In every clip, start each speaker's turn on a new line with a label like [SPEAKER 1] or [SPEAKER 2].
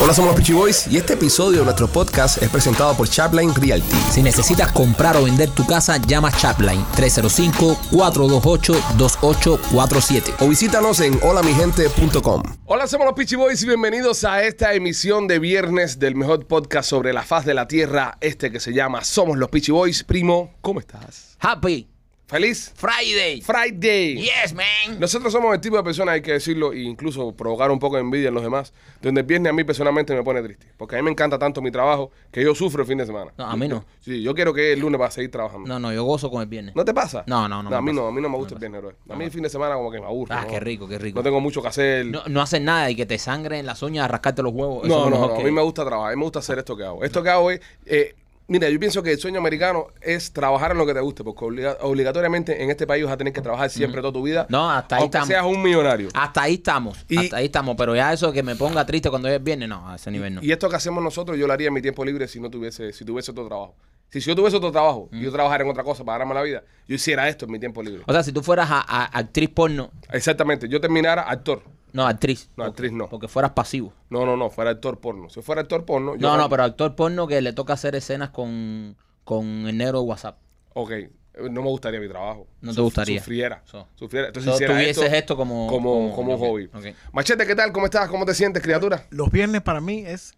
[SPEAKER 1] Hola, somos los Peachy Boys y este episodio de nuestro podcast es presentado por Chapline Realty.
[SPEAKER 2] Si necesitas comprar o vender tu casa, llama Chapline 305-428-2847.
[SPEAKER 1] O visítanos en holamigente.com. Hola, somos los Peachy Boys y bienvenidos a esta emisión de viernes del mejor podcast sobre la faz de la tierra, este que se llama Somos los Peachy Boys. Primo, ¿cómo estás?
[SPEAKER 2] Happy
[SPEAKER 1] ¿Feliz?
[SPEAKER 2] Friday.
[SPEAKER 1] Friday.
[SPEAKER 2] Yes, man.
[SPEAKER 1] Nosotros somos el tipo de personas, hay que decirlo, e incluso provocar un poco de envidia en los demás, donde el viernes a mí personalmente me pone triste, porque a mí me encanta tanto mi trabajo que yo sufro el fin de semana.
[SPEAKER 2] No, a mí no.
[SPEAKER 1] Sí, yo quiero que el lunes para seguir trabajando. No.
[SPEAKER 2] No, no, yo gozo con el viernes.
[SPEAKER 1] te pasa?
[SPEAKER 2] No, no, no
[SPEAKER 1] a
[SPEAKER 2] me
[SPEAKER 1] mí
[SPEAKER 2] pasa.
[SPEAKER 1] no, a mí no me gusta el viernes, bro. A mí el fin de semana como que me aburre.
[SPEAKER 2] Ah,
[SPEAKER 1] ¿no?
[SPEAKER 2] qué rico, qué rico.
[SPEAKER 1] No tengo mucho que hacer.
[SPEAKER 2] No, no haces nada y que te sangre en las uñas a rascarte los huevos. Eso es lo
[SPEAKER 1] No, no,
[SPEAKER 2] mejor
[SPEAKER 1] no,
[SPEAKER 2] que-
[SPEAKER 1] a mí me gusta trabajar, a mí me gusta hacer esto que hago. Esto que hago es, eh, mira, yo pienso que el sueño americano es trabajar en lo que te guste, porque obliga- obligatoriamente en este país vas a tener que trabajar siempre toda tu vida.
[SPEAKER 2] No, hasta ahí
[SPEAKER 1] aunque
[SPEAKER 2] estamos. Ah,
[SPEAKER 1] seas un millonario.
[SPEAKER 2] Hasta ahí estamos.
[SPEAKER 1] Y-
[SPEAKER 2] Hasta ahí estamos. Pero ya eso de que me ponga triste cuando es viernes, no, a ese nivel no.
[SPEAKER 1] Y esto que hacemos nosotros, yo lo haría en mi tiempo libre si no tuviese, si tuviese otro trabajo. Si yo tuviese otro trabajo
[SPEAKER 2] Mm.
[SPEAKER 1] y yo trabajara en otra cosa para ganarme la vida, yo hiciera esto en mi tiempo libre.
[SPEAKER 2] O sea, si tú fueras a, a- actriz porno,
[SPEAKER 1] Exactamente, yo terminara actor.
[SPEAKER 2] no, actriz.
[SPEAKER 1] No, actriz no.
[SPEAKER 2] Porque fueras pasivo.
[SPEAKER 1] No, no, no, fuera actor porno. Si fuera actor porno, yo.
[SPEAKER 2] No, no, pero actor porno que le toca hacer escenas con, con el negro de WhatsApp.
[SPEAKER 1] Ok, eh, no me gustaría mi trabajo.
[SPEAKER 2] No te
[SPEAKER 1] Suf-
[SPEAKER 2] gustaría.
[SPEAKER 1] Sufriera.
[SPEAKER 2] So.
[SPEAKER 1] Sufriera. Entonces
[SPEAKER 2] So,
[SPEAKER 1] hiciera
[SPEAKER 2] tuvieses
[SPEAKER 1] esto,
[SPEAKER 2] esto como-
[SPEAKER 1] como,
[SPEAKER 2] como-
[SPEAKER 1] como un
[SPEAKER 2] ok,
[SPEAKER 1] hobby.
[SPEAKER 2] ok.
[SPEAKER 1] Machete, ¿qué tal? ¿Cómo estás? ¿Cómo te sientes, criatura?
[SPEAKER 3] Los viernes para mí es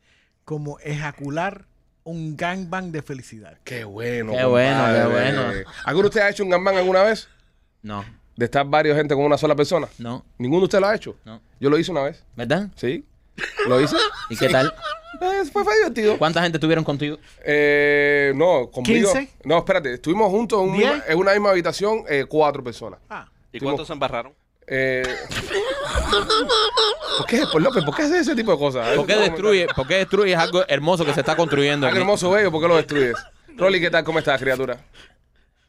[SPEAKER 3] como ejacular un gangbang de felicidad.
[SPEAKER 1] Qué bueno.
[SPEAKER 2] Qué bueno,
[SPEAKER 1] compadre.
[SPEAKER 2] qué bueno.
[SPEAKER 1] ¿Alguno de ustedes ha hecho un gambán alguna vez?
[SPEAKER 2] No,
[SPEAKER 1] De estar varios gente con una sola persona.
[SPEAKER 2] no,
[SPEAKER 1] ¿Ninguno de ustedes lo ha hecho?
[SPEAKER 2] no.
[SPEAKER 1] Yo lo hice una vez.
[SPEAKER 2] ¿Verdad?
[SPEAKER 1] ¿Sí? ¿Lo hice?
[SPEAKER 2] ¿Y qué tal?
[SPEAKER 1] Eh, fue, fue divertido.
[SPEAKER 2] ¿Cuánta gente tuvieron contigo?
[SPEAKER 1] Eh, no, conmigo.
[SPEAKER 3] 15?
[SPEAKER 1] No, espérate. Estuvimos juntos en, un
[SPEAKER 3] ¿Diez?
[SPEAKER 1] misma- en una misma habitación, eh, cuatro personas.
[SPEAKER 3] Ah,
[SPEAKER 4] ¿Y cuántos se embarraron?
[SPEAKER 1] Eh, ¿Por qué? Por López, ¿por qué haces ese tipo de cosas?
[SPEAKER 5] ¿Por qué
[SPEAKER 1] Eso-
[SPEAKER 5] destruye? ¿Por qué destruyes algo hermoso que se está construyendo?
[SPEAKER 1] Ah, qué
[SPEAKER 5] aquí?
[SPEAKER 1] hermoso bello, ¿por qué lo destruyes? Rolly, ¿qué tal? ¿Cómo estás, criatura?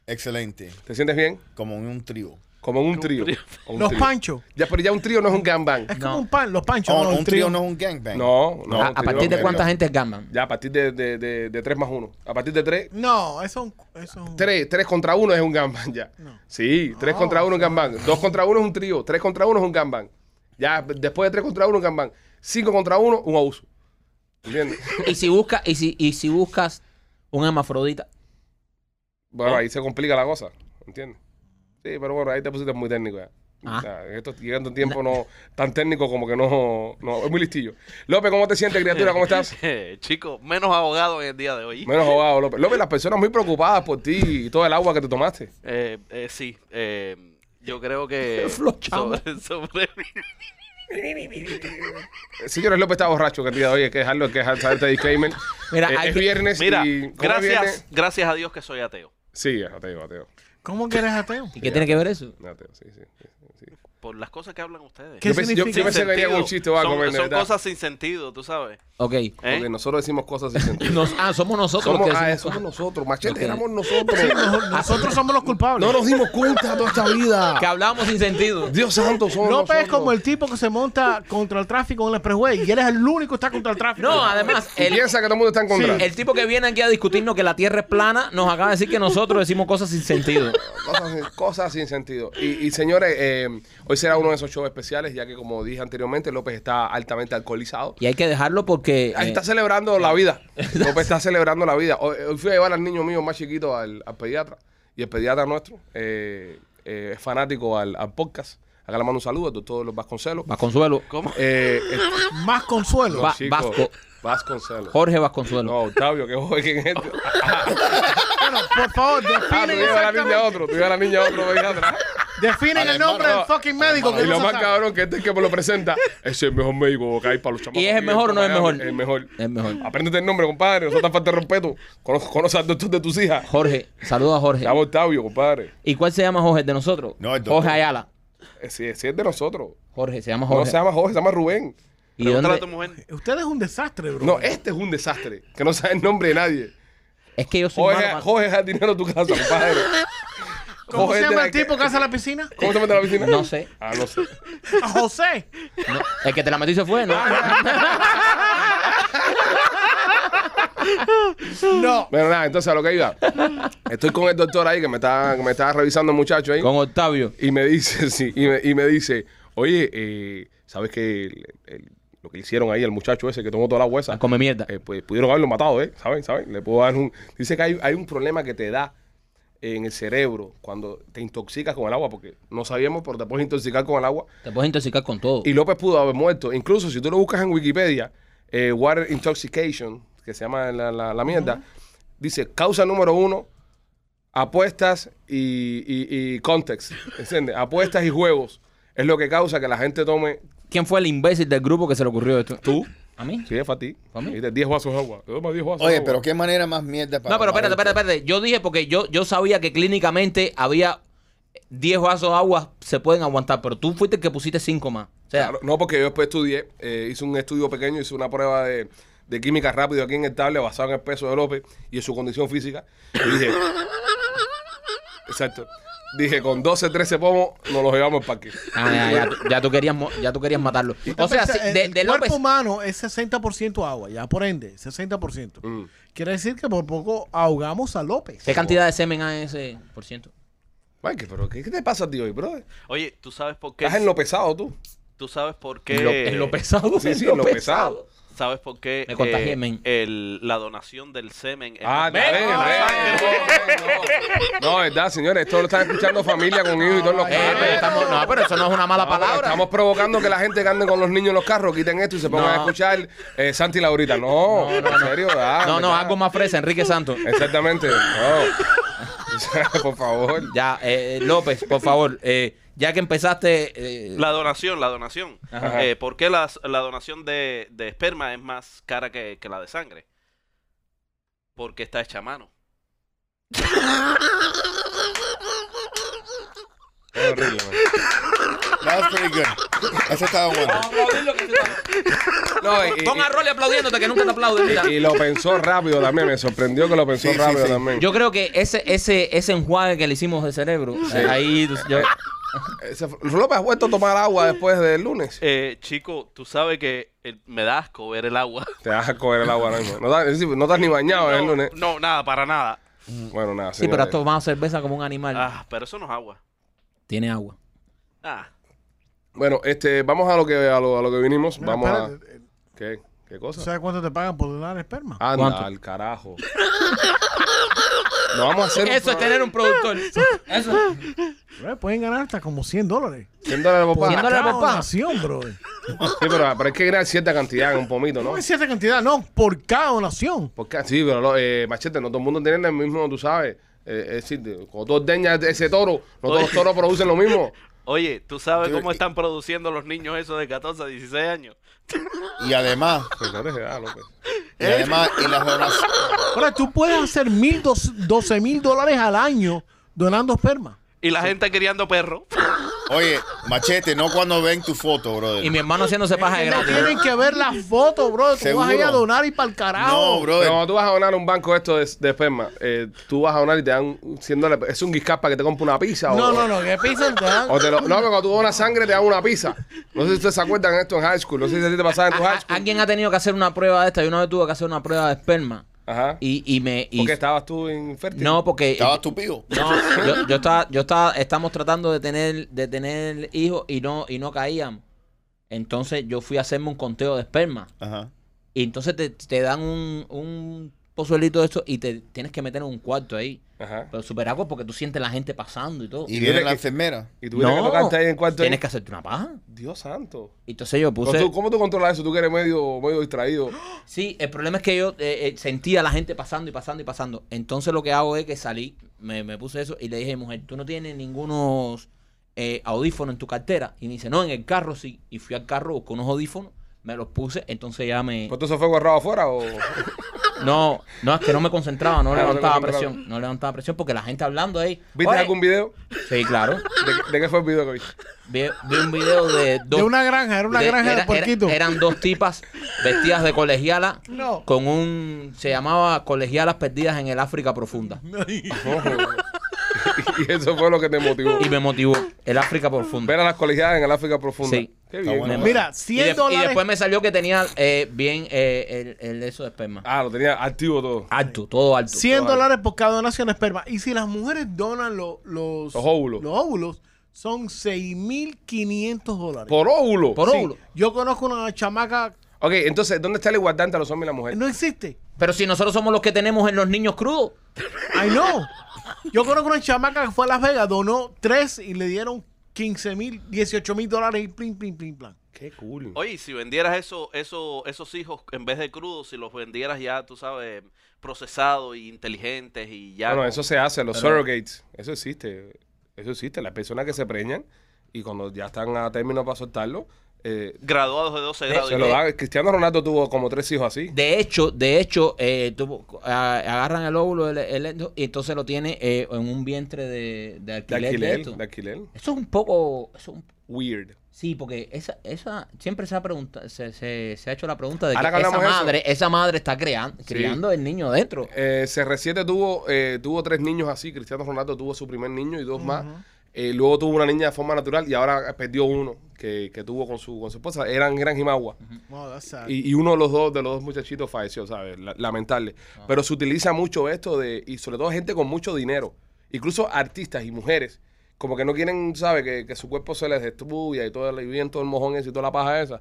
[SPEAKER 6] Excelente,
[SPEAKER 1] ¿Te sientes bien?
[SPEAKER 6] como en un trío.
[SPEAKER 1] Como en un trío. Como un
[SPEAKER 3] los
[SPEAKER 1] trío.
[SPEAKER 3] panchos.
[SPEAKER 1] Ya, pero ya un trío no es un gangbang.
[SPEAKER 3] Es
[SPEAKER 2] No.
[SPEAKER 3] como un pan, los panchos.
[SPEAKER 6] Oh,
[SPEAKER 3] no,
[SPEAKER 6] un trío no es un gangbang.
[SPEAKER 1] No, no.
[SPEAKER 2] ¿A,
[SPEAKER 1] un
[SPEAKER 2] Ah, a
[SPEAKER 1] trío
[SPEAKER 2] partir de
[SPEAKER 1] no.
[SPEAKER 2] cuánta gente es gaman?
[SPEAKER 1] Ya, a partir de, de, de, de tres más uno. A partir de tres,
[SPEAKER 3] No, eso es un- eso es un-
[SPEAKER 1] tres, tres contra uno es un gangbang ya. Sí, tres contra uno es un gangbang. Dos contra uno es un trío. Tres contra uno es un gangbang. Ya, después de tres contra uno, un gangbang. Cinco contra uno, un abuso. ¿Entiendes?
[SPEAKER 2] ¿Y si, busca, y, si, y si buscas un hermafrodita?
[SPEAKER 1] Bueno, ahí se complica la cosa, ¿entiendes? Sí, pero bueno, ahí te pusiste muy técnico ya.
[SPEAKER 2] Ah.
[SPEAKER 1] O sea, en estos llegando un tiempo no tan técnico como que no, no es muy listillo. López, ¿cómo te sientes, criatura? ¿Cómo estás?
[SPEAKER 4] Eh, Chico, menos abogado en el día de hoy.
[SPEAKER 1] Menos jugado, López. López, las personas muy preocupadas por ti y todo el agua que te tomaste.
[SPEAKER 4] Eh, eh, sí, eh, yo creo que
[SPEAKER 2] Flo, chamo.
[SPEAKER 4] sobre, sobre mí.
[SPEAKER 1] Eh, Señores, López está borracho, que el día de hoy hay que dejarlo, hay que dejar saber este disclaimer.
[SPEAKER 2] Mira,
[SPEAKER 1] Eh,
[SPEAKER 2] hay
[SPEAKER 1] es
[SPEAKER 2] que-
[SPEAKER 1] viernes
[SPEAKER 4] Mira,
[SPEAKER 1] y... ¿cómo es
[SPEAKER 4] gracias,
[SPEAKER 1] viernes?
[SPEAKER 4] gracias a Dios que soy ateo.
[SPEAKER 1] Sí, ateo, ateo.
[SPEAKER 3] ¿Cómo que eres ateo?
[SPEAKER 2] ¿Y qué tiene que ver eso?
[SPEAKER 1] Ateo, sí, sí. sí, sí.
[SPEAKER 4] Por las cosas que hablan ustedes.
[SPEAKER 3] ¿Qué
[SPEAKER 1] yo pensé, yo,
[SPEAKER 3] significa?
[SPEAKER 1] yo pensé que venía con un chiste o algo,
[SPEAKER 4] son,
[SPEAKER 1] men, de
[SPEAKER 4] son
[SPEAKER 1] verdad.
[SPEAKER 4] cosas sin sentido, tú sabes.
[SPEAKER 2] Ok.
[SPEAKER 4] ¿eh?
[SPEAKER 1] Porque nosotros decimos cosas sin sentido.
[SPEAKER 2] Nos- ah, somos nosotros
[SPEAKER 1] somos,
[SPEAKER 2] los que
[SPEAKER 1] ah,
[SPEAKER 2] decimos
[SPEAKER 1] somos
[SPEAKER 2] cosas.
[SPEAKER 1] nosotros, machete,
[SPEAKER 2] Ok.
[SPEAKER 1] éramos nosotros.
[SPEAKER 3] Nos- Nosotros somos los culpables.
[SPEAKER 1] No nos dimos cuenta toda esta vida.
[SPEAKER 2] Que hablamos sin sentido.
[SPEAKER 1] Dios santo, somos
[SPEAKER 3] López es
[SPEAKER 1] nosotros.
[SPEAKER 3] como el tipo que se monta contra el tráfico en el freeway y él es el único que está contra el tráfico.
[SPEAKER 2] No, además,
[SPEAKER 1] Y
[SPEAKER 2] el,
[SPEAKER 1] piensa que todo el mundo está en contra.
[SPEAKER 2] el tipo que viene aquí a discutirnos que la tierra es plana nos acaba de decir que nosotros decimos cosas sin sentido.
[SPEAKER 1] Cosas, sin- cosas sin sentido. Y, y, señores, eh, hoy será uno de esos shows especiales, ya que como dije anteriormente, López está altamente alcoholizado.
[SPEAKER 2] Y hay que dejarlo porque.
[SPEAKER 1] Ahí
[SPEAKER 2] eh,
[SPEAKER 1] está celebrando la vida. López está celebrando la vida. Hoy, hoy fui a llevar al niño mío más chiquito al, al pediatra. Y el pediatra nuestro eh, eh, es fanático al, al podcast. Acá le mando un saludo al doctor Los Vasconcelos.
[SPEAKER 2] Vasconsuelo.
[SPEAKER 4] ¿Cómo?
[SPEAKER 1] Eh, eh,
[SPEAKER 3] Más consuelo.
[SPEAKER 2] Va-
[SPEAKER 1] chico,
[SPEAKER 2] Vasco.
[SPEAKER 1] Vasconcelos.
[SPEAKER 2] Jorge Vasconsuelo.
[SPEAKER 1] No, Octavio, que joven es este.
[SPEAKER 3] Bueno, por favor,
[SPEAKER 1] Ah, tú llevas
[SPEAKER 3] definen,
[SPEAKER 1] a la niña a
[SPEAKER 3] exactamente-
[SPEAKER 1] otro, tú llevas a la niña a otro, venga atrás.
[SPEAKER 3] definen
[SPEAKER 6] Al
[SPEAKER 3] el nombre
[SPEAKER 6] hermano.
[SPEAKER 3] del fucking médico que
[SPEAKER 1] Y
[SPEAKER 3] no
[SPEAKER 1] lo
[SPEAKER 3] se
[SPEAKER 1] más
[SPEAKER 3] sabe.
[SPEAKER 1] cabrón que este es el que me lo presenta. Ese es el mejor médico que hay para los chamacos.
[SPEAKER 2] ¿Y es el mejor o no es el mejor?
[SPEAKER 1] El mejor.
[SPEAKER 2] Es mejor.
[SPEAKER 1] Apréndete el nombre, compadre. No sea tan falta de respeto. Conoce, conoce al doctor de tus hijas.
[SPEAKER 2] Jorge. Saludos a Jorge.
[SPEAKER 1] Se llama Octavio, compadre.
[SPEAKER 2] ¿Y cuál se llama Jorge el de nosotros?
[SPEAKER 6] No, el doctor.
[SPEAKER 2] Jorge Ayala.
[SPEAKER 1] Ese, ese es de nosotros.
[SPEAKER 2] Jorge, se llama
[SPEAKER 1] No
[SPEAKER 2] Jorge.
[SPEAKER 1] se llama Jorge, se llama Rubén.
[SPEAKER 2] ¿Y dónde-
[SPEAKER 4] Pregúntale a tu mujer.
[SPEAKER 3] Usted es un desastre, bro.
[SPEAKER 1] No, este es un desastre. Que no sabe el nombre de nadie.
[SPEAKER 2] Es que yo soy
[SPEAKER 1] Jorge,
[SPEAKER 2] malo para-
[SPEAKER 1] Jorge es el dinero de tu casa, compadre.
[SPEAKER 3] ¿Cómo
[SPEAKER 1] Jorge
[SPEAKER 3] se
[SPEAKER 1] es de
[SPEAKER 3] llama
[SPEAKER 1] la
[SPEAKER 3] el tipo que hace la piscina?
[SPEAKER 1] ¿Cómo se mete a la piscina?
[SPEAKER 2] No sé.
[SPEAKER 1] Ah, no sé.
[SPEAKER 3] A José.
[SPEAKER 2] No, el que te la metió se fue, ¿no?
[SPEAKER 3] No.
[SPEAKER 1] Bueno, nada, entonces a lo que iba. Estoy con el doctor ahí que me está, que me está revisando el muchacho ahí.
[SPEAKER 2] Con Octavio.
[SPEAKER 1] Y me dice, sí, y me, y me dice, oye, eh, ¿sabes que el, el- lo que hicieron ahí al muchacho ese que tomó toda la huesa.
[SPEAKER 2] Come mierda.
[SPEAKER 1] Eh, pues pudieron haberlo matado, ¿eh? ¿Saben? ¿Saben? Le puedo dar un... Dice que hay, hay un problema que te da en el cerebro cuando te intoxicas con el agua, porque no sabíamos, pero te puedes intoxicar con el agua.
[SPEAKER 7] Te puedes intoxicar con todo.
[SPEAKER 1] Y López pudo haber muerto. Incluso si tú lo buscas en Wikipedia, eh, Water Intoxication, que se llama la, la- la mierda, dice causa número uno, apuestas y, y, y context. ¿Entiendes? Apuestas y juegos. Es lo que causa que la gente tome.
[SPEAKER 2] ¿Quién fue el imbécil del grupo que se le ocurrió esto?
[SPEAKER 1] Tú,
[SPEAKER 7] ¿A mí?
[SPEAKER 1] si es para ti,
[SPEAKER 7] ¿A mí?
[SPEAKER 1] y de 10 vasos de agua. Toma 10 vasos de
[SPEAKER 6] Oye,
[SPEAKER 1] agua.
[SPEAKER 6] pero qué manera más mierda para.
[SPEAKER 2] No, pero espérate,
[SPEAKER 6] para-
[SPEAKER 2] espérate, espérate. Yo dije porque yo, yo sabía que clínicamente había 10 vasos de agua se pueden aguantar, pero tú fuiste el que pusiste 5 más. O sea,
[SPEAKER 1] Claro, no, porque yo después estudié, eh, hice un estudio pequeño, hice una prueba de, de química rápido aquí en el tablet basado en el peso de López y en su condición física. Y dije, exacto, dije, con 12, 13 pomos nos los llevamos al parque.
[SPEAKER 2] ah, ya, ya, tú- ya tú querías, mo- ya tú querías matarlo. O sea,
[SPEAKER 3] Entonces,
[SPEAKER 2] si-
[SPEAKER 3] el-
[SPEAKER 2] de,
[SPEAKER 3] el
[SPEAKER 2] de
[SPEAKER 3] cuerpo
[SPEAKER 2] López...
[SPEAKER 3] humano es 60% agua, ya por ende, 60%.
[SPEAKER 1] Mm.
[SPEAKER 3] Quiere decir que por poco ahogamos a López.
[SPEAKER 2] ¿Qué cantidad de semen hay en ese por ciento?
[SPEAKER 1] Mike, pero ¿qué, qué te pasa a ti hoy, bro?
[SPEAKER 4] Oye, ¿tú sabes por qué?
[SPEAKER 1] Estás en lo pesado tú.
[SPEAKER 4] ¿Tú sabes por qué?
[SPEAKER 2] En lo pesado.
[SPEAKER 1] Sí, sí,
[SPEAKER 2] en
[SPEAKER 1] en lo pesado.
[SPEAKER 4] ¿Sabes por qué? eh,
[SPEAKER 2] Me contagié, men.
[SPEAKER 4] el- la donación del semen. es-
[SPEAKER 1] Ah,
[SPEAKER 4] Eh, Ven,
[SPEAKER 1] dale,
[SPEAKER 4] la sangre.
[SPEAKER 1] dale, no, no, no, verdad, señores, esto lo están escuchando familia con hijos y todos los
[SPEAKER 2] Eh, pero
[SPEAKER 1] carros.
[SPEAKER 2] estamos- no, pero eso no es una mala
[SPEAKER 1] No, pero
[SPEAKER 2] palabra.
[SPEAKER 1] Estamos provocando que la gente que ande con los niños en los carros quiten esto y se pongan
[SPEAKER 2] No.
[SPEAKER 1] a escuchar eh, Santi y Laurita. No,
[SPEAKER 2] No, no,
[SPEAKER 1] en
[SPEAKER 2] no.
[SPEAKER 1] serio. ah,
[SPEAKER 2] No, no,
[SPEAKER 1] ¿verdad?
[SPEAKER 2] algo más fresa, Enrique Santos.
[SPEAKER 1] Exactamente. No. Por favor.
[SPEAKER 2] Ya, eh, López, por favor, eh, ya que empezaste... eh,
[SPEAKER 4] La donación, la donación.
[SPEAKER 1] Ajá.
[SPEAKER 4] Eh, ¿Por qué las- la donación de, de esperma es más cara que, que la de sangre? Porque está hecha a mano.
[SPEAKER 1] Es horrible. man.
[SPEAKER 6] That was pretty good. Eso estaba bueno.
[SPEAKER 1] No, y, y-
[SPEAKER 2] Pon a Rolly aplaudiéndote que nunca te aplaude. mira.
[SPEAKER 1] y lo pensó rápido también. Me sorprendió que lo pensó
[SPEAKER 6] Sí, sí,
[SPEAKER 1] rápido
[SPEAKER 6] sí.
[SPEAKER 1] también.
[SPEAKER 2] Yo creo que ese, ese, ese enjuague que le hicimos de cerebro, eh, ahí tú- yo-
[SPEAKER 1] Ese fue- López, ¿has vuelto a tomar agua después del lunes?
[SPEAKER 4] Eh, chico, tú sabes que el- me da asco ver el agua.
[SPEAKER 1] Te vas a coger el agua ahora mismo. No estás, es decir, no estás ni bañado
[SPEAKER 4] no,
[SPEAKER 1] el lunes.
[SPEAKER 4] no, nada, para nada.
[SPEAKER 1] Bueno, nada.
[SPEAKER 2] sí, pero has
[SPEAKER 1] señores.
[SPEAKER 2] tomado cerveza como un animal.
[SPEAKER 4] Ah, pero eso no es agua.
[SPEAKER 2] Tiene agua.
[SPEAKER 4] Ah,
[SPEAKER 1] Bueno, este, vamos a lo que a lo, a lo que vinimos.
[SPEAKER 3] Mira,
[SPEAKER 1] vamos a.
[SPEAKER 3] espérate, eh,
[SPEAKER 1] ¿Qué? ¿Qué
[SPEAKER 3] ¿Tú
[SPEAKER 1] cosa?
[SPEAKER 3] sabes cuánto te pagan por donar esperma?
[SPEAKER 1] Anda,
[SPEAKER 2] ¿Cuánto?
[SPEAKER 1] al carajo. No vamos a hacer.
[SPEAKER 2] Eso es tener un productor. Eso.
[SPEAKER 3] Bro, pueden ganar hasta como 100 dólares.
[SPEAKER 1] 100 dólares por
[SPEAKER 2] ¿Cien
[SPEAKER 1] paja.
[SPEAKER 2] dólares
[SPEAKER 3] Cada
[SPEAKER 2] por paja?
[SPEAKER 3] donación, bro.
[SPEAKER 1] Sí, pero, pero hay que ganar cierta cantidad en un pomito, ¿no?
[SPEAKER 3] No es cierta cantidad, no, por cada donación.
[SPEAKER 1] Porque, sí, pero lo- eh, machete, no todo el mundo tiene el mismo, tú sabes. Eh, es decir, de- cuando tú ordeñas ese toro, no todos los toros producen lo mismo.
[SPEAKER 4] oye, ¿tú sabes
[SPEAKER 6] Yo-
[SPEAKER 4] cómo están produciendo los niños esos de 14 a 16 años?
[SPEAKER 6] Y además,
[SPEAKER 2] Pues
[SPEAKER 1] Señores, ah, López.
[SPEAKER 6] y además, y las donaciones.
[SPEAKER 3] Ahora, tú puedes hacer mil, dos- 12 mil dólares al año donando esperma.
[SPEAKER 4] Y la gente criando perros.
[SPEAKER 6] Oye, machete, no cuando ven tu foto, brother.
[SPEAKER 2] Y mi hermano haciéndose paja de
[SPEAKER 3] Que no
[SPEAKER 2] gratis.
[SPEAKER 3] tienen que ver la foto, bro. Tú vas
[SPEAKER 6] Seguro.
[SPEAKER 3] a ir a donar y para el carajo.
[SPEAKER 6] No, brother.
[SPEAKER 1] Pero cuando tú vas a donar a un banco esto de, de esperma, eh, tú vas a donar y te dan 100 dólares. ¿Es un guiscapa que te compra una pizza? o,
[SPEAKER 3] No, no, no, que pisan te dan.
[SPEAKER 1] o te lo- no, pero cuando tú donas sangre te dan una pizza. No sé si ustedes se acuerdan de esto en high school. No sé si a ti te pasaba en tu
[SPEAKER 2] A- a-
[SPEAKER 1] high school.
[SPEAKER 2] Alguien ha tenido que hacer una prueba de esta. Yo una vez tuve que hacer una prueba de esperma.
[SPEAKER 1] Ajá.
[SPEAKER 2] Y, y me. y-
[SPEAKER 1] ¿Por qué estabas tú infértil?
[SPEAKER 2] no, porque.
[SPEAKER 6] Estaba tupido.
[SPEAKER 2] No, yo, yo estaba, yo estaba, estamos tratando de tener, de tener hijos y no, y no caíamos. Entonces yo fui a hacerme un conteo de esperma.
[SPEAKER 6] Ajá.
[SPEAKER 2] Y entonces te, te dan un, un pozuelito de esto y te tienes que meter en un cuarto ahí.
[SPEAKER 1] Ajá.
[SPEAKER 2] Pero super agua porque tú sientes la gente pasando y todo.
[SPEAKER 6] Y
[SPEAKER 1] Dile
[SPEAKER 6] viene la
[SPEAKER 1] que-
[SPEAKER 6] enfermera.
[SPEAKER 1] Y tú tienes que tocarte ahí en cuarto.
[SPEAKER 2] Tienes que hacerte una paja.
[SPEAKER 1] Dios santo.
[SPEAKER 2] Y Entonces yo
[SPEAKER 1] ¿Cómo
[SPEAKER 2] puse.
[SPEAKER 1] tú- ¿Cómo tú controlas eso? Tú que eres medio, medio distraído.
[SPEAKER 2] Sí, el problema es que yo eh, eh, sentía a la gente pasando y pasando y pasando. Entonces lo que hago es que salí, me, me puse eso y le dije, mujer, tú no tienes ningunos eh, audífonos en tu cartera. Y me dice, no, en el carro sí. Y fui al carro, busqué unos audífonos, me los puse, entonces ya me.
[SPEAKER 1] ¿Cuánto se fue guardado afuera o...?
[SPEAKER 2] No, no, es que no me concentraba, no
[SPEAKER 1] Ah, no te
[SPEAKER 2] levantaba
[SPEAKER 1] concentraba.
[SPEAKER 2] presión. No levantaba presión porque la gente hablando ahí.
[SPEAKER 1] ¿Viste
[SPEAKER 2] "Oye".
[SPEAKER 1] algún video?
[SPEAKER 2] Sí, claro.
[SPEAKER 1] ¿De, de qué fue el video que viste?
[SPEAKER 2] Vi, vi un video de dos.
[SPEAKER 3] de una granja, era una
[SPEAKER 2] de-
[SPEAKER 3] granja
[SPEAKER 2] era-
[SPEAKER 3] de puerquito.
[SPEAKER 2] era- eran dos tipas vestidas de colegiala
[SPEAKER 3] No.
[SPEAKER 2] con un. Se llamaba Colegialas Perdidas en el África Profunda.
[SPEAKER 1] y eso fue lo que te motivó.
[SPEAKER 2] Y me motivó. El África Profunda.
[SPEAKER 1] Ver a las colegiadas en el África profunda.
[SPEAKER 2] Sí.
[SPEAKER 1] Qué bien.
[SPEAKER 6] bueno.
[SPEAKER 1] ¿no?
[SPEAKER 3] Mira,
[SPEAKER 2] Y,
[SPEAKER 3] 100
[SPEAKER 2] de- y
[SPEAKER 3] dólares.
[SPEAKER 2] después me salió que tenía eh, bien eh, el, el eso de esperma.
[SPEAKER 1] Ah, lo tenía activo todo.
[SPEAKER 2] Alto, todo alto.
[SPEAKER 3] 100 dólares por cada donación de esperma. Y si las mujeres donan lo- los,
[SPEAKER 1] Los óvulos.
[SPEAKER 3] los óvulos, son 6.500 dólares.
[SPEAKER 1] Por óvulo.
[SPEAKER 2] Por
[SPEAKER 3] Sí.
[SPEAKER 2] óvulo.
[SPEAKER 3] Yo conozco una chamaca,
[SPEAKER 1] Ok, entonces, ¿dónde está la igualdad entre los hombres y las mujeres?
[SPEAKER 3] no existe.
[SPEAKER 2] Pero si nosotros somos los que tenemos en los niños crudos.
[SPEAKER 3] I know. Yo conozco una chamaca que fue a Las Vegas, donó tres y le dieron 15 mil, 18 mil dólares y plin, plin, plin, plan.
[SPEAKER 1] Qué cool.
[SPEAKER 4] Oye, si vendieras eso, eso, esos hijos en vez de crudos, si los vendieras ya, tú sabes, procesados y inteligentes y ya.
[SPEAKER 1] Bueno,
[SPEAKER 4] con-
[SPEAKER 1] eso se hace, los surrogates. Eso existe. Eso existe. Las personas que se preñan y cuando ya están a término para soltarlo, eh,
[SPEAKER 4] Graduados de 12 grados.
[SPEAKER 1] se
[SPEAKER 4] y
[SPEAKER 1] lo
[SPEAKER 4] todo.
[SPEAKER 1] dan. Cristiano Ronaldo tuvo como tres hijos así.
[SPEAKER 2] De hecho, de hecho, eh, tú, a- agarran el óvulo el- el- y entonces lo tiene eh, en un vientre de, de
[SPEAKER 1] De
[SPEAKER 2] alquiler. de
[SPEAKER 1] alquiler,
[SPEAKER 2] esto.
[SPEAKER 1] de alquiler.
[SPEAKER 2] Eso es un poco... eso es un-
[SPEAKER 1] Weird.
[SPEAKER 2] sí, porque esa, esa siempre se ha, pregunta, se, se- se ha hecho la pregunta de que
[SPEAKER 1] Ahora que
[SPEAKER 2] esa
[SPEAKER 1] hablamos de eso.
[SPEAKER 2] madre, esa madre está crean- criando el niño dentro.
[SPEAKER 1] Eh, CR7 tuvo, eh, tuvo tres niños así. Cristiano Ronaldo tuvo su primer niño y dos más. Eh, luego tuvo una niña de forma natural y ahora perdió uno que, que tuvo con su, con su esposa. Eran Gran Jimagua.
[SPEAKER 3] Wow, that's sad.
[SPEAKER 1] Y, y uno de los dos, de los dos muchachitos falleció, ¿sabes? La- lamentable.
[SPEAKER 2] Ah.
[SPEAKER 1] Pero se utiliza mucho esto de, y sobre todo gente con mucho dinero, incluso artistas y mujeres, como que no quieren, ¿sabes? Que, que su cuerpo se les destruya y todo, el- y viven todo el mojón ese y toda la paja esa.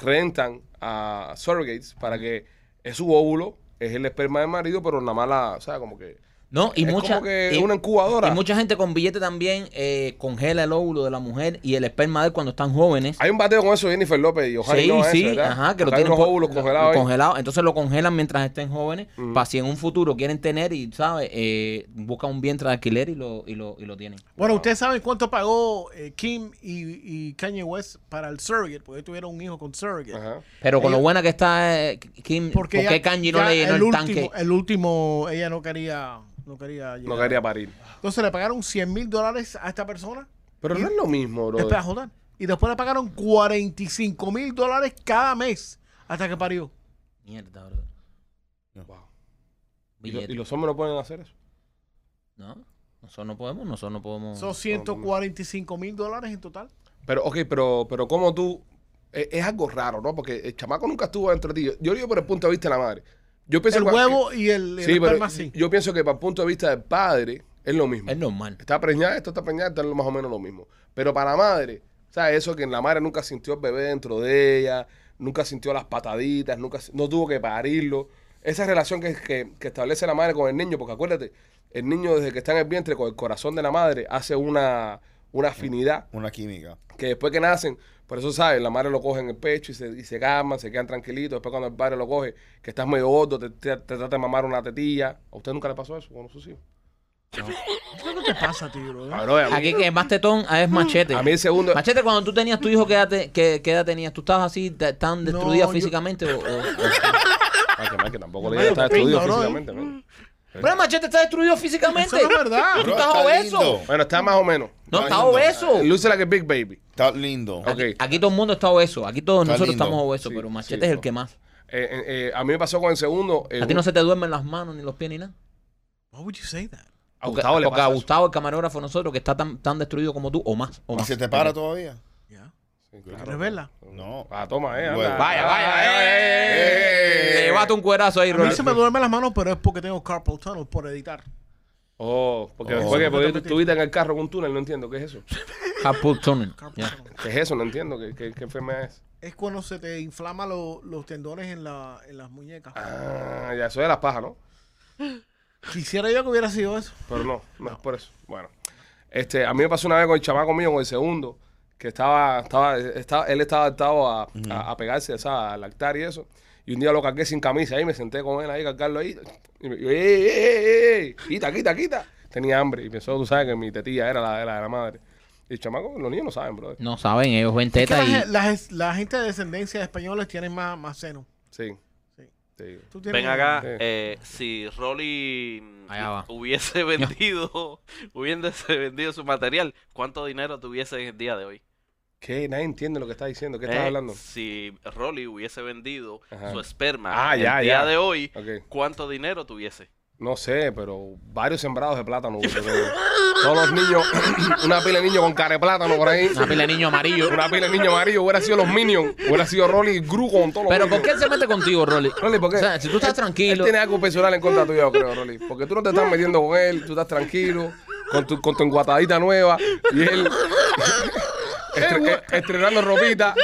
[SPEAKER 1] Rentan a surrogates para que es su óvulo, es el esperma del marido, pero nada más la, ¿sabes? Como que
[SPEAKER 2] No, y
[SPEAKER 1] es
[SPEAKER 2] mucha,
[SPEAKER 1] como que
[SPEAKER 2] y-
[SPEAKER 1] una incubadora.
[SPEAKER 2] y mucha gente con billete también eh, congela el óvulo de la mujer y el esperma de él cuando están jóvenes.
[SPEAKER 1] Hay un bateo con eso, Jennifer López y Johanny
[SPEAKER 2] sí,
[SPEAKER 1] Noah, ese,
[SPEAKER 2] sí,
[SPEAKER 1] ¿verdad?
[SPEAKER 2] ajá, que lo
[SPEAKER 1] Están
[SPEAKER 2] tienen
[SPEAKER 1] los
[SPEAKER 2] por-
[SPEAKER 1] óvulos
[SPEAKER 2] lo-
[SPEAKER 1] congelados. ahí. Mm.
[SPEAKER 2] congelado. Entonces lo congelan mientras estén jóvenes, para si en un futuro quieren tener y, ¿sabes? Eh, buscan un vientre de alquiler y lo, y lo, y lo tienen.
[SPEAKER 3] Bueno, ¿ustedes saben cuánto pagó eh, Kim y, y Kanye West para el surrogate? Porque ellos tuvieron un hijo con surrogate.
[SPEAKER 1] Ajá.
[SPEAKER 2] Pero con lo
[SPEAKER 3] Ellos-
[SPEAKER 2] buena que está eh, Kim, porque
[SPEAKER 3] ya-
[SPEAKER 2] Kanye no
[SPEAKER 3] ya
[SPEAKER 2] le llenó el,
[SPEAKER 3] último,
[SPEAKER 2] tanque?
[SPEAKER 3] El último, ella no quería, no quería
[SPEAKER 1] No
[SPEAKER 3] llegar.
[SPEAKER 1] quería parir.
[SPEAKER 3] Entonces le pagaron 100 mil dólares a esta persona.
[SPEAKER 1] Pero no es lo mismo, bro.
[SPEAKER 3] Espera, joder. Y después le pagaron 45 mil dólares cada mes hasta que parió.
[SPEAKER 2] Mierda, bro.
[SPEAKER 1] Wow. ¿Y, lo-
[SPEAKER 2] Billete.
[SPEAKER 1] y los hombres no pueden hacer eso.
[SPEAKER 2] No, nosotros no podemos, nosotros no podemos.
[SPEAKER 3] Son 145 mil dólares en total.
[SPEAKER 1] Pero, ok, pero, pero como tú. e- Es, algo raro, ¿no? Porque el chamaco nunca estuvo dentro de ti. Yo, yo digo por el punto de vista de la madre. Yo pienso
[SPEAKER 3] El
[SPEAKER 1] Pues que-
[SPEAKER 3] huevo y el,
[SPEAKER 1] que-
[SPEAKER 3] el
[SPEAKER 1] sí, pero
[SPEAKER 3] esperma sí.
[SPEAKER 1] Yo pienso que para el punto de vista del padre es lo mismo.
[SPEAKER 2] Es normal.
[SPEAKER 1] Está preñada, esto está preñada, está más o menos lo mismo. Pero para la madre, ¿sabes? Eso que la madre nunca sintió el bebé dentro de ella, nunca sintió las pataditas, nunca no tuvo que parirlo. Esa relación que, que- que establece la madre con el niño, porque acuérdate, el niño desde que está en el vientre con el corazón de la madre hace una, una afinidad
[SPEAKER 6] Una química.
[SPEAKER 1] que después que nacen, por eso saben, la madre lo coge en el pecho y se, y se calman, se quedan tranquilitos. Después cuando el padre lo coge, que estás medio gordo, te, te- te trata de mamar una tetilla. ¿A usted nunca le pasó eso con sus hijos?
[SPEAKER 3] ¿Qué pasa, tío? bro?
[SPEAKER 1] Ah, bro, a, mí,
[SPEAKER 2] Aquí que más tetón ah, es machete.
[SPEAKER 1] a mí el segundo...
[SPEAKER 2] Machete, cuando tú tenías tu hijo, ¿qué edad, te- qué- qué edad tenías? ¿Tú estabas así de- tan destruida
[SPEAKER 3] No, yo-
[SPEAKER 2] físicamente? o- o- o-
[SPEAKER 1] Ah, que mal, que tampoco le
[SPEAKER 3] Mario,
[SPEAKER 1] está
[SPEAKER 3] pinga,
[SPEAKER 1] destruido
[SPEAKER 3] bro,
[SPEAKER 1] físicamente. man.
[SPEAKER 2] Pero Machete está destruido
[SPEAKER 3] Eso
[SPEAKER 2] físicamente.
[SPEAKER 3] no es verdad.
[SPEAKER 2] Ah, ¿Tú estás obeso?
[SPEAKER 6] lindo.
[SPEAKER 1] Bueno, está más o menos.
[SPEAKER 2] No,
[SPEAKER 6] Está
[SPEAKER 2] está
[SPEAKER 6] lindo.
[SPEAKER 2] obeso.
[SPEAKER 1] Luce la que Big Baby.
[SPEAKER 6] Está lindo.
[SPEAKER 1] Ok.
[SPEAKER 2] Aquí, aquí todo el mundo está obeso. Aquí todos
[SPEAKER 6] Está
[SPEAKER 2] nosotros
[SPEAKER 6] lindo.
[SPEAKER 2] estamos obesos,
[SPEAKER 1] Sí,
[SPEAKER 2] pero Machete
[SPEAKER 1] sí,
[SPEAKER 2] es
[SPEAKER 1] no.
[SPEAKER 2] el que más.
[SPEAKER 1] Eh, eh, eh, a mí me pasó con el segundo. eh,
[SPEAKER 2] A ti no se te duermen las manos, ni los pies, ni nada.
[SPEAKER 3] Why would you say that?
[SPEAKER 1] a
[SPEAKER 2] Porque-
[SPEAKER 1] Gustavo le
[SPEAKER 2] porque a
[SPEAKER 1] pasa eso.
[SPEAKER 2] Gustavo, el camarógrafo, nosotros, que está tan, tan destruido como tú, o más. O más.
[SPEAKER 6] ¿Se te para todavía?
[SPEAKER 3] Yeah.
[SPEAKER 1] Sí,
[SPEAKER 3] ¿Te
[SPEAKER 1] claro.
[SPEAKER 3] revela?
[SPEAKER 6] No.
[SPEAKER 1] Ah, toma, eh. anda.
[SPEAKER 6] Bueno.
[SPEAKER 2] Vaya, vaya, eh, eh, eh. Llévate un cuerazo ahí,
[SPEAKER 3] A mí
[SPEAKER 2] Rolly.
[SPEAKER 3] se me duermen las manos, pero es porque tengo carpal tunnel por editar.
[SPEAKER 1] Oh, porque
[SPEAKER 6] Oh.
[SPEAKER 1] después que podías- tú tuviste en el carro con un túnel, no entiendo. ¿Qué es eso?
[SPEAKER 2] Carpal tunnel.
[SPEAKER 3] Carpal
[SPEAKER 2] Ya.
[SPEAKER 3] tunnel.
[SPEAKER 1] ¿Qué es eso? No entiendo. ¿Qué, qué, qué enfermedad es?
[SPEAKER 3] Es cuando se te inflama lo- los tendones en, la, en las muñecas.
[SPEAKER 1] Ah, ya, eso de las pajas, ¿no?
[SPEAKER 3] Quisiera yo que hubiera sido eso.
[SPEAKER 1] Pero no, no es por eso. Bueno, este, a mí me pasó una vez con el chamaco mío, con el segundo, que estaba, estaba, estaba él estaba adaptado a, a- a pegarse, ¿sabes? a lactar y eso. Y un día lo cargué sin camisa ahí, me senté con él ahí, cargarlo ahí. Y me dijo, ¡eh, eh, eh, eh! quita quita, quita! Tenía hambre y pensó, tú sabes que mi tetilla era la, era la madre. Y el chamaco, los niños no saben, brother.
[SPEAKER 2] No saben, ellos ven
[SPEAKER 3] Es que
[SPEAKER 2] teta
[SPEAKER 3] la,
[SPEAKER 2] y.
[SPEAKER 3] ge- la ge- la gente de descendencia de españoles tiene más, más seno.
[SPEAKER 1] Sí.
[SPEAKER 3] Sí.
[SPEAKER 1] sí.
[SPEAKER 3] Tú tienes-
[SPEAKER 4] Ven acá,
[SPEAKER 1] Sí.
[SPEAKER 4] eh, si Rolly mm,
[SPEAKER 2] Allá va.
[SPEAKER 4] hubiese vendido, hubiese vendido su material, ¿cuánto dinero tuviese en el día de hoy?
[SPEAKER 1] ¿Qué? Nadie entiende lo que estás diciendo. ¿Qué estás
[SPEAKER 4] Eh,
[SPEAKER 1] hablando?
[SPEAKER 4] Si Rolly hubiese vendido
[SPEAKER 1] Ajá.
[SPEAKER 4] su esperma
[SPEAKER 1] Ah,
[SPEAKER 4] el
[SPEAKER 1] ya,
[SPEAKER 4] día
[SPEAKER 1] ya.
[SPEAKER 4] de hoy,
[SPEAKER 1] Ok.
[SPEAKER 4] ¿cuánto dinero tuviese?
[SPEAKER 1] No sé, pero varios sembrados de plátano. porque Todos los niños, una pila de niños con cara de plátano por ahí.
[SPEAKER 2] Una pila de niño amarillo.
[SPEAKER 1] Una pila de niño amarillo hubiera sido los Minions, hubiera sido Rolly y Gru con todos los
[SPEAKER 2] Pero ¿por
[SPEAKER 1] Minions.
[SPEAKER 2] qué él se mete contigo, Rolly?
[SPEAKER 1] Rolly, ¿por qué?
[SPEAKER 2] O sea, si tú estás
[SPEAKER 1] Él
[SPEAKER 2] tranquilo.
[SPEAKER 1] tiene algo personal en contra tuya, yo creo, Rolly. Porque tú no te estás metiendo con él, tú estás tranquilo. con tu, con tu enguatadita nueva y él estre- eh, estrenando ropita.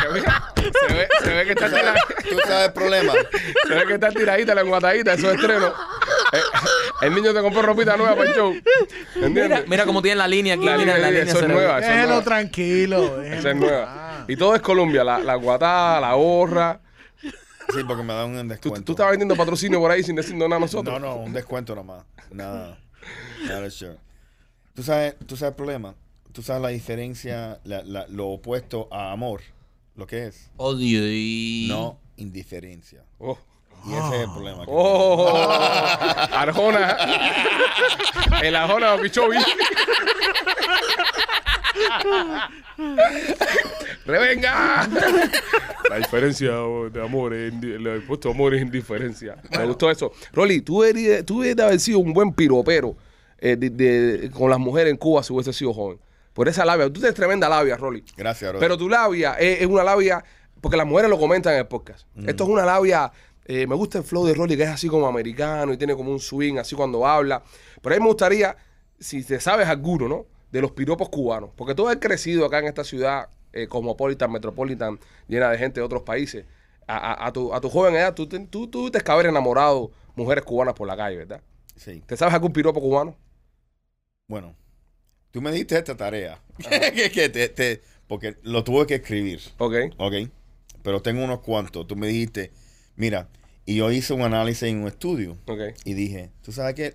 [SPEAKER 1] Se ve, se ve- se ve que está
[SPEAKER 6] sabes-
[SPEAKER 1] tiradita,
[SPEAKER 6] tú sabes el problema.
[SPEAKER 1] se ve que está tiradita la enguatadita, eso es estreno. Eh, el niño te compró ropita nueva para el show. ¿Entiendes?
[SPEAKER 8] Mira, mira cómo tiene la línea aquí.
[SPEAKER 1] La
[SPEAKER 8] mira
[SPEAKER 1] línea,
[SPEAKER 8] la línea.
[SPEAKER 1] eso es
[SPEAKER 8] cerebral.
[SPEAKER 1] nueva, eso es
[SPEAKER 3] Déjelo
[SPEAKER 1] nueva.
[SPEAKER 3] tranquilo. déjelo.
[SPEAKER 1] Esa es nueva. Y todo es Colombia, la, la guatada, la gorra.
[SPEAKER 6] Sí, porque me da un
[SPEAKER 1] Tú,
[SPEAKER 6] descuento.
[SPEAKER 1] tú estabas vendiendo patrocinio por ahí sin decir nada a nosotros.
[SPEAKER 6] No, no, un descuento nomás. Nada. Nada de show. ¿Tú sabes, tú sabes el problema. Tú sabes la diferencia, la- la- lo opuesto a amor. Lo que es.
[SPEAKER 8] Oh,
[SPEAKER 2] Odio y.
[SPEAKER 6] No indiferencia.
[SPEAKER 1] Oh.
[SPEAKER 6] Y ese es el problema. que
[SPEAKER 1] Oh, Arjona. El Arjona Okichobi. ¡Revenga! La diferencia de amor es indi- el opuesto de amor es indiferencia. Me gustó eso. Rolly, tú deberías, tú deberías de haber sido un buen piropero eh, de- de- con las mujeres en Cuba si hubiese sido joven. Por esa labia. Tú tienes tremenda labia, Rolly.
[SPEAKER 6] Gracias, bro.
[SPEAKER 1] Pero tu labia es, es una labia, porque las mujeres lo comentan en el podcast. Esto es una labia, eh, me gusta el flow de Rolly, que es así como americano y tiene como un swing, así cuando habla. Pero a mí me gustaría, si te sabes alguno, ¿no? De los piropos cubanos. Porque tú has crecido acá en esta ciudad eh, cosmopolitan, metropolitan, llena de gente de otros países. A, a- a tu, a tu joven edad, tú, te- tú, tú te haber enamorado mujeres cubanas por la calle, ¿verdad?
[SPEAKER 6] Sí.
[SPEAKER 1] ¿Te sabes algún piropo cubano?
[SPEAKER 6] Bueno, tú me diste esta tarea. que, que te- te- porque lo tuve que escribir.
[SPEAKER 1] Ok.
[SPEAKER 6] Ok. Pero tengo unos cuantos. Tú me dijiste, mira, y yo hice un análisis en un estudio.
[SPEAKER 1] Ok.
[SPEAKER 6] Y dije, tú sabes que,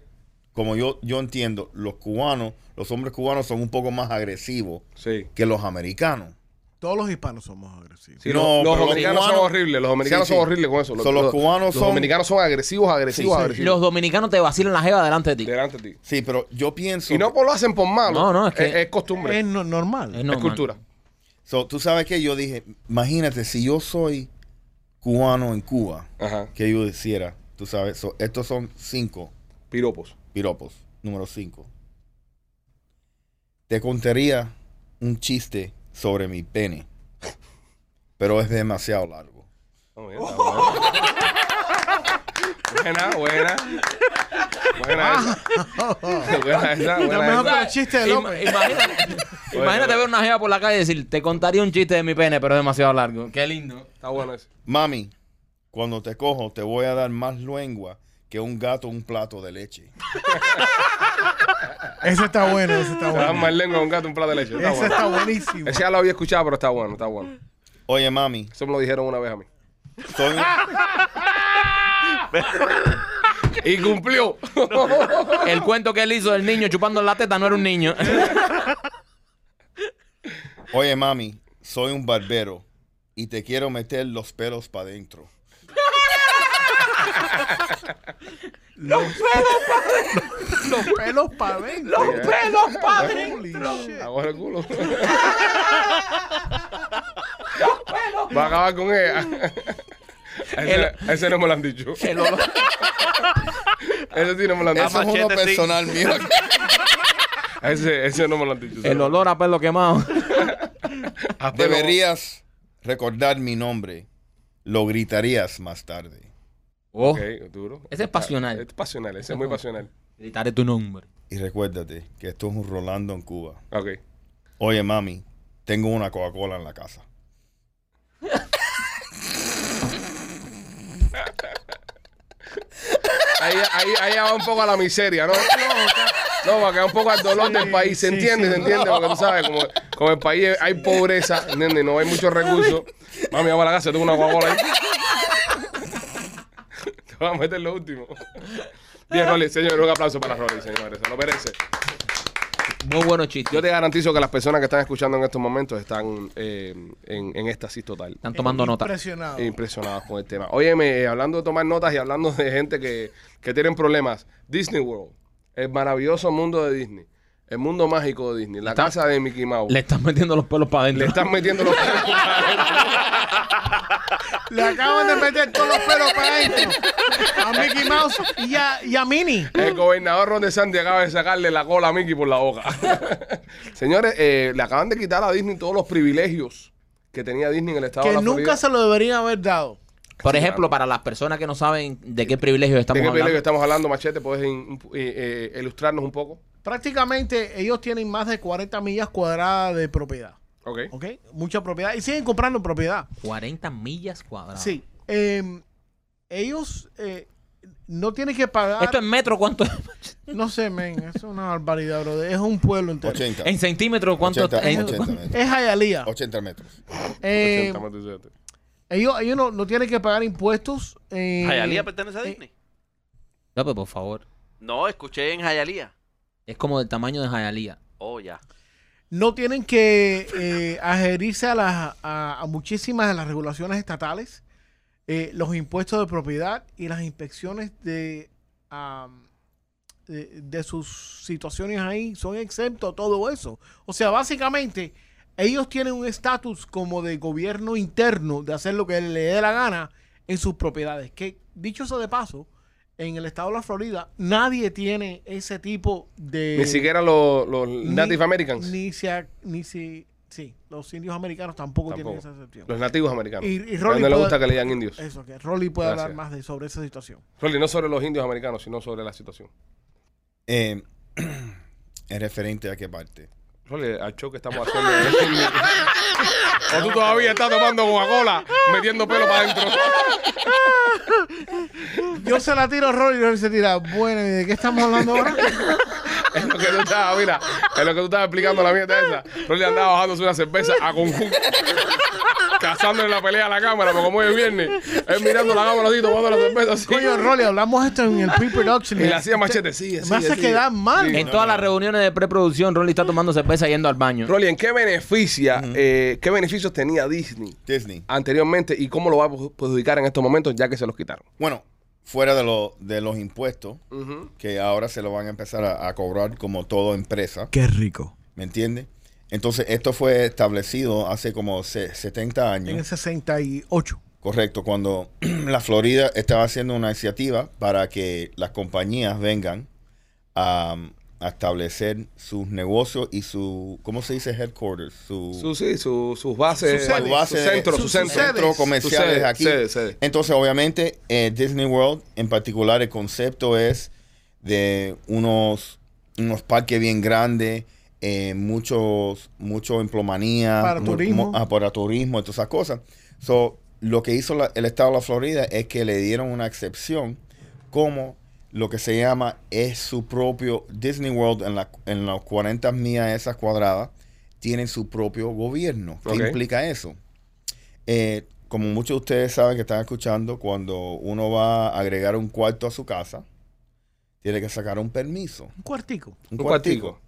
[SPEAKER 6] como yo, yo entiendo, los cubanos, los hombres cubanos son un poco más agresivos
[SPEAKER 1] Sí.
[SPEAKER 6] que los americanos.
[SPEAKER 3] Todos los hispanos somos agresivos.
[SPEAKER 1] Sí,
[SPEAKER 6] No,
[SPEAKER 1] lo- los,
[SPEAKER 6] pero los
[SPEAKER 1] dominicanos
[SPEAKER 6] cubanos-
[SPEAKER 1] son horribles, los dominicanos
[SPEAKER 6] Sí, sí.
[SPEAKER 1] son horribles con eso.
[SPEAKER 6] So, los cubanos
[SPEAKER 1] los
[SPEAKER 6] son-
[SPEAKER 1] dominicanos son agresivos, agresivos,
[SPEAKER 6] Sí, sí.
[SPEAKER 1] agresivos.
[SPEAKER 8] Los dominicanos te vacilan la jeva delante de ti.
[SPEAKER 1] Delante de ti.
[SPEAKER 6] Sí, pero yo pienso...
[SPEAKER 1] Y no por- lo hacen por malo.
[SPEAKER 8] No, no, es que-
[SPEAKER 1] es, costumbre,
[SPEAKER 3] Es
[SPEAKER 1] es,
[SPEAKER 3] no- normal.
[SPEAKER 8] Es normal.
[SPEAKER 1] cultura.
[SPEAKER 6] So, tú sabes que yo dije, imagínate si yo soy cubano en Cuba,
[SPEAKER 1] Ajá.
[SPEAKER 6] que yo hiciera, tú sabes, so, estos son cinco
[SPEAKER 1] Piropos.
[SPEAKER 6] piropos, número cinco. Te contaría un chiste sobre mi pene, pero es demasiado largo.
[SPEAKER 1] Oh, bien, está buena. buena, buena. Buena esa. Buena esa,
[SPEAKER 3] Está
[SPEAKER 1] buena
[SPEAKER 3] mejor que
[SPEAKER 1] esa.
[SPEAKER 3] los chistes de
[SPEAKER 8] Ima-
[SPEAKER 3] López.
[SPEAKER 8] Imagínate, imagínate ver una jeva por la calle y decir, te contaría un chiste de mi pene, pero es demasiado largo. Qué lindo.
[SPEAKER 1] Está bueno ese.
[SPEAKER 6] Mami, cuando te cojo te voy a dar más lengua que un gato un plato de leche.
[SPEAKER 3] Ese está bueno, ese está
[SPEAKER 1] Te dan más
[SPEAKER 3] bueno.
[SPEAKER 1] lengua a un gato un plato de leche. Está
[SPEAKER 3] Ese
[SPEAKER 1] bueno.
[SPEAKER 3] está buenísimo.
[SPEAKER 1] Ese ya lo había escuchado, pero está bueno, está bueno.
[SPEAKER 6] Oye, mami,
[SPEAKER 1] Eso me lo dijeron una vez a mí.
[SPEAKER 6] soy un-
[SPEAKER 1] Y cumplió.
[SPEAKER 8] El cuento que él hizo del niño chupando la teta no era un niño.
[SPEAKER 6] Oye, mami, soy un barbero y te quiero meter los pelos para adentro.
[SPEAKER 3] Los pelos para adentro.
[SPEAKER 1] Los
[SPEAKER 8] pelos,
[SPEAKER 3] Holy shit.
[SPEAKER 1] Ahora el culo. Va a acabar con ella. Ese, ese no me lo han dicho.
[SPEAKER 8] El olor,
[SPEAKER 1] Ese sí no me lo han dicho.
[SPEAKER 6] Eso es uno
[SPEAKER 4] machete, sí.
[SPEAKER 6] personal mío.
[SPEAKER 1] Ese, ese no me lo han dicho.
[SPEAKER 8] el olor a pelo quemado.
[SPEAKER 1] A pelo-
[SPEAKER 6] Deberías recordar mi nombre. Lo gritarías más tarde.
[SPEAKER 8] Oh,
[SPEAKER 1] Ok, duro.
[SPEAKER 8] Ese es pasional.
[SPEAKER 1] Es pasional, ese es muy pasional.
[SPEAKER 8] Gritaré tu nombre.
[SPEAKER 6] Y recuérdate que esto es un Rolando en Cuba.
[SPEAKER 1] Ok.
[SPEAKER 6] Oye, mami, tengo una Coca-Cola en la casa.
[SPEAKER 1] Ahí, ahí, ahí ya va un poco a la miseria, ¿no? No, va a quedar un poco al dolor del país, ¿se
[SPEAKER 3] sí,
[SPEAKER 1] entiende?
[SPEAKER 3] sí.
[SPEAKER 1] ¿Se entiende? Porque tú sabes, como, como el país hay pobreza, ¿entiendes? No hay muchos recursos. Mami, va a la casa, tengo una guagola ahí. Te voy a meter lo último. Bien, Rolly, señor, un aplauso para Rolly, señores. Se lo merece.
[SPEAKER 8] Muy buenos chistes.
[SPEAKER 1] Yo te garantizo que las personas que están escuchando en estos momentos están eh, en, en éxtasis total.
[SPEAKER 8] Están tomando nota.
[SPEAKER 3] Impresionado.
[SPEAKER 1] Impresionados con el tema. Óyeme, eh, hablando de tomar notas y hablando de gente que, que tienen problemas. Disney World, el maravilloso mundo de Disney, el mundo mágico de Disney, la
[SPEAKER 8] Está-
[SPEAKER 1] casa de Mickey Mouse.
[SPEAKER 8] Le
[SPEAKER 1] Le,
[SPEAKER 8] están metiendo los pelos para adentro.
[SPEAKER 1] están metiendo los
[SPEAKER 3] Le acaban de meter todos los pelos para adentro. A Mickey Mouse y a, y a Minnie.
[SPEAKER 1] El gobernador Ron DeSantis acaba de sacarle la cola a Mickey por la boca. Señores, eh, le acaban de quitar a Disney todos los privilegios que tenía Disney en el estado
[SPEAKER 3] Que
[SPEAKER 1] de la
[SPEAKER 3] nunca
[SPEAKER 1] Florida.
[SPEAKER 3] se lo deberían haber dado.
[SPEAKER 8] Por ejemplo, para las personas que no saben de qué privilegios
[SPEAKER 1] ¿De
[SPEAKER 8] estamos
[SPEAKER 1] qué
[SPEAKER 8] hablando.
[SPEAKER 1] privilegio estamos hablando, Machete? ¿Puedes in- eh, eh, ilustrarnos un poco?
[SPEAKER 3] prácticamente ellos tienen más de 40 millas cuadradas de propiedad.
[SPEAKER 1] Ok.
[SPEAKER 3] ¿Ok? Mucha propiedad. Y siguen comprando propiedad.
[SPEAKER 2] 40 millas cuadradas.
[SPEAKER 3] Sí. Eh, ellos eh, no tienen que pagar.
[SPEAKER 2] Esto en metro, ¿cuánto?
[SPEAKER 3] No sé, men. Es una barbaridad, bro. Es un pueblo entero.
[SPEAKER 6] 80.
[SPEAKER 2] en centímetros, ¿cuánto?
[SPEAKER 6] 80,
[SPEAKER 2] en-
[SPEAKER 6] 80 metros.
[SPEAKER 3] Es Hialeah.
[SPEAKER 6] 80 metros.
[SPEAKER 3] Eh,
[SPEAKER 1] 80 más de 80.
[SPEAKER 3] ellos ellos no, no tienen que pagar impuestos. Eh,
[SPEAKER 4] ¿Hayalía pertenece a Disney?
[SPEAKER 2] No, pero pues, por favor.
[SPEAKER 4] No, escuché en Hayalía.
[SPEAKER 2] Es como del tamaño de Jayalía.
[SPEAKER 4] Oh, ya.
[SPEAKER 3] no tienen que eh, adherirse a, las, a, a muchísimas de las regulaciones estatales, eh, los impuestos de propiedad y las inspecciones de, am, de, de sus situaciones ahí. Son exentos a todo eso. O sea, básicamente, ellos tienen un estatus como de gobierno interno de hacer lo que le dé la gana en sus propiedades. Que, dicho eso de paso, en el estado de la Florida, nadie tiene ese tipo de...
[SPEAKER 1] eh, Ni siquiera los, los Native
[SPEAKER 3] Ni-
[SPEAKER 1] Americans.
[SPEAKER 3] Ni si, a- ni si, sí, los indios americanos tampoco, tienen
[SPEAKER 1] Tampoco.
[SPEAKER 3] esa excepción.
[SPEAKER 1] Los nativos americanos.
[SPEAKER 3] Y- y
[SPEAKER 1] A
[SPEAKER 3] Rolly
[SPEAKER 1] no le
[SPEAKER 3] puede-
[SPEAKER 1] gusta que le digan indios.
[SPEAKER 3] Eso, que Rolly puede
[SPEAKER 1] Gracias.
[SPEAKER 3] hablar más de, sobre esa situación.
[SPEAKER 1] Rolly, no sobre los indios americanos, sino sobre la situación.
[SPEAKER 6] Eh, ¿En referente a qué parte?
[SPEAKER 1] Rolly, al show que estamos haciendo. o tú todavía estás tomando Coca-Cola, metiendo pelo para adentro.
[SPEAKER 3] Yo se la tiro a Rolly y Rolly se tira. Bueno, ¿y de qué estamos hablando ahora?
[SPEAKER 1] es lo que tú estabas, mira, es lo que tú estabas explicando la mierda esa. Rolly andaba bajándose una cerveza a Conjú. Cazándole la pelea a la cámara, porque como hoy es viernes, él mirando la cámara así, tomando la cerveza así.
[SPEAKER 3] Coño, Rolly, hablamos esto en el pre-production.
[SPEAKER 1] y le hacía machete, sí,
[SPEAKER 3] Me hace quedar mal.
[SPEAKER 2] En todas las reuniones de preproducción, Rolly está tomando cerveza yendo al baño.
[SPEAKER 1] Rolly, ¿en qué beneficia, eh, qué beneficios tenía Disney
[SPEAKER 6] Disney.
[SPEAKER 1] anteriormente y cómo lo va a perjudicar en estos momentos ya que se los quitaron?
[SPEAKER 6] Bueno, fuera de, lo, de los impuestos, que ahora se lo van a empezar a, a cobrar como toda empresa,
[SPEAKER 3] Qué rico.
[SPEAKER 6] ¿me entiendes? Entonces, esto fue establecido hace como se- 70
[SPEAKER 3] En el
[SPEAKER 6] años,
[SPEAKER 3] 68.
[SPEAKER 6] correcto, cuando la Florida estaba haciendo una iniciativa para que las compañías vengan a, a establecer sus negocios y su, ¿cómo se dice? Headquarters, su,
[SPEAKER 1] Su, sí, su- sus bases,
[SPEAKER 3] Su
[SPEAKER 1] su,
[SPEAKER 3] sede.
[SPEAKER 6] base de-
[SPEAKER 1] centro, su,
[SPEAKER 3] su
[SPEAKER 1] centro.
[SPEAKER 3] sede.
[SPEAKER 6] centros comerciales
[SPEAKER 1] Su sede,
[SPEAKER 6] aquí.
[SPEAKER 1] sede, sede.
[SPEAKER 6] Entonces, obviamente, eh, Disney World, en particular, el concepto es de unos, unos parques bien grandes, eh, muchos, mucho emplomanía,
[SPEAKER 3] Para
[SPEAKER 6] mu-
[SPEAKER 3] turismo.
[SPEAKER 6] mo- ah, para turismo y todas esas cosas. So, lo que hizo la- el estado de la Florida es que le dieron una excepción como lo que se llama es su propio Disney World en, la, en las 40 millas esas cuadradas tienen su propio gobierno. ¿Qué
[SPEAKER 1] Ok.
[SPEAKER 6] implica eso? Eh, como muchos de ustedes saben que están escuchando, cuando uno va a agregar un cuarto a su casa, tiene que sacar un permiso.
[SPEAKER 3] Un cuartico.
[SPEAKER 6] Un,
[SPEAKER 1] Un
[SPEAKER 6] cuartico.
[SPEAKER 1] cuartico.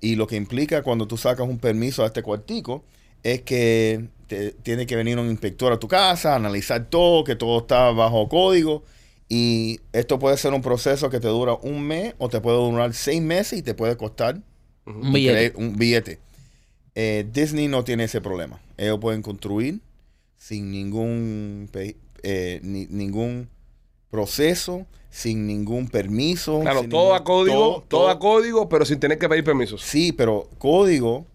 [SPEAKER 6] Y lo que implica cuando tú sacas un permiso a este cuartico es que te- tiene que venir un inspector a tu casa, analizar todo, que todo está bajo código. Y esto puede ser un proceso que te dura un mes o te puede durar seis meses y te puede costar
[SPEAKER 2] Un billete.
[SPEAKER 6] cre- un billete. Eh, Disney no tiene ese problema. Ellos pueden construir sin ningún pe- eh, ni- ningún proceso, sin ningún permiso.
[SPEAKER 1] Claro,
[SPEAKER 6] sin
[SPEAKER 1] todo
[SPEAKER 6] ningún-
[SPEAKER 1] a código, todo,
[SPEAKER 6] todo-
[SPEAKER 1] a código, pero sin tener que pedir permisos.
[SPEAKER 6] Sí, pero código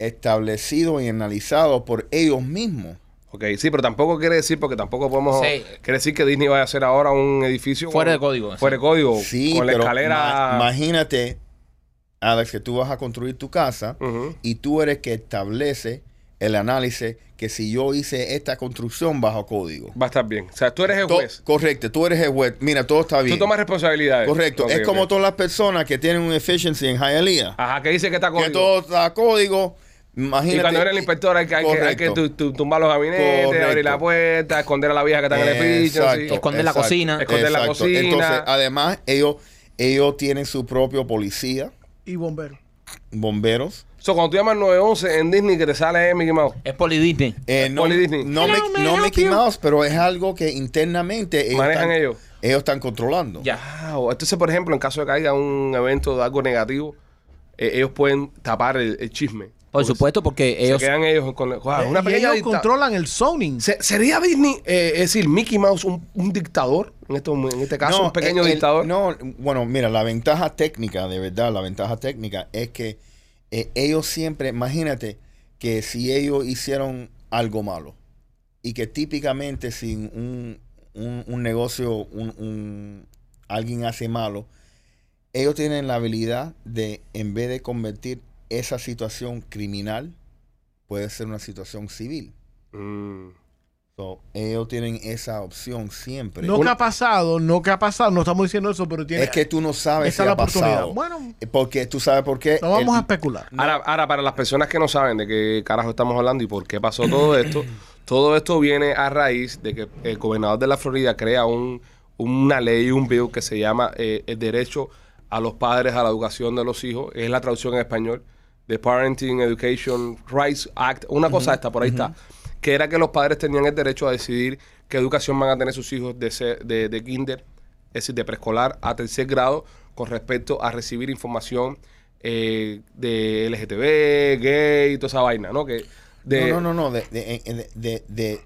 [SPEAKER 6] establecido y analizado por ellos mismos.
[SPEAKER 1] Ok, sí, pero tampoco quiere decir, porque tampoco podemos.
[SPEAKER 2] Sí.
[SPEAKER 1] Quiere decir que Disney vaya a hacer ahora un edificio.
[SPEAKER 2] Fuera de
[SPEAKER 1] con-
[SPEAKER 2] código.
[SPEAKER 1] Oh, Fuera de código.
[SPEAKER 6] Sí,
[SPEAKER 1] Oh, con la
[SPEAKER 6] pero
[SPEAKER 1] escalera.
[SPEAKER 6] ma- imagínate, Alex, que tú vas a construir tu casa
[SPEAKER 1] Ujú.
[SPEAKER 6] y tú eres que establece el análisis que si yo hice esta construcción bajo código.
[SPEAKER 1] Va a estar bien. O sea, tú eres el
[SPEAKER 6] To-
[SPEAKER 1] juez.
[SPEAKER 6] correcto, tú eres el juez. Mira, todo está bien.
[SPEAKER 1] Tú tomas responsabilidades.
[SPEAKER 6] correcto.
[SPEAKER 1] Ok,
[SPEAKER 6] es
[SPEAKER 1] ok.
[SPEAKER 6] como todas las personas que tienen un efficiency en Hialeah.
[SPEAKER 1] Ajá, que dice que está
[SPEAKER 6] que
[SPEAKER 1] código.
[SPEAKER 6] todo está a código. Imagínate.
[SPEAKER 1] y cuando eres el inspector hay que, hay que, hay que
[SPEAKER 6] Correcto.
[SPEAKER 1] tu- tu- tumbar los gabinetes,
[SPEAKER 6] Correcto.
[SPEAKER 1] abrir la puerta, esconder a la vieja que está en el edificio.
[SPEAKER 6] Exacto,
[SPEAKER 1] así.
[SPEAKER 2] Esconder la cocina.
[SPEAKER 1] Esconder la cocina.
[SPEAKER 6] Entonces, además, ellos, ellos tienen su propio policía,
[SPEAKER 3] Y bombero.
[SPEAKER 6] bomberos.
[SPEAKER 1] So, cuando tú llamas 911 en Disney que te sale eh, Mickey Mouse.
[SPEAKER 2] Es Poli Disney.
[SPEAKER 6] Eh, no
[SPEAKER 1] Poli Disney.
[SPEAKER 6] no, mi-
[SPEAKER 3] Hello, may
[SPEAKER 6] no
[SPEAKER 3] I help
[SPEAKER 6] Mickey
[SPEAKER 3] you?
[SPEAKER 6] Mouse, pero es algo que internamente ellos
[SPEAKER 1] Manejan
[SPEAKER 6] están,
[SPEAKER 1] ellos.
[SPEAKER 6] ellos están controlando.
[SPEAKER 2] Ya.
[SPEAKER 1] Wow. Entonces, por ejemplo, en caso de que haya un evento de algo negativo, eh, ellos pueden tapar el, el chisme.
[SPEAKER 2] Por
[SPEAKER 1] Porque
[SPEAKER 2] supuesto, porque
[SPEAKER 1] Se
[SPEAKER 2] ellos.
[SPEAKER 1] quedan ellos con... la- Wow, Ah, una
[SPEAKER 3] Y
[SPEAKER 1] pequeña
[SPEAKER 3] ellos
[SPEAKER 1] dicta-
[SPEAKER 3] controlan el zoning.
[SPEAKER 1] Se- ¿Sería Disney, eh, es decir, Mickey Mouse un, un dictador? En, esto- en este caso,
[SPEAKER 6] No,
[SPEAKER 1] un pequeño
[SPEAKER 6] el- el-
[SPEAKER 1] dictador.
[SPEAKER 6] No, bueno, mira, la ventaja técnica, de verdad, la ventaja técnica es que eh, ellos siempre, imagínate que si ellos hicieron algo malo y que típicamente si un, un- un negocio, un, un- alguien hace malo, ellos tienen la habilidad de, en vez de convertir esa situación criminal, puede ser una situación civil.
[SPEAKER 1] Mm.
[SPEAKER 6] So, ellos tienen esa opción siempre.
[SPEAKER 3] No que ha pasado, no que ha pasado, no estamos diciendo eso, pero tiene
[SPEAKER 6] es que tú no sabes
[SPEAKER 3] esa
[SPEAKER 6] si
[SPEAKER 3] la
[SPEAKER 6] ha
[SPEAKER 3] oportunidad.
[SPEAKER 6] pasado.
[SPEAKER 3] Bueno,
[SPEAKER 6] Porque tú sabes por qué.
[SPEAKER 3] no vamos a
[SPEAKER 6] el-
[SPEAKER 3] especular.
[SPEAKER 1] Ahora, ahora, para las personas que no saben de qué carajo estamos hablando y por qué pasó todo esto, todo esto viene a raíz de que el gobernador de la Florida crea un, una ley, un bill que se llama eh, el derecho a los padres a la educación de los hijos. Es la traducción en español de Parenting Education Rights Act. Una cosa está, por ahí está. Que era que los padres tenían el derecho a decidir qué educación van a tener sus hijos de, se- de, de kinder es decir, de preescolar a tercer grado, con respecto a recibir información eh, de LGTB, gay, toda esa vaina, ¿no? Que de
[SPEAKER 6] No, no, no, no, De, de- de- de- de-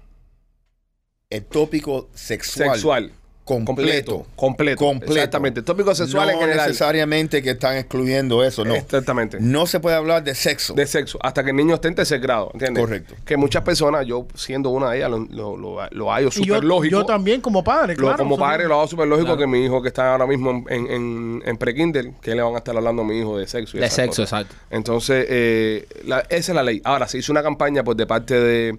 [SPEAKER 6] el tópico sexual.
[SPEAKER 1] sexual.
[SPEAKER 6] Completo.
[SPEAKER 1] Completo.
[SPEAKER 6] Completo.
[SPEAKER 1] Exactamente. Tópico sexual
[SPEAKER 6] no
[SPEAKER 1] en general.
[SPEAKER 6] necesariamente que están excluyendo eso, no.
[SPEAKER 1] Exactamente.
[SPEAKER 6] No se puede hablar de sexo.
[SPEAKER 1] De sexo, hasta que el niño esté en tercer grado, ¿entiendes?
[SPEAKER 6] Correcto.
[SPEAKER 1] Que muchas personas, yo siendo una de ellas, lo, lo, lo, lo hallo
[SPEAKER 3] Y yo,
[SPEAKER 1] súper lógico.
[SPEAKER 3] yo también como padre,
[SPEAKER 1] Lo-
[SPEAKER 3] claro.
[SPEAKER 1] como
[SPEAKER 3] eso
[SPEAKER 1] padre
[SPEAKER 3] no-
[SPEAKER 1] lo hago súper lógico que mi hijo que está ahora mismo en, en, en, en pre-kinder, que le van a estar hablando a mi hijo de sexo. y
[SPEAKER 8] De
[SPEAKER 1] esas
[SPEAKER 8] sexo,
[SPEAKER 1] cosas.
[SPEAKER 8] exacto.
[SPEAKER 1] Entonces, eh, la- esa es la ley. Ahora, se hizo una campaña pues, de parte de,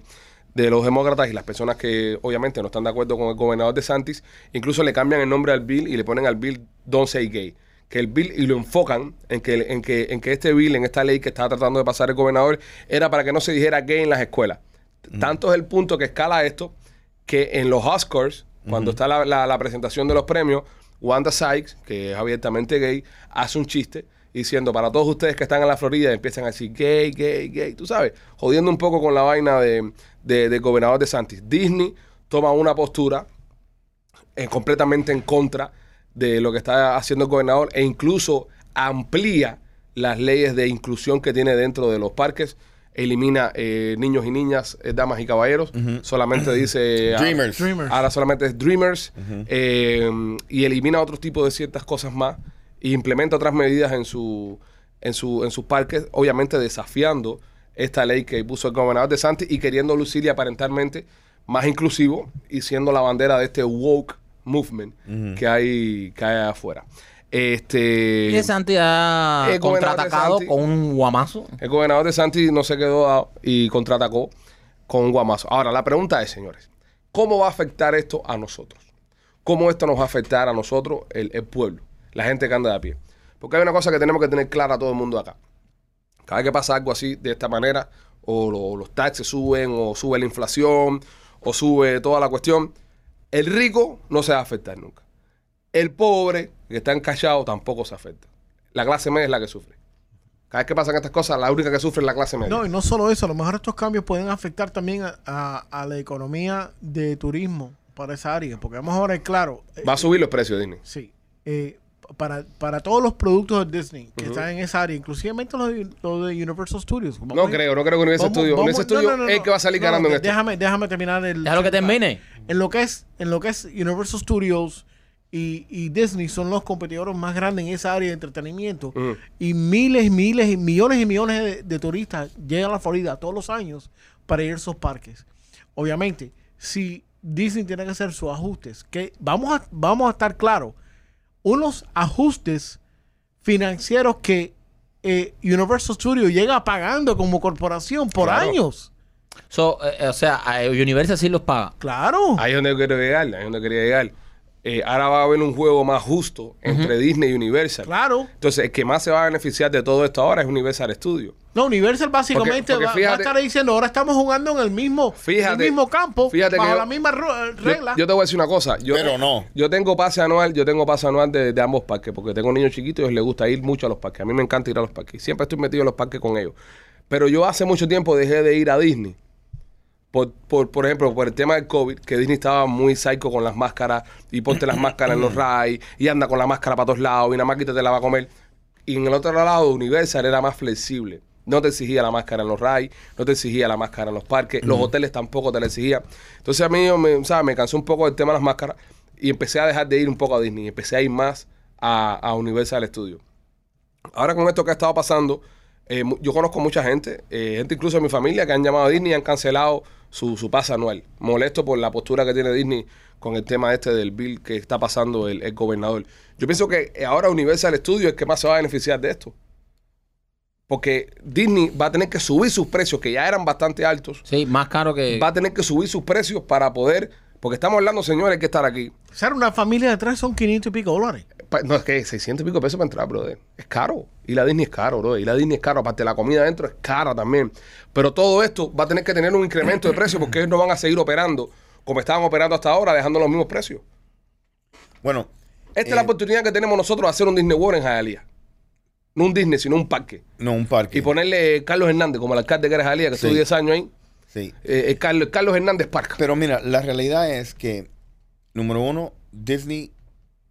[SPEAKER 1] de los demócratas y las personas que obviamente no están de acuerdo con el gobernador de Santis, incluso le cambian el nombre al bill y le ponen al bill Don't Say Gay. Que el bill y lo enfocan en que, en, que, en que este bill, en esta ley que estaba tratando de pasar el gobernador, era para que no se dijera gay en las escuelas.
[SPEAKER 8] Mm.
[SPEAKER 1] Tanto es el punto que escala esto que en los Oscars, cuando está la, la- la presentación de los premios, Wanda Sykes, que es abiertamente gay, hace un chiste diciendo para todos ustedes que están en la Florida y empiezan a decir gay, gay, gay, tú sabes, jodiendo un poco con la vaina de, de- del gobernador de Santis. Disney toma una postura eh, completamente en contra de lo que está haciendo el gobernador e incluso amplía las leyes de inclusión que tiene dentro de los parques, elimina eh, niños y niñas, eh, damas y caballeros, solamente dice... ah,
[SPEAKER 6] Dreamers.
[SPEAKER 3] Dreamers.
[SPEAKER 1] Ahora solamente es Dreamers eh, y elimina otro tipo de ciertas cosas más e implementa otras medidas en su en su en sus parques, obviamente desafiando esta ley que puso el gobernador de Santi y queriendo lucir y aparentemente más inclusivo y siendo la bandera de este woke movement que hay que hay afuera. Este
[SPEAKER 8] Y Santi ha
[SPEAKER 1] Eh, gobernador de
[SPEAKER 8] contraatacado
[SPEAKER 1] Santi.
[SPEAKER 8] con un guamazo.
[SPEAKER 1] el gobernador de Santi no se quedó dado y contraatacó con un guamazo. Ahora, la pregunta es, señores, ¿cómo va a afectar esto a nosotros? ¿Cómo esto nos va a afectar a nosotros, el, el pueblo, la gente que anda de a pie? Porque hay una cosa que tenemos que tener clara todo el mundo acá. Cada vez que pasa algo así, de esta manera, o lo- los taxes suben, o sube la inflación, o sube toda la cuestión, el rico no se va a afectar nunca. El pobre, que está encachado, tampoco se afecta. La clase media es la que sufre. Cada vez que pasan estas cosas, la única que sufre es la clase media.
[SPEAKER 3] No, y no solo eso, a lo mejor estos cambios pueden afectar también a, a- a la economía de turismo para esa área, porque vamos ahora, claro, eh,
[SPEAKER 1] Va a subir los precios, Disney.
[SPEAKER 3] sí, eh, para, para todos los productos de Disney que están en esa área, inclusivamente los, de- los de Universal Studios. Vamos
[SPEAKER 1] No
[SPEAKER 3] a-
[SPEAKER 1] creo, no creo que Universal
[SPEAKER 3] vamos-
[SPEAKER 1] Studios.
[SPEAKER 3] vamos-
[SPEAKER 1] Universal Studios
[SPEAKER 3] no, no, no,
[SPEAKER 1] es el que va a salir
[SPEAKER 3] no,
[SPEAKER 1] ganando en
[SPEAKER 3] de-
[SPEAKER 1] esto.
[SPEAKER 3] Déjame, déjame terminar el...
[SPEAKER 8] Déjalo que termine.
[SPEAKER 3] En lo que es, en lo que es Universal Studios y, y Disney son los competidores más grandes en esa área de entretenimiento.
[SPEAKER 1] Mm.
[SPEAKER 3] Y miles, miles y millones y millones de, de turistas llegan a la Florida todos los años para ir a esos parques. Obviamente, si Disney tiene que hacer sus ajustes, que vamos a, vamos a estar claros, unos ajustes financieros que eh, Universal Studios llega pagando como corporación por
[SPEAKER 1] Claro.
[SPEAKER 3] años.
[SPEAKER 8] So, eh, eh, o sea, a Universal sí los paga.
[SPEAKER 3] Claro.
[SPEAKER 1] Ahí es donde yo quiero llegar, ahí es donde quería llegar. Eh, ahora va a haber un juego más justo entre Disney y Universal.
[SPEAKER 3] Claro.
[SPEAKER 1] Entonces, el que más se va a beneficiar de todo esto ahora es Universal Studios.
[SPEAKER 3] No, Universal básicamente
[SPEAKER 1] Porque- porque
[SPEAKER 3] va- va,
[SPEAKER 1] fíjate-
[SPEAKER 3] a estar diciendo, ahora estamos jugando en el mismo,
[SPEAKER 1] Fíjate-
[SPEAKER 3] el mismo campo,
[SPEAKER 1] fíjate
[SPEAKER 3] bajo
[SPEAKER 1] que yo-
[SPEAKER 3] la misma ro-
[SPEAKER 1] Yo,
[SPEAKER 3] regla.
[SPEAKER 1] yo te voy a decir una cosa. Yo,
[SPEAKER 6] Pero no.
[SPEAKER 1] Yo tengo pase anual, yo tengo pase anual de, de ambos parques, porque tengo niños chiquitos y a ellos les gusta ir mucho a los parques. A mí me encanta ir a los parques. Siempre estoy metido en los parques con ellos. Pero yo hace mucho tiempo dejé de ir a Disney. Por, por, por ejemplo, por el tema del COVID, que Disney estaba muy psycho con las máscaras y ponte las máscaras en los rides y anda con la máscara para todos lados y una maquita te la va a comer. Y en el otro lado, Universal era más flexible. No te exigía la máscara en los rides, no te exigía la máscara en los parques, los hoteles tampoco te la exigían. Entonces a mí yo me, ¿sabes? me cansó un poco el tema de las máscaras y empecé a dejar de ir un poco a Disney, empecé a ir más a, a Universal Studios. Ahora con esto que ha estado pasando, eh, mu- yo conozco mucha gente, eh, gente incluso de mi familia que han llamado a Disney y han cancelado su, su pase anual. Molesto por la postura que tiene Disney con el tema este del bill que está pasando el, el gobernador. Yo pienso que eh, ahora Universal Studios es que más se va a beneficiar de esto. Porque Disney va a tener que subir sus precios, que ya eran bastante altos.
[SPEAKER 8] Sí, más caro que.
[SPEAKER 1] Va a tener que subir sus precios para poder. Porque estamos hablando, señores, hay que estar aquí.
[SPEAKER 3] O sea, una familia de tres son 500 y pico dólares.
[SPEAKER 1] Pa- No, es que 600 y pico de pesos para entrar, brother. Es caro. Y la Disney es caro, brother. Y la Disney es caro. Aparte, la comida adentro es cara también. Pero todo esto va a tener que tener un incremento de precio porque ellos no van a seguir operando como estaban operando hasta ahora, dejando los mismos precios.
[SPEAKER 6] Bueno,
[SPEAKER 1] Esta
[SPEAKER 6] Eh.
[SPEAKER 1] es la oportunidad que tenemos nosotros de hacer un Disney World en Hialeah. No un Disney, sino un parque.
[SPEAKER 6] no, un parque.
[SPEAKER 1] Y ponerle Carlos Hernández, como el alcalde que era de Hialeah, que estuvo
[SPEAKER 6] Eh. Sí. Eh.
[SPEAKER 1] 10 años ahí.
[SPEAKER 6] Sí.
[SPEAKER 1] Eh, eh, Carlos, Carlos Hernández Park.
[SPEAKER 6] Pero mira, la realidad es que, número uno, Disney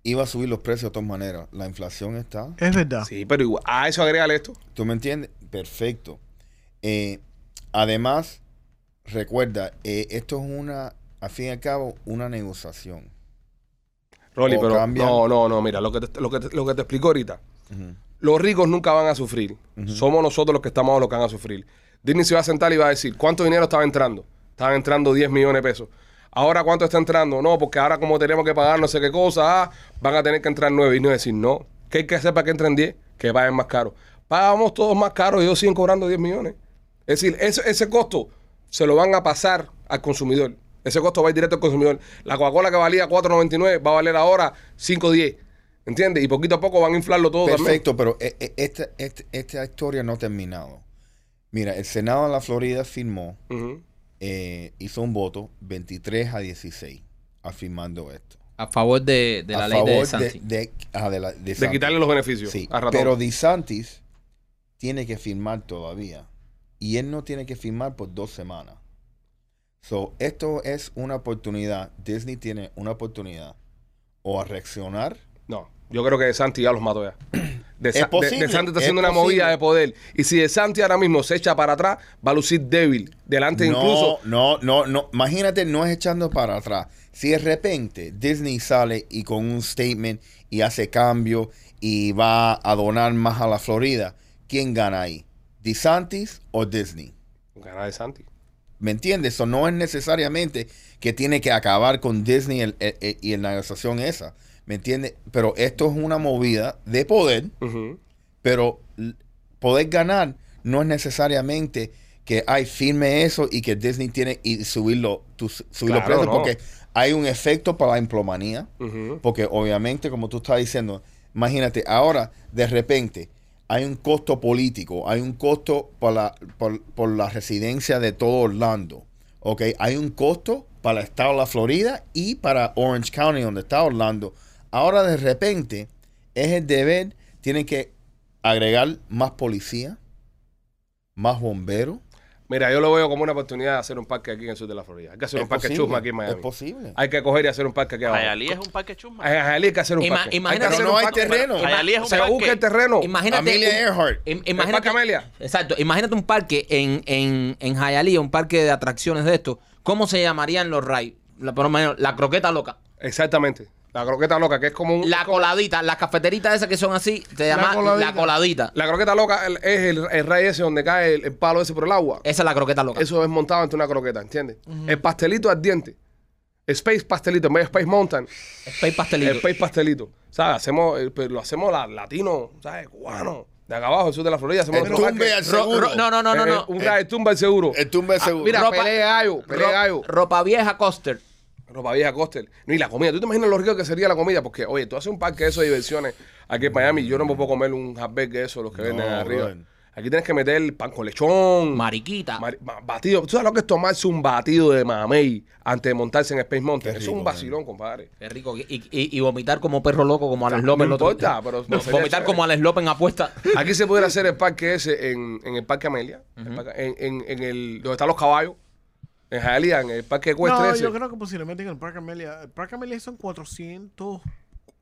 [SPEAKER 6] iba a subir los precios de todas maneras. La inflación está.
[SPEAKER 3] Es verdad.
[SPEAKER 1] Sí, pero igual, a eso agregale esto.
[SPEAKER 6] ¿Tú me entiendes? Perfecto. Eh, además, recuerda, eh, esto es una, al fin y al cabo, una negociación.
[SPEAKER 1] Rolly,
[SPEAKER 6] O
[SPEAKER 1] pero
[SPEAKER 6] cambian.
[SPEAKER 1] no, no, no, mira, lo que te, lo que te- lo que te explico ahorita.
[SPEAKER 6] Ujú.
[SPEAKER 1] Los ricos nunca van a sufrir. Somos nosotros los que estamos ahora los que van a sufrir. Disney se va a sentar y va a decir, ¿cuánto dinero estaba entrando? Estaban entrando 10 millones de pesos. Ahora, ¿cuánto está entrando? No, porque ahora como tenemos que pagar no sé qué cosa, ah, van a tener que entrar 9. Y no decir, no, ¿qué hay que hacer para que entren 10? Que paguen más caro. Pagamos todos más caro y ellos siguen cobrando 10 millones. Es decir, ese, ese costo se lo van a pasar al consumidor. Ese costo va a ir directo al consumidor. La Coca-Cola que valía 4.99 va a valer ahora 5.10. ¿Entiendes? Y poquito a poco van a inflarlo
[SPEAKER 8] Oh,
[SPEAKER 1] todo también.
[SPEAKER 6] Perfecto, pero eh, eh, esta, este- esta historia no ha terminado. Mira, el Senado de la Florida firmó,
[SPEAKER 1] Ujú.
[SPEAKER 6] eh, hizo un voto 23 a 16, afirmando esto.
[SPEAKER 8] A favor de, de la
[SPEAKER 6] A
[SPEAKER 8] ley de
[SPEAKER 6] favor
[SPEAKER 8] DeSantis.
[SPEAKER 6] de- ajá, de la- de
[SPEAKER 1] De
[SPEAKER 6] Santi.
[SPEAKER 1] quitarle los beneficios
[SPEAKER 6] Sí,
[SPEAKER 1] a ratón.
[SPEAKER 6] pero DeSantis tiene que firmar todavía. Y él no tiene que firmar por dos semanas. So, esto es una oportunidad. Disney tiene una oportunidad. O a reaccionar.
[SPEAKER 1] No, yo creo que De Santi ya los mató ya. De,
[SPEAKER 6] Es
[SPEAKER 1] Sa- de-
[SPEAKER 6] posible,
[SPEAKER 1] de Santi está
[SPEAKER 6] es
[SPEAKER 1] haciendo una
[SPEAKER 6] posible.
[SPEAKER 1] movida de poder. Y si De Santi ahora mismo se echa para atrás, va a lucir débil. Delante incluso.
[SPEAKER 6] No, no, no, no. Imagínate, no es echando para atrás. Si de repente Disney sale y con un statement y hace cambio y va a donar más a la Florida, ¿quién gana ahí? ¿DeSantis o Disney?
[SPEAKER 1] Gana De Santi.
[SPEAKER 6] ¿Me entiendes? Eso no es necesariamente que tiene que acabar con Disney el- el- el- y la negociación esa. ¿Me entiendes? Pero esto es una movida de poder,
[SPEAKER 1] Ujú.
[SPEAKER 6] pero l- poder ganar no es necesariamente que hay firme eso y que Disney tiene y subirlo, tú s- subir los
[SPEAKER 1] Claro,
[SPEAKER 6] precios,
[SPEAKER 1] no.
[SPEAKER 6] porque hay un efecto para la implomanía.
[SPEAKER 1] Ujú.
[SPEAKER 6] Porque obviamente, como tú estás diciendo, imagínate, ahora de repente hay un costo político, hay un costo por la, por, por la residencia de todo Orlando, ¿ok? Hay un costo para el estado de la Florida y para Orange County, donde está Orlando. Ahora de repente es el deber, tienen que agregar más policía, más bomberos.
[SPEAKER 1] Mira, yo lo veo como una oportunidad de hacer un parque aquí en el sur de la Florida. Hay que hacer un
[SPEAKER 6] Es
[SPEAKER 1] parque
[SPEAKER 6] posible,
[SPEAKER 1] chusma aquí en
[SPEAKER 6] Es
[SPEAKER 1] Miami.
[SPEAKER 6] posible.
[SPEAKER 1] Hay que coger y hacer un parque aquí abajo.
[SPEAKER 4] Hialeah es un parque chusma.
[SPEAKER 1] En Hialeah hay que hacer un
[SPEAKER 8] Ima-
[SPEAKER 1] parque.
[SPEAKER 8] imagínate-
[SPEAKER 1] que
[SPEAKER 6] Pero
[SPEAKER 1] hacer
[SPEAKER 6] no
[SPEAKER 1] un
[SPEAKER 6] hay
[SPEAKER 1] parque.
[SPEAKER 6] terreno.
[SPEAKER 4] Hialeah es
[SPEAKER 1] Se
[SPEAKER 4] un
[SPEAKER 1] busca el
[SPEAKER 4] parque.
[SPEAKER 1] terreno.
[SPEAKER 8] Imagínate.
[SPEAKER 6] Amelia
[SPEAKER 8] un-
[SPEAKER 6] Earhart.
[SPEAKER 8] im-
[SPEAKER 1] El
[SPEAKER 8] imagínate
[SPEAKER 1] parque Amelia.
[SPEAKER 8] Exacto, imagínate un parque en, en, en Hialeah, un parque de atracciones de esto. ¿Cómo se llamarían los rides? La, por lo menos, la croqueta loca,
[SPEAKER 1] Exactamente. La croqueta loca, que es como un.
[SPEAKER 8] la coladita, las cafeteritas esas que son así, te
[SPEAKER 3] La
[SPEAKER 8] llamas
[SPEAKER 3] coladita.
[SPEAKER 8] la coladita.
[SPEAKER 1] La croqueta loca el- es el, el ray ese donde cae el, el palo ese por el agua.
[SPEAKER 8] Esa es la croqueta loca.
[SPEAKER 1] Eso es montado ante una croqueta, ¿entiendes? El pastelito al diente. Space pastelito, en vez de Space Mountain,
[SPEAKER 8] Space pastelito.
[SPEAKER 1] Space pastelito. ¿Sabes? Hacemos, eh, pero lo hacemos la- latino, ¿sabes? Cubano. De acá abajo, el sur de la Florida, hacemos
[SPEAKER 6] El
[SPEAKER 1] otro
[SPEAKER 6] tumbe
[SPEAKER 1] parque.
[SPEAKER 6] al
[SPEAKER 8] Ro-
[SPEAKER 6] seguro.
[SPEAKER 8] ro- no, no, no, no,
[SPEAKER 1] Eh,
[SPEAKER 8] no.
[SPEAKER 1] Un rayo, tumba el seguro.
[SPEAKER 6] El tumbe seguro.
[SPEAKER 1] Mira,
[SPEAKER 8] ropa-
[SPEAKER 1] pelea gallo, pelea
[SPEAKER 8] Ro-
[SPEAKER 1] gallo.
[SPEAKER 8] ropa vieja coster.
[SPEAKER 1] Ropa vieja, cóctel. No, y la comida. ¿Tú te imaginas lo rico que sería la comida? Porque, oye, tú haces un parque de esos de diversiones aquí en Miami. Yo no me puedo comer un hamburger de esos, los que
[SPEAKER 6] No,
[SPEAKER 1] venden arriba.
[SPEAKER 6] brother.
[SPEAKER 1] Aquí tienes que meter pan con lechón.
[SPEAKER 6] Ah.
[SPEAKER 8] Mariquita.
[SPEAKER 1] Mari- ma- batido. ¿Tú sabes lo que es tomarse un batido de mamey antes de montarse en Space Mountain?
[SPEAKER 6] Qué
[SPEAKER 1] Eso es un
[SPEAKER 6] rico,
[SPEAKER 1] vacilón, compadre.
[SPEAKER 8] Qué rico. Y, y- y- y vomitar como perro loco, como Alex
[SPEAKER 1] No
[SPEAKER 8] López. el otro
[SPEAKER 1] importa,
[SPEAKER 8] día.
[SPEAKER 1] pero-
[SPEAKER 8] No,
[SPEAKER 1] sería
[SPEAKER 8] vomitar
[SPEAKER 1] chévere.
[SPEAKER 8] como Alex López en apuesta.
[SPEAKER 1] Aquí se pudiera hacer el parque ese en, en el Parque Amelia, el parque- en, en- en el, donde están los caballos, en Jalía, en el Parque Ecuestre
[SPEAKER 3] No,
[SPEAKER 1] ese.
[SPEAKER 3] yo creo que posiblemente en el Parque Amelia. El Parque Amelia son 400,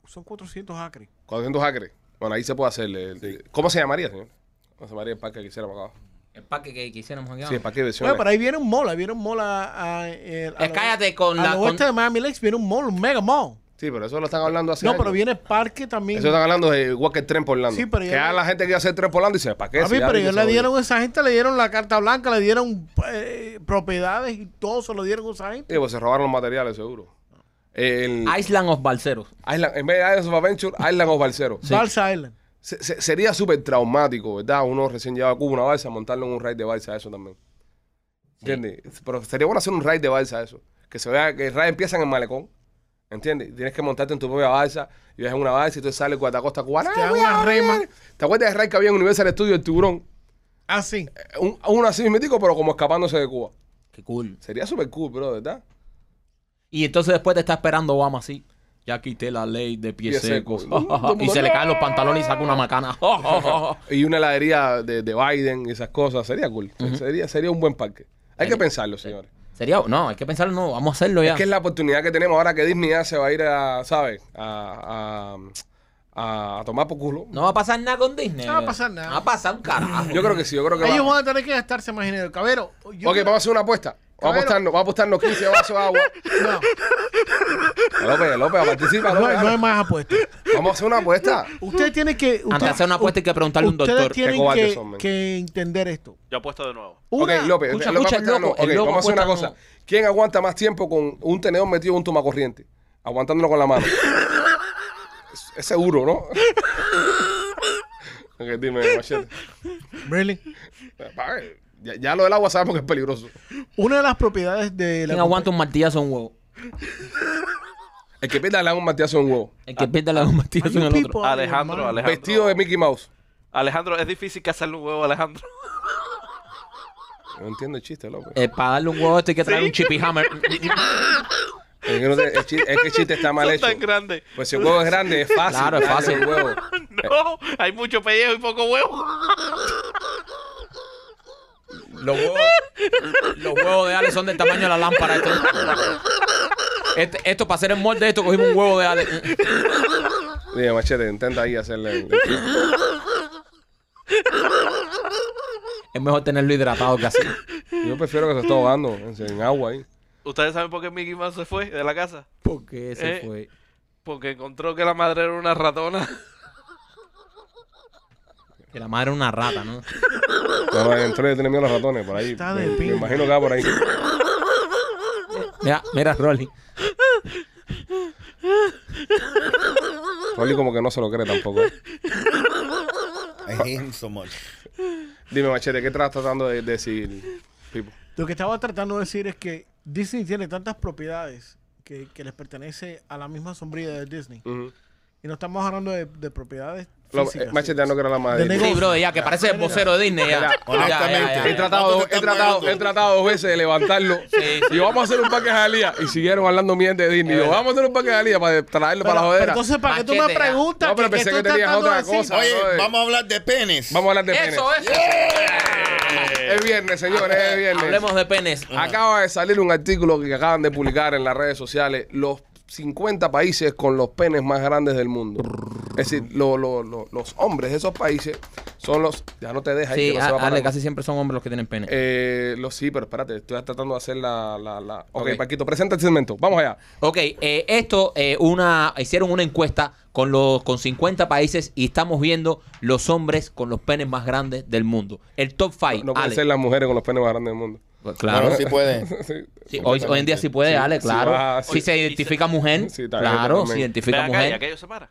[SPEAKER 3] son 400 acres.
[SPEAKER 1] 400 acres. Bueno, ahí se puede hacer. el- ¿Cómo se llamaría, señor? ¿Cómo se llamaría el parque que quisiéramos acá? abajo?
[SPEAKER 8] El parque que quisiéramos aquí.
[SPEAKER 1] Sí, el parque de
[SPEAKER 3] Oye,
[SPEAKER 1] diversiones.
[SPEAKER 3] pero ahí viene un mall, ahí viene un mall a... a, el- a
[SPEAKER 8] Eh,
[SPEAKER 3] lo-
[SPEAKER 8] cállate con
[SPEAKER 3] al
[SPEAKER 8] la-
[SPEAKER 3] oeste
[SPEAKER 8] con-
[SPEAKER 3] de Miami Lakes viene un mall, un mega mall.
[SPEAKER 1] Sí, pero eso lo están hablando hace
[SPEAKER 3] No,
[SPEAKER 1] años.
[SPEAKER 3] pero viene el parque también.
[SPEAKER 1] Eso están hablando de igual que el tren por Orlando.
[SPEAKER 3] Sí, pero
[SPEAKER 1] que
[SPEAKER 3] yo-
[SPEAKER 1] a la gente que iba a hacer tren por Orlando y dice, ¿para qué?
[SPEAKER 3] A
[SPEAKER 1] Si
[SPEAKER 3] mí,
[SPEAKER 1] ya
[SPEAKER 3] pero
[SPEAKER 1] Disney
[SPEAKER 3] ellos
[SPEAKER 1] se
[SPEAKER 3] le
[SPEAKER 1] lo dio.
[SPEAKER 3] dieron a esa gente, le dieron la carta blanca, le dieron eh, propiedades y todo se lo dieron a esa gente.
[SPEAKER 1] Sí, pues se robaron los materiales, seguro.
[SPEAKER 6] Ah,
[SPEAKER 1] El
[SPEAKER 2] Island of Balseros.
[SPEAKER 1] Island- en vez de Islands of Adventure, Island of Balsero.
[SPEAKER 3] Balsa Island.
[SPEAKER 1] Se- se- sería súper traumático, ¿verdad? Uno recién lleva a Cuba una balsa, montarlo en un raid de balsa, eso también. ¿Entiendes? Pero sería bueno hacer un raid de balsa, eso. Que se vea que el raid empieza en el malecón. ¿Entiendes? Y Tienes que montarte en tu propia balsa y vas en una balsa y tú sales con la costa cubana. ¡Ah,
[SPEAKER 3] Te dan una rema.
[SPEAKER 1] ¿Te acuerdas del raid que había en Universal Studios, el tiburón?
[SPEAKER 3] Ah, sí.
[SPEAKER 1] Eh, Un, uno así mítico, pero como escapándose de Cuba.
[SPEAKER 2] Qué cool.
[SPEAKER 1] Sería súper cool, bro, ¿verdad?
[SPEAKER 2] Y entonces después te está esperando Obama así. Ya quité la ley de pies
[SPEAKER 1] Pies secos.
[SPEAKER 2] secos. y se le caen los pantalones y saca una macana. Oh,
[SPEAKER 1] Y una heladería de, de Biden y esas cosas. Sería cool. sería, sería un buen parque. Hay que pensarlo, señores.
[SPEAKER 2] Sería, no, hay que pensarlo, no, vamos a hacerlo ya.
[SPEAKER 1] Es que es la oportunidad que tenemos ahora que Disney ya se va a ir a, ¿sabes? A, a- a tomar por culo.
[SPEAKER 2] No va a pasar nada con Disney.
[SPEAKER 3] No va a
[SPEAKER 2] bro.
[SPEAKER 3] pasar nada.
[SPEAKER 2] No va a pasar un carajo.
[SPEAKER 1] Yo creo que sí, yo creo que
[SPEAKER 3] Ellos
[SPEAKER 1] va.
[SPEAKER 3] van a tener que gastarse más dinero. Cabero, yo
[SPEAKER 1] Ok, vamos a hacer una apuesta. Vamos a apostarnos, vamos a apostarnos 15 vasos de agua.
[SPEAKER 3] no,
[SPEAKER 1] López, López, participa,
[SPEAKER 3] no,
[SPEAKER 1] López.
[SPEAKER 3] hay- no hay
[SPEAKER 1] dale.
[SPEAKER 3] más apuestas.
[SPEAKER 1] Vamos a hacer una apuesta.
[SPEAKER 3] Usted tiene que... Usted,
[SPEAKER 2] Antes de hacer una apuesta hay que preguntarle a un
[SPEAKER 3] ustedes
[SPEAKER 2] doctor.
[SPEAKER 3] tienen
[SPEAKER 1] cobardes
[SPEAKER 3] que,
[SPEAKER 1] son, men.
[SPEAKER 3] que entender esto.
[SPEAKER 4] Yo apuesto de nuevo.
[SPEAKER 3] Una,
[SPEAKER 1] ok, López,
[SPEAKER 2] escucha,
[SPEAKER 1] López
[SPEAKER 2] escucha,
[SPEAKER 1] apuesta,
[SPEAKER 2] el
[SPEAKER 1] no.
[SPEAKER 2] loco, el
[SPEAKER 1] Ok,
[SPEAKER 2] loco
[SPEAKER 1] vamos a hacer una
[SPEAKER 2] apuesta,
[SPEAKER 1] cosa. ¿Quién aguanta más tiempo con un tenedor metido en un tomacorriente? Aguantándolo con la mano. es, es seguro, ¿no? ok, dime, machete.
[SPEAKER 3] Really.
[SPEAKER 1] Pa, eh, Ya, ya lo del agua sabemos que es peligroso.
[SPEAKER 3] Una de las propiedades de la...
[SPEAKER 2] ¿Quién aguanta un martillazo a un huevo?
[SPEAKER 1] El que pierda le da un martillazo en un huevo.
[SPEAKER 2] El que pierde le da un martillazo en
[SPEAKER 3] Are you
[SPEAKER 2] el otro.
[SPEAKER 3] people out of your
[SPEAKER 4] Alejandro,
[SPEAKER 3] mind?
[SPEAKER 4] Alejandro.
[SPEAKER 1] Vestido de Mickey Mouse.
[SPEAKER 4] Alejandro, es difícil cazarle un huevo a Alejandro.
[SPEAKER 1] No entiendo el chiste, López.
[SPEAKER 2] Eh, para darle un huevo este hay que trae un chippy hammer.
[SPEAKER 1] Es que, no te- el chiste, es que el chiste está mal
[SPEAKER 4] Son
[SPEAKER 1] hecho.
[SPEAKER 4] tan grande.
[SPEAKER 1] Pues si el huevo es grande, es fácil.
[SPEAKER 2] Claro, es
[SPEAKER 1] darle
[SPEAKER 2] fácil.
[SPEAKER 1] un huevo.
[SPEAKER 4] No, hay mucho pellejo y poco huevo.
[SPEAKER 2] los, huevos, los huevos de Ale son del tamaño de la lámpara. Esto, Este- esto para hacer el molde de esto cogimos un huevo de Ale.
[SPEAKER 1] Dime, machete, intenta ahí hacerle. el- el-
[SPEAKER 2] Es mejor tenerlo hidratado que así.
[SPEAKER 1] Yo prefiero que se esté ahogando en, en agua ahí.
[SPEAKER 4] ¿Ustedes saben por qué Mickey Mouse se fue de la casa?
[SPEAKER 2] Porque se
[SPEAKER 4] Eh.
[SPEAKER 2] fue.
[SPEAKER 4] Porque encontró que la madre era una ratona.
[SPEAKER 2] Que la madre era una rata, ¿no?
[SPEAKER 1] No, no, entró y tiene miedo a los ratones por ahí.
[SPEAKER 3] Está
[SPEAKER 1] me,
[SPEAKER 3] de
[SPEAKER 1] me
[SPEAKER 3] pinga.
[SPEAKER 1] imagino que va por ahí.
[SPEAKER 2] Mira, mira, Rolly.
[SPEAKER 1] Rolly como que no se lo cree tampoco.
[SPEAKER 6] I hate him so much.
[SPEAKER 1] Dime, machete, ¿qué estás tratando de decir, Pipo?
[SPEAKER 3] Lo que estaba tratando de decir es que Disney tiene tantas propiedades que, que les pertenece a la misma sombría de Disney.
[SPEAKER 1] Ujú.
[SPEAKER 3] Y no estamos hablando de, de propiedades
[SPEAKER 1] Lo- eh,
[SPEAKER 3] físicas.
[SPEAKER 1] machete, no quiero la
[SPEAKER 3] De
[SPEAKER 1] madre.
[SPEAKER 3] negocio.
[SPEAKER 2] Sí, bro, ya que parece el vocero de Disney. Ya. Ya, ya,
[SPEAKER 6] Honestamente.
[SPEAKER 2] ya,
[SPEAKER 1] He
[SPEAKER 2] ya.
[SPEAKER 1] tratado, he,
[SPEAKER 6] ¿Cuánto están
[SPEAKER 1] tratado,
[SPEAKER 6] pagando?
[SPEAKER 1] he tratado dos veces de levantarlo. Y vamos a hacer un parque de Jalía. Y siguieron hablando mierda de Disney. Y yo, vamos a hacer un parque de Jalía para traerlo para
[SPEAKER 3] Pero-
[SPEAKER 1] la
[SPEAKER 3] pero
[SPEAKER 1] jodera.
[SPEAKER 3] entonces, ¿para qué tú me
[SPEAKER 2] Machete, ya.
[SPEAKER 3] preguntas?
[SPEAKER 1] No, pero pensé
[SPEAKER 3] tú
[SPEAKER 1] que
[SPEAKER 3] estás
[SPEAKER 1] tenías
[SPEAKER 3] tratando
[SPEAKER 1] otra
[SPEAKER 3] de decir?
[SPEAKER 1] cosa.
[SPEAKER 6] Oye,
[SPEAKER 1] Oye.
[SPEAKER 6] vamos a hablar de penes.
[SPEAKER 1] Vamos a hablar de penes.
[SPEAKER 2] Eso es.
[SPEAKER 1] Es viernes, señores, es viernes.
[SPEAKER 2] Hablemos de penes.
[SPEAKER 1] Acaba de salir un artículo que acaban de publicar en las redes sociales. Los 50 países con los penes más grandes del mundo. Es decir, lo- lo- lo- los hombres de esos países son los. Ya no te deja ahí,
[SPEAKER 2] Sí,
[SPEAKER 1] que no se va a
[SPEAKER 2] a- Ale,
[SPEAKER 1] parar.
[SPEAKER 2] casi siempre son hombres los que tienen pene.
[SPEAKER 1] Eh, los sí, pero espérate, estoy tratando de hacer la. la, la- Ok,
[SPEAKER 2] Ok.
[SPEAKER 1] Paquito, presenta el segmento. Vamos allá.
[SPEAKER 2] Ok, eh, esto, eh, una, hicieron una encuesta con los con 50 países y estamos viendo los hombres con los penes más grandes del mundo. El top 5,
[SPEAKER 1] No pueden
[SPEAKER 2] Ale.
[SPEAKER 1] ser las mujeres con los penes más grandes del mundo.
[SPEAKER 2] Pues, Claro.
[SPEAKER 6] Bueno, sí puede.
[SPEAKER 1] Sí.
[SPEAKER 2] Sí, hoy, hoy en día sí puede,
[SPEAKER 1] Sí,
[SPEAKER 2] Ale,
[SPEAKER 1] sí,
[SPEAKER 2] claro.
[SPEAKER 1] va,
[SPEAKER 2] si
[SPEAKER 1] sí.
[SPEAKER 2] se identifica mujer,
[SPEAKER 1] Sí, está bien,
[SPEAKER 2] claro.
[SPEAKER 1] también.
[SPEAKER 2] Si
[SPEAKER 4] Ven
[SPEAKER 2] identifica
[SPEAKER 4] acá, ¿y
[SPEAKER 2] mujer,
[SPEAKER 4] aquello se para?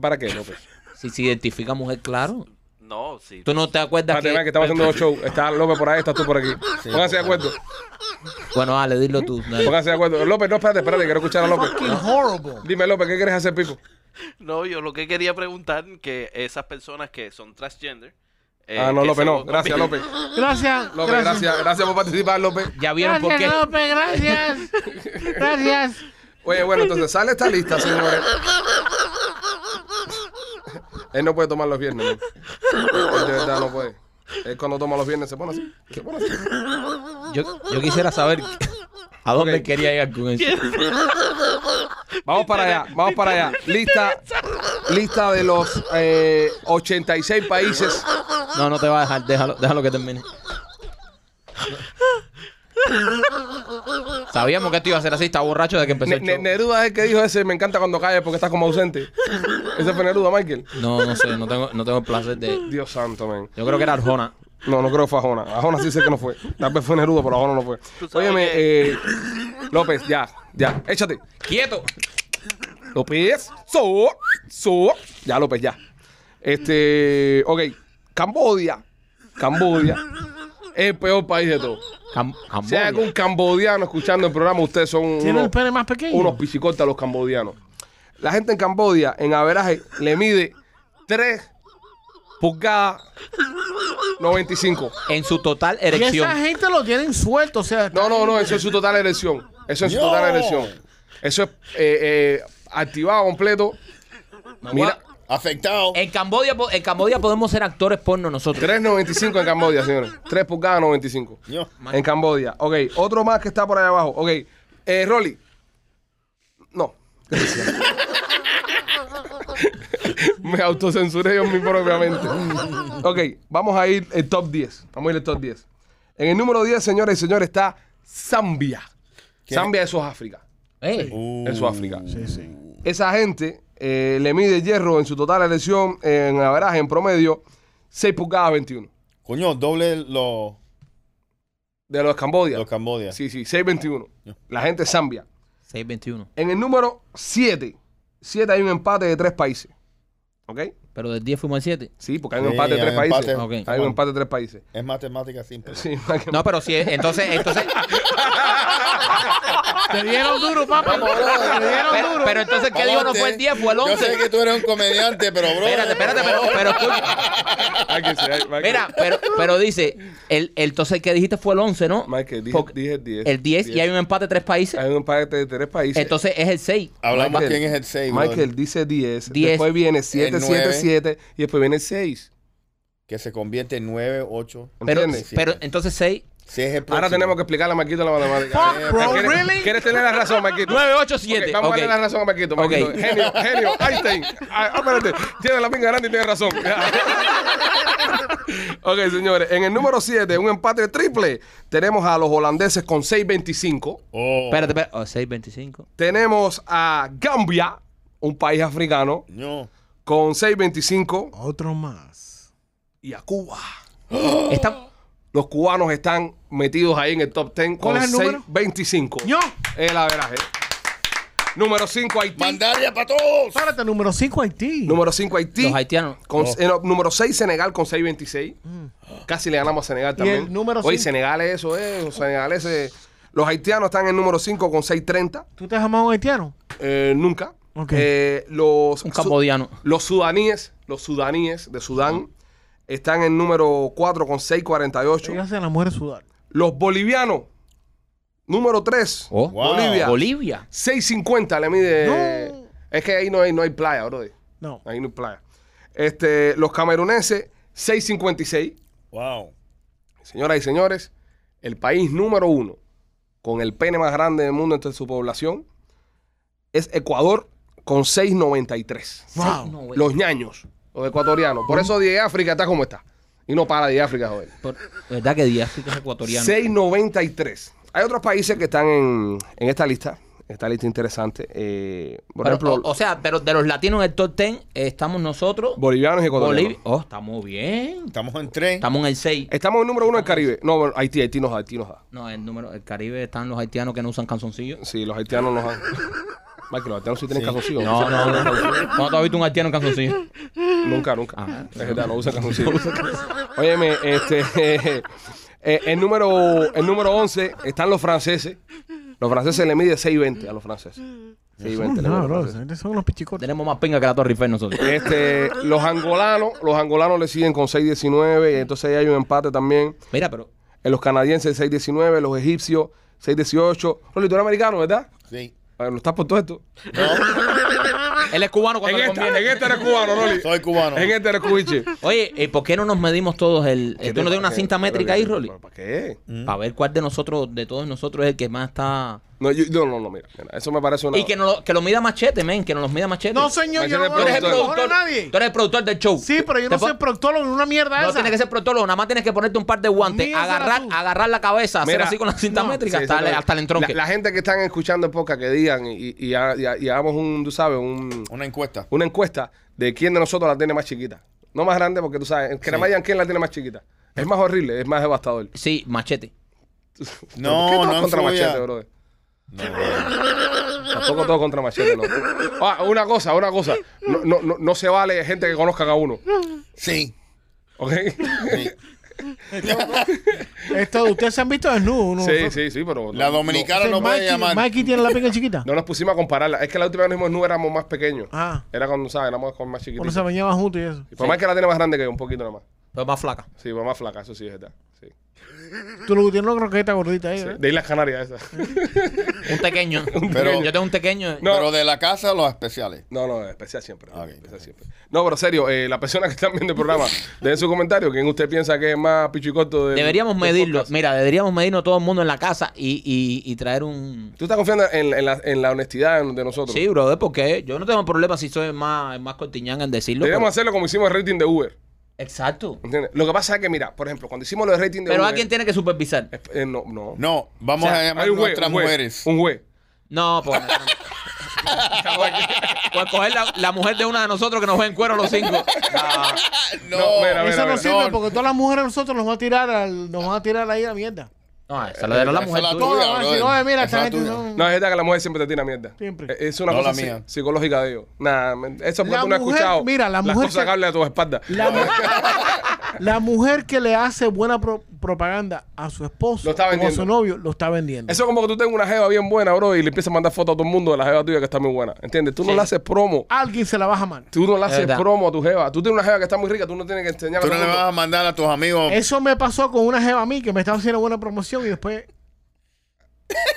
[SPEAKER 1] ¿Para qué, López?
[SPEAKER 2] si se identifica mujer, claro.
[SPEAKER 4] No, sí.
[SPEAKER 2] Tú no te acuerdas
[SPEAKER 1] Espérate,
[SPEAKER 2] que...
[SPEAKER 1] ven, que estamos haciendo dos shows. Está López por ahí, estás tú por aquí. Pónganse de acuerdo.
[SPEAKER 2] Bueno, Ale, dilo tú. dale.
[SPEAKER 1] Pónganse de acuerdo. López, no, espérate, espérate, quiero escuchar a López.
[SPEAKER 3] Fucking horrible.
[SPEAKER 1] Dime, López, ¿qué quieres hacer, Pipo?
[SPEAKER 4] No, yo lo que quería preguntar que esas personas que son transgender. eh,
[SPEAKER 1] ah, no,
[SPEAKER 4] que
[SPEAKER 1] López,
[SPEAKER 4] se
[SPEAKER 1] no.
[SPEAKER 4] lo convi-
[SPEAKER 1] Gracias, López.
[SPEAKER 3] Gracias.
[SPEAKER 1] López, gracias. Gracias por participar, López.
[SPEAKER 2] Ya vieron por qué.
[SPEAKER 3] López, gracias. Gracias.
[SPEAKER 1] Oye, bueno, entonces sale esta lista, señores. Él no puede tomar los viernes. ¿no? Él de verdad no puede. Él cuando toma los viernes se pone así. Se pone así.
[SPEAKER 2] Yo, yo quisiera saber a dónde quería llegar con eso.
[SPEAKER 1] Vamos para allá, vamos para allá. Lista, lista de los eh, 86 países.
[SPEAKER 2] No, no te va a dejar. Déjalo, déjalo que termine. Sabíamos que esto iba a ser así. Está borracho de que empezó
[SPEAKER 1] Ne-
[SPEAKER 2] Pues el
[SPEAKER 1] Ne-
[SPEAKER 2] show.
[SPEAKER 1] Neruda es el que dijo ese, me encanta cuando callas porque estás como ausente. Ese fue Neruda, Michael.
[SPEAKER 2] No, no sé. No tengo, no tengo el placer de...
[SPEAKER 1] Dios santo, man.
[SPEAKER 2] Yo creo que era Arjona.
[SPEAKER 1] No, no creo que fue a Jona. A Jona sí sé que no fue. Tal vez fue Neruda, pero a Jona no fue.
[SPEAKER 4] Tú sabes
[SPEAKER 1] Óyeme,
[SPEAKER 4] que-
[SPEAKER 1] eh, López, ya, ya. Échate.
[SPEAKER 2] ¡Quieto!
[SPEAKER 1] López, so, so. Ya, López, ya. Este, ok. Cambodia. Cambodia. Es el peor país de todos.
[SPEAKER 2] Cam-
[SPEAKER 1] Si hay
[SPEAKER 2] Cambodia.
[SPEAKER 1] algún cambodiano escuchando el programa, ustedes son
[SPEAKER 3] ¿Tiene el
[SPEAKER 1] unos,
[SPEAKER 3] pene más pequeño?
[SPEAKER 1] unos pichicortas los cambodianos. La gente en Cambodia, en averaje, le mide 3 pulgadas 95.
[SPEAKER 2] En su total
[SPEAKER 3] y esa
[SPEAKER 2] erección.
[SPEAKER 3] gente lo tienen suelto, o sea...
[SPEAKER 1] No, no, no, eso es su total erección. Eso es su
[SPEAKER 6] Yo.
[SPEAKER 1] total erección. Eso es eh, eh, activado completo. Mira,
[SPEAKER 6] Afectado.
[SPEAKER 2] En Cambodia, po- en Cambodia podemos ser actores porno nosotros.
[SPEAKER 1] 3.95 en Cambodia, señores. 3 pulgadas 95.
[SPEAKER 6] Yo.
[SPEAKER 1] En Cambodia. Ok, otro más que está por allá abajo. Ok, eh, Rolly. No. Me autocensuré yo mismo propiamente. Ok, vamos a ir el top 10. Vamos a ir el top 10. En el número 10, señores y señores, está Zambia.
[SPEAKER 6] ¿Qué?
[SPEAKER 1] Zambia, eso es África.
[SPEAKER 2] Eh,
[SPEAKER 6] Uh,
[SPEAKER 1] En Sudáfrica.
[SPEAKER 3] Uh. Sí, sí.
[SPEAKER 1] Esa gente eh, le mide hierro en su total elección en averaje, en promedio, 6 pulgadas 21.
[SPEAKER 6] Coño, doble los
[SPEAKER 1] De los Cambodia.
[SPEAKER 6] los Cambodia.
[SPEAKER 1] Sí, sí, 6.21.
[SPEAKER 6] Ah,
[SPEAKER 1] La gente es Zambia.
[SPEAKER 2] 621.
[SPEAKER 1] En el número 7, 7 hay un empate de tres países. ¿Ok?
[SPEAKER 2] Pero del 10 fuimos al 7.
[SPEAKER 1] Sí, porque hay un
[SPEAKER 6] Sí,
[SPEAKER 1] empate de
[SPEAKER 6] hay
[SPEAKER 1] tres
[SPEAKER 6] un empate.
[SPEAKER 1] países.
[SPEAKER 2] Ok.
[SPEAKER 1] Hay un empate de tres países.
[SPEAKER 6] Es matemática simple.
[SPEAKER 1] Sí, más que-
[SPEAKER 2] No, pero sí, entonces, entonces.
[SPEAKER 3] Te dieron duro, papá. Te dieron
[SPEAKER 2] pero,
[SPEAKER 3] duro.
[SPEAKER 2] pero entonces, ¿qué digo? No fue el 10, fue el
[SPEAKER 6] Yo sé
[SPEAKER 2] 11.
[SPEAKER 6] que tú eres un comediante, pero bro.
[SPEAKER 2] Espérate, espérate, pero, pero escucha.
[SPEAKER 1] hay que ser, hay- hay que-
[SPEAKER 2] Mira, pero, pero dice, el, el entonces que dijiste fue el 11, ¿no?
[SPEAKER 1] Michael, dije,
[SPEAKER 2] Porque
[SPEAKER 1] dije el 10.
[SPEAKER 2] el 10 y hay un empate de tres países.
[SPEAKER 1] Hay un empate de tres países.
[SPEAKER 2] Entonces es el 6.
[SPEAKER 6] Hablamos quién es el 6.
[SPEAKER 1] Michael dice 10,
[SPEAKER 2] 10,
[SPEAKER 1] después viene 7,
[SPEAKER 6] el
[SPEAKER 1] 7,
[SPEAKER 6] nueve.
[SPEAKER 1] 7 y después viene 6.
[SPEAKER 6] Que se convierte en 9, 8.
[SPEAKER 2] Pero,
[SPEAKER 1] ¿Entiendes?
[SPEAKER 2] pero entonces 6,
[SPEAKER 6] Si es el próximo.
[SPEAKER 1] Ahora tenemos que explicarle a Marquito la matemática.
[SPEAKER 3] Fuck,
[SPEAKER 1] Eh,
[SPEAKER 3] bro,
[SPEAKER 1] ¿quieres,
[SPEAKER 3] really?
[SPEAKER 1] ¿Quieres tener la razón, Marquito?
[SPEAKER 2] 9, 8, 7.
[SPEAKER 1] Ok, vamos a darle la razón a Marquito. Marquito.
[SPEAKER 2] Ok.
[SPEAKER 1] Genio, genio, Einstein. Ah, ah, espérate, tiene la pinga grande y tiene razón. ok, señores, en el número 7, un empate triple, tenemos a los holandeses con 6.25.
[SPEAKER 6] Oh,
[SPEAKER 2] Espérate, espérate. Oh, 6, 25.
[SPEAKER 1] Tenemos a Gambia, un país africano,
[SPEAKER 6] no.
[SPEAKER 1] con 6.25.
[SPEAKER 3] Otro más.
[SPEAKER 1] Y a Cuba. Oh.
[SPEAKER 2] Está-
[SPEAKER 1] Los cubanos están metidos ahí en el top 10 con
[SPEAKER 3] ¿Cuál es el número?
[SPEAKER 1] 6.25.
[SPEAKER 3] ¡Ño!
[SPEAKER 1] El averaje. Número 5, Haití.
[SPEAKER 6] Mandaria para todos.
[SPEAKER 3] Párate, número 5 Haití.
[SPEAKER 1] Número 5, Haití.
[SPEAKER 2] Los haitianos.
[SPEAKER 1] Con-
[SPEAKER 3] Oh.
[SPEAKER 1] eh, no, número 6, Senegal con 6.26. Casi le ganamos a Senegal
[SPEAKER 3] Mm. Y el
[SPEAKER 1] también.
[SPEAKER 3] número
[SPEAKER 1] Oye,
[SPEAKER 3] cinco.
[SPEAKER 1] Senegal es eso, eh. Los senegaleses. Los haitianos están en el número 5 con 6.30.
[SPEAKER 3] ¿Tú te has amado un haitiano?
[SPEAKER 1] Eh, nunca.
[SPEAKER 3] Ok.
[SPEAKER 1] Eh, los,
[SPEAKER 2] Un
[SPEAKER 1] su-
[SPEAKER 2] cambodiano.
[SPEAKER 1] los sudaníes, los sudaníes de Sudán, están en número 4 con 6.48.
[SPEAKER 3] Ellas se la mujer sudar.
[SPEAKER 1] Los bolivianos, número 3.
[SPEAKER 2] Oh.
[SPEAKER 6] Wow.
[SPEAKER 1] Bolivia.
[SPEAKER 2] Bolivia.
[SPEAKER 1] 6.50 le mide.
[SPEAKER 3] No.
[SPEAKER 1] Es que ahí no hay, no hay playa, bro.
[SPEAKER 3] No.
[SPEAKER 1] Ahí no hay playa. Este, los cameruneses, 6.56.
[SPEAKER 6] Wow.
[SPEAKER 1] Señoras y señores, el país número uno con el pene más grande del mundo entre su población es Ecuador con 6.93.
[SPEAKER 3] Wow.
[SPEAKER 2] No, güey.
[SPEAKER 1] Los ñaños, los ecuatorianos. Por eso Die África está como está. Y no para Die África, joder.
[SPEAKER 2] Por- ¿Verdad que Diáfrica es ecuatoriano?
[SPEAKER 1] 6.93. Hay otros países que están en, en esta lista. Esta lista interesante. Eh, por
[SPEAKER 2] Pero,
[SPEAKER 1] ejemplo,
[SPEAKER 2] o, o sea, pero de los latinos en el top 10 eh, estamos nosotros.
[SPEAKER 1] bolivianos y ecuatorianos.
[SPEAKER 2] Bolivia. Oh, estamos bien.
[SPEAKER 6] Estamos en tren.
[SPEAKER 2] Estamos en el 6.
[SPEAKER 1] Estamos en número uno en el Caribe. No, bueno, Haití, Haití nos da, Haití nos da.
[SPEAKER 2] No, el número, el Caribe están los haitianos que no usan canzoncillos.
[SPEAKER 1] Sí, los haitianos nos dan. Michael, los haitianos sí tienen calzoncillos.
[SPEAKER 2] No, no, no. ¿Cuándo tú has visto un haitiano en canzoncillos?
[SPEAKER 1] Nunca, nunca.
[SPEAKER 2] Ah,
[SPEAKER 1] es verdad, no usa calzoncillos. Óyeme, este, eh, eh, el, número, el número 11 están los franceses. Los franceses le mide 6.20 a los franceses. 6.20 le mide a
[SPEAKER 3] No,
[SPEAKER 1] los
[SPEAKER 3] bro,
[SPEAKER 1] franceses.
[SPEAKER 3] esa gente son unos pichicotes.
[SPEAKER 2] Tenemos más pinga que la Torre Eiffel nosotros.
[SPEAKER 1] Este, los angolanos, los angolanos le siguen con 6.19 y entonces ahí hay un empate también.
[SPEAKER 2] Mira, pero
[SPEAKER 1] En los canadienses 6.19, los egipcios 6.18. Rolly, tú eres americano, ¿verdad?
[SPEAKER 6] Sí.
[SPEAKER 1] A ver, ¿no estás por todo esto?
[SPEAKER 2] él es cubano cuando
[SPEAKER 1] En
[SPEAKER 2] le
[SPEAKER 1] esta,
[SPEAKER 2] conviene.
[SPEAKER 1] este, en esta eres cubano, Rolly.
[SPEAKER 6] Soy cubano.
[SPEAKER 1] En esta eres cubiche.
[SPEAKER 2] Oye, ¿y por qué no nos medimos todos el... eh, ¿Tú no tienes una
[SPEAKER 1] ¿Qué-
[SPEAKER 2] cinta
[SPEAKER 1] qué-
[SPEAKER 2] métrica ahí, Rolly?
[SPEAKER 1] ¿Para qué?
[SPEAKER 2] Para ver cuál de nosotros, de todos nosotros, es el que más está...
[SPEAKER 1] No, yo- no, no, no, mira, mira, Eso me parece una.
[SPEAKER 2] Y que, nos lo- que lo mida machete, men, que nos los mida machete.
[SPEAKER 3] No, señor, yo no
[SPEAKER 1] Tú
[SPEAKER 2] Tú
[SPEAKER 3] voy
[SPEAKER 2] eres
[SPEAKER 3] a
[SPEAKER 2] el
[SPEAKER 1] Productor.
[SPEAKER 3] cojones a
[SPEAKER 2] productor.
[SPEAKER 3] nadie.
[SPEAKER 2] Tú eres el productor del show.
[SPEAKER 3] Sí, pero yo
[SPEAKER 2] Te
[SPEAKER 3] no
[SPEAKER 2] po-
[SPEAKER 3] soy proctólogo ni una mierda
[SPEAKER 2] No
[SPEAKER 3] esa.
[SPEAKER 2] tienes que ser protólogo, nada más tienes que ponerte un par de guantes,
[SPEAKER 3] Mídesela
[SPEAKER 2] agarrar,
[SPEAKER 3] tú.
[SPEAKER 2] agarrar la cabeza, hacer
[SPEAKER 1] Mira,
[SPEAKER 2] así con la cinta
[SPEAKER 3] no.
[SPEAKER 2] métrica
[SPEAKER 1] Sí,
[SPEAKER 2] hasta,
[SPEAKER 1] exactamente.
[SPEAKER 2] el- hasta el entronque.
[SPEAKER 1] La, la gente que están escuchando en podcast que digan y, y- y ha- y ha- y hagamos un, tú sabes, un-
[SPEAKER 6] Una encuesta.
[SPEAKER 1] una encuesta de quién de nosotros la tiene más chiquita. No más grande porque tú sabes, que nada más digan quién la tiene más chiquita. Es más horrible, es más devastador.
[SPEAKER 2] Sí, machete.
[SPEAKER 1] ¿Por qué
[SPEAKER 6] No,
[SPEAKER 1] todo
[SPEAKER 6] no
[SPEAKER 1] contra
[SPEAKER 6] influya.
[SPEAKER 1] Machete, brother?
[SPEAKER 6] No, brother.
[SPEAKER 1] Tampoco todo contra Machete, no. Ah, una cosa, una cosa. No, no, no, no se vale gente que conozcan a uno.
[SPEAKER 6] Sí.
[SPEAKER 1] ¿Ok?
[SPEAKER 6] sí.
[SPEAKER 3] Esto, ustedes se han visto desnudos. uno
[SPEAKER 1] Sí,
[SPEAKER 3] nosotros.
[SPEAKER 1] sí, sí, pero.
[SPEAKER 6] La
[SPEAKER 1] no-
[SPEAKER 6] dominicana
[SPEAKER 3] O sea,
[SPEAKER 6] no puede
[SPEAKER 3] Mikey-
[SPEAKER 6] llamar.
[SPEAKER 3] Mikey tiene la pinga chiquita.
[SPEAKER 1] No nos pusimos a compararla. Es que la última vez que nos vimos en Nu éramos más pequeños.
[SPEAKER 3] Ah,
[SPEAKER 1] Era cuando, ¿sabes? Éramos con más chiquititos.
[SPEAKER 3] cuando se bañaban juntos y eso.
[SPEAKER 1] Y Por más que la tiene más grande que yo, un poquito nada más.
[SPEAKER 2] Pero Pues más flaca.
[SPEAKER 1] Sí, fue más flaca, eso sí es verdad. Sí.
[SPEAKER 3] Tú lo tienes una croqueta gordita ahí,
[SPEAKER 1] Sí.
[SPEAKER 3] ¿verdad?
[SPEAKER 1] De Islas Canarias esa.
[SPEAKER 2] Un pequeño.
[SPEAKER 6] Pero-
[SPEAKER 2] Yo tengo un pequeño.
[SPEAKER 1] No.
[SPEAKER 6] Pero de la casa a los especiales.
[SPEAKER 1] No, no, especial siempre.
[SPEAKER 6] Ah, ok,
[SPEAKER 1] especial siempre. No, pero serio, eh, la persona que está viendo el programa, dejen su comentario. ¿Quién usted piensa que es más pichicoto?
[SPEAKER 2] Deberíamos medirlo. Mira, deberíamos medirnos todo el mundo en la casa y, y- y traer un.
[SPEAKER 1] ¿Tú estás confiando en, en la, en la honestidad de nosotros?
[SPEAKER 2] Sí, brother, porque yo no tengo problema si soy el más, el más cortiñán en decirlo.
[SPEAKER 1] Deberíamos
[SPEAKER 2] pero-
[SPEAKER 1] hacerlo como hicimos el rating de Uber.
[SPEAKER 2] Exacto.
[SPEAKER 1] ¿entiendes? Lo que pasa es que, mira, por ejemplo, cuando hicimos lo del rating de
[SPEAKER 2] Pero
[SPEAKER 1] Uber.
[SPEAKER 2] alguien tiene que supervisar.
[SPEAKER 1] es- eh, no, no.
[SPEAKER 6] No, vamos
[SPEAKER 2] O sea,
[SPEAKER 6] a llamar
[SPEAKER 1] Hay
[SPEAKER 6] a
[SPEAKER 1] un güey,
[SPEAKER 6] nuestras
[SPEAKER 1] un güey,
[SPEAKER 6] mujeres.
[SPEAKER 1] Un güey.
[SPEAKER 2] No, por, por coger la, la mujer de una de nosotros que nos ve en cuero los cinco.
[SPEAKER 6] Ah,
[SPEAKER 1] No, mira, mira,
[SPEAKER 3] Eso no
[SPEAKER 1] mira.
[SPEAKER 3] sirve
[SPEAKER 6] No.
[SPEAKER 3] porque todas las mujeres a nosotros nos van a tirar al- nos van a tirar ahí a la mierda.
[SPEAKER 2] No, esa la de la
[SPEAKER 6] Esa
[SPEAKER 2] mujer.
[SPEAKER 6] la
[SPEAKER 2] tuya.
[SPEAKER 6] tuya,
[SPEAKER 3] Todas van a
[SPEAKER 6] brother.
[SPEAKER 3] decir, oye, mira,
[SPEAKER 6] Esa
[SPEAKER 3] esta
[SPEAKER 6] es
[SPEAKER 3] gente
[SPEAKER 6] tuya.
[SPEAKER 3] son-
[SPEAKER 1] No, es verdad que la mujer siempre te tira mierda.
[SPEAKER 3] Siempre.
[SPEAKER 1] Eh, Es una
[SPEAKER 6] No,
[SPEAKER 1] cosa
[SPEAKER 6] la
[SPEAKER 1] psi-
[SPEAKER 6] mía.
[SPEAKER 1] psicológica de ellos. Nada, men- eso es
[SPEAKER 3] La
[SPEAKER 1] porque tú no has
[SPEAKER 3] mujer-
[SPEAKER 1] escuchado.
[SPEAKER 3] mira, la
[SPEAKER 1] las
[SPEAKER 3] mujer
[SPEAKER 1] cosas
[SPEAKER 3] que-
[SPEAKER 1] que hablan a tus espaldas.
[SPEAKER 3] La, mu- la mujer que le hace buena pro- propaganda a su esposo
[SPEAKER 1] Lo está
[SPEAKER 3] o a
[SPEAKER 1] vendiendo.
[SPEAKER 3] su novio lo está vendiendo.
[SPEAKER 1] Eso es como que tú tengas una jeva bien buena, bro, y le empiezas a mandar fotos a todo el mundo de la jeva tuya que está muy buena. ¿Entiendes? Tú no le haces promo.
[SPEAKER 3] Alguien se la baja mal.
[SPEAKER 1] Tú no le haces
[SPEAKER 2] verdad.
[SPEAKER 1] promo a tu jeva. Tú tienes una jeva que está muy rica, tú no tienes que enseñar
[SPEAKER 6] Tú no le vas a mandar a tus amigos.
[SPEAKER 3] Eso me pasó con una jeva a mí que me estaba haciendo buena promoción y después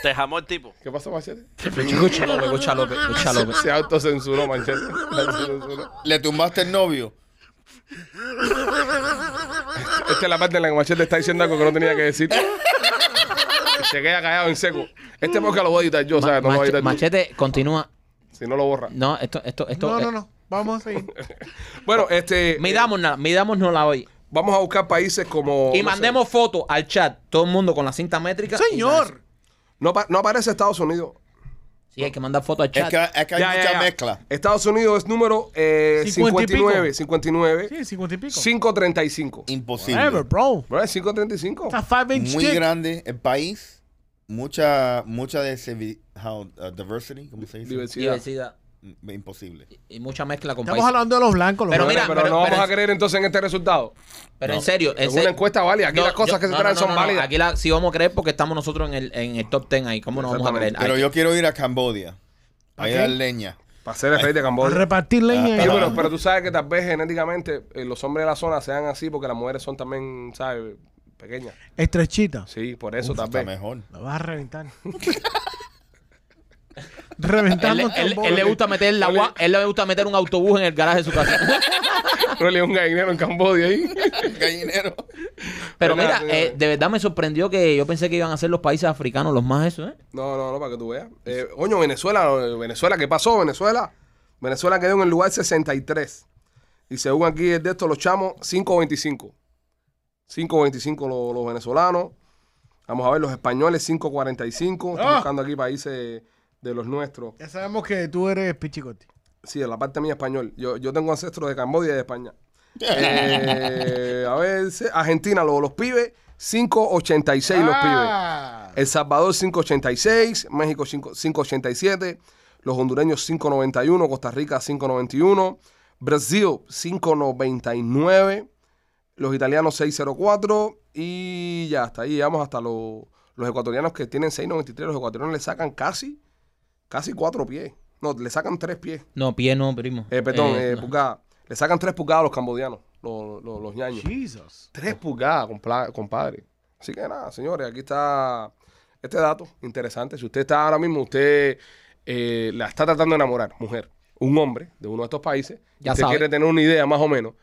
[SPEAKER 4] Te jamó el tipo.
[SPEAKER 1] ¿Qué pasó, Machete?
[SPEAKER 2] Escucha López, escucha López, escucha López.
[SPEAKER 1] Se autocensuró, Machete. Se autocensuró.
[SPEAKER 6] Le tumbaste el novio.
[SPEAKER 1] Esta es la parte en la que Machete está diciendo algo que no tenía que decir. Y Se queda callado en seco. Este porque lo voy a editar yo, ¿sabes? No lo voy a
[SPEAKER 2] Mache-
[SPEAKER 1] editar tú.
[SPEAKER 2] machete, continúa.
[SPEAKER 1] Si no lo borra.
[SPEAKER 2] No, esto, esto, esto.
[SPEAKER 3] no,
[SPEAKER 2] eh,
[SPEAKER 3] no, no, vamos a seguir.
[SPEAKER 1] Bueno, este.
[SPEAKER 2] Midámonos, midámonosla hoy.
[SPEAKER 1] eh, vamos a buscar países como.
[SPEAKER 2] y
[SPEAKER 1] Oh, no sé.
[SPEAKER 2] mandemos fotos al chat, todo el mundo con la cinta métrica. y la-
[SPEAKER 3] Señor,
[SPEAKER 1] No, pa- no aparece Estados Unidos.
[SPEAKER 2] Sí, hay que mandar fotos al
[SPEAKER 6] Es
[SPEAKER 2] chat.
[SPEAKER 6] que, es que hay
[SPEAKER 1] Ya, ya,
[SPEAKER 6] mucha
[SPEAKER 1] ya.
[SPEAKER 6] mezcla.
[SPEAKER 1] Estados Unidos es número eh,
[SPEAKER 3] Cincuenta y
[SPEAKER 1] 59,
[SPEAKER 3] pico.
[SPEAKER 1] 59,
[SPEAKER 3] sí, 50 y pico.
[SPEAKER 1] 535.
[SPEAKER 6] Imposible.
[SPEAKER 3] Whatever, bro.
[SPEAKER 1] Bro, es 535.
[SPEAKER 2] Ah,
[SPEAKER 3] Está five inch
[SPEAKER 6] Muy
[SPEAKER 3] dick.
[SPEAKER 6] grande el país. Mucha, mucha de ese- how, uh, diversity, ¿cómo se dice?
[SPEAKER 1] Diversidad.
[SPEAKER 2] Diversidad.
[SPEAKER 6] Mm, Imposible.
[SPEAKER 2] Y mucha mezcla con
[SPEAKER 3] Estamos
[SPEAKER 2] países.
[SPEAKER 3] hablando de los blancos. Los
[SPEAKER 2] Pero
[SPEAKER 3] blancos.
[SPEAKER 1] Bueno,
[SPEAKER 2] mira,
[SPEAKER 1] pero,
[SPEAKER 2] pero-
[SPEAKER 1] no
[SPEAKER 2] pero
[SPEAKER 1] vamos a
[SPEAKER 2] es-
[SPEAKER 1] creer entonces en este resultado.
[SPEAKER 2] Pero en serio, en
[SPEAKER 1] Es una
[SPEAKER 2] serio.
[SPEAKER 1] encuesta válida. Aquí
[SPEAKER 2] No,
[SPEAKER 1] las cosas
[SPEAKER 2] yo-
[SPEAKER 1] que se
[SPEAKER 2] no,
[SPEAKER 1] traen
[SPEAKER 2] no, no,
[SPEAKER 1] son
[SPEAKER 2] no,
[SPEAKER 1] válidas.
[SPEAKER 2] Aquí la, sí vamos a creer porque estamos nosotros en el, en el top 10 ahí. ¿Cómo no vamos a creer?
[SPEAKER 1] Exactamente.
[SPEAKER 6] Pero
[SPEAKER 2] Hay-
[SPEAKER 6] yo quiero ir a Cambodia.
[SPEAKER 3] ¿A
[SPEAKER 6] Ahí
[SPEAKER 3] qué?
[SPEAKER 6] hay leña.
[SPEAKER 1] Para ser el rey de
[SPEAKER 3] A
[SPEAKER 1] Camboya.
[SPEAKER 3] repartir leña.
[SPEAKER 1] Sí,
[SPEAKER 3] y-
[SPEAKER 1] Ah, pero, pero tú sabes que tal vez genéticamente eh, los hombres de la zona sean así porque las mujeres son también, ¿sabes? Pequeñas.
[SPEAKER 3] Estrechita.
[SPEAKER 1] Sí, por eso
[SPEAKER 6] Uf,
[SPEAKER 1] tal
[SPEAKER 6] está
[SPEAKER 1] vez.
[SPEAKER 6] mejor.
[SPEAKER 3] La vas a reventar.
[SPEAKER 2] él,
[SPEAKER 3] Reventando
[SPEAKER 2] él- él- él le gusta meter la gua- él le gusta meter un autobús en el garaje de su casa.
[SPEAKER 1] Pero le dio un gallinero en Camboya ahí.
[SPEAKER 6] Gallinero.
[SPEAKER 2] Pero
[SPEAKER 1] Pero nada,
[SPEAKER 2] mira, eh,
[SPEAKER 1] señores.
[SPEAKER 2] de verdad me sorprendió que yo pensé que iban a ser los países africanos los más eso, ¿eh?
[SPEAKER 1] No, no, no, para que tú veas. Eh, oño, Venezuela, eh, Venezuela, ¿qué pasó, Venezuela? Venezuela quedó en el lugar 63. Y según aquí es de estos, los chamos, 5.25. 5.25 los, los venezolanos. Vamos a ver, los españoles, 5.45. Estamos
[SPEAKER 3] Ah.
[SPEAKER 1] buscando aquí países de los nuestros.
[SPEAKER 3] Ya sabemos que tú eres pichicote.
[SPEAKER 1] Sí, de la parte mía español. Yo, yo tengo ancestros de Camboya y de España. Eh, a ver, se- Argentina, los, los pibes, 5.86 los pibes.
[SPEAKER 3] Ah.
[SPEAKER 1] El Salvador 586, México 5 587, los hondureños 591, Costa Rica 591, Brasil 599, los italianos 604 y ya hasta ahí llegamos hasta los, los ecuatorianos que tienen 693, los ecuatorianos le sacan casi, casi cuatro pies. No, le sacan tres pies.
[SPEAKER 2] No, pie no, primo.
[SPEAKER 1] Eh, perdón,
[SPEAKER 2] Eh,
[SPEAKER 1] eh,
[SPEAKER 2] no.
[SPEAKER 1] pulgadas. Le sacan tres pulgadas a los cambodianos, los, los, los ñaños.
[SPEAKER 3] Jesus.
[SPEAKER 1] Tres pulgadas, compla- compadre. Así que nada, señores, aquí está este dato interesante. Si usted está ahora mismo, usted eh, la está tratando de enamorar, mujer, un hombre de uno de estos países, y
[SPEAKER 2] Ya
[SPEAKER 1] usted
[SPEAKER 2] sabe.
[SPEAKER 1] quiere tener una idea más o menos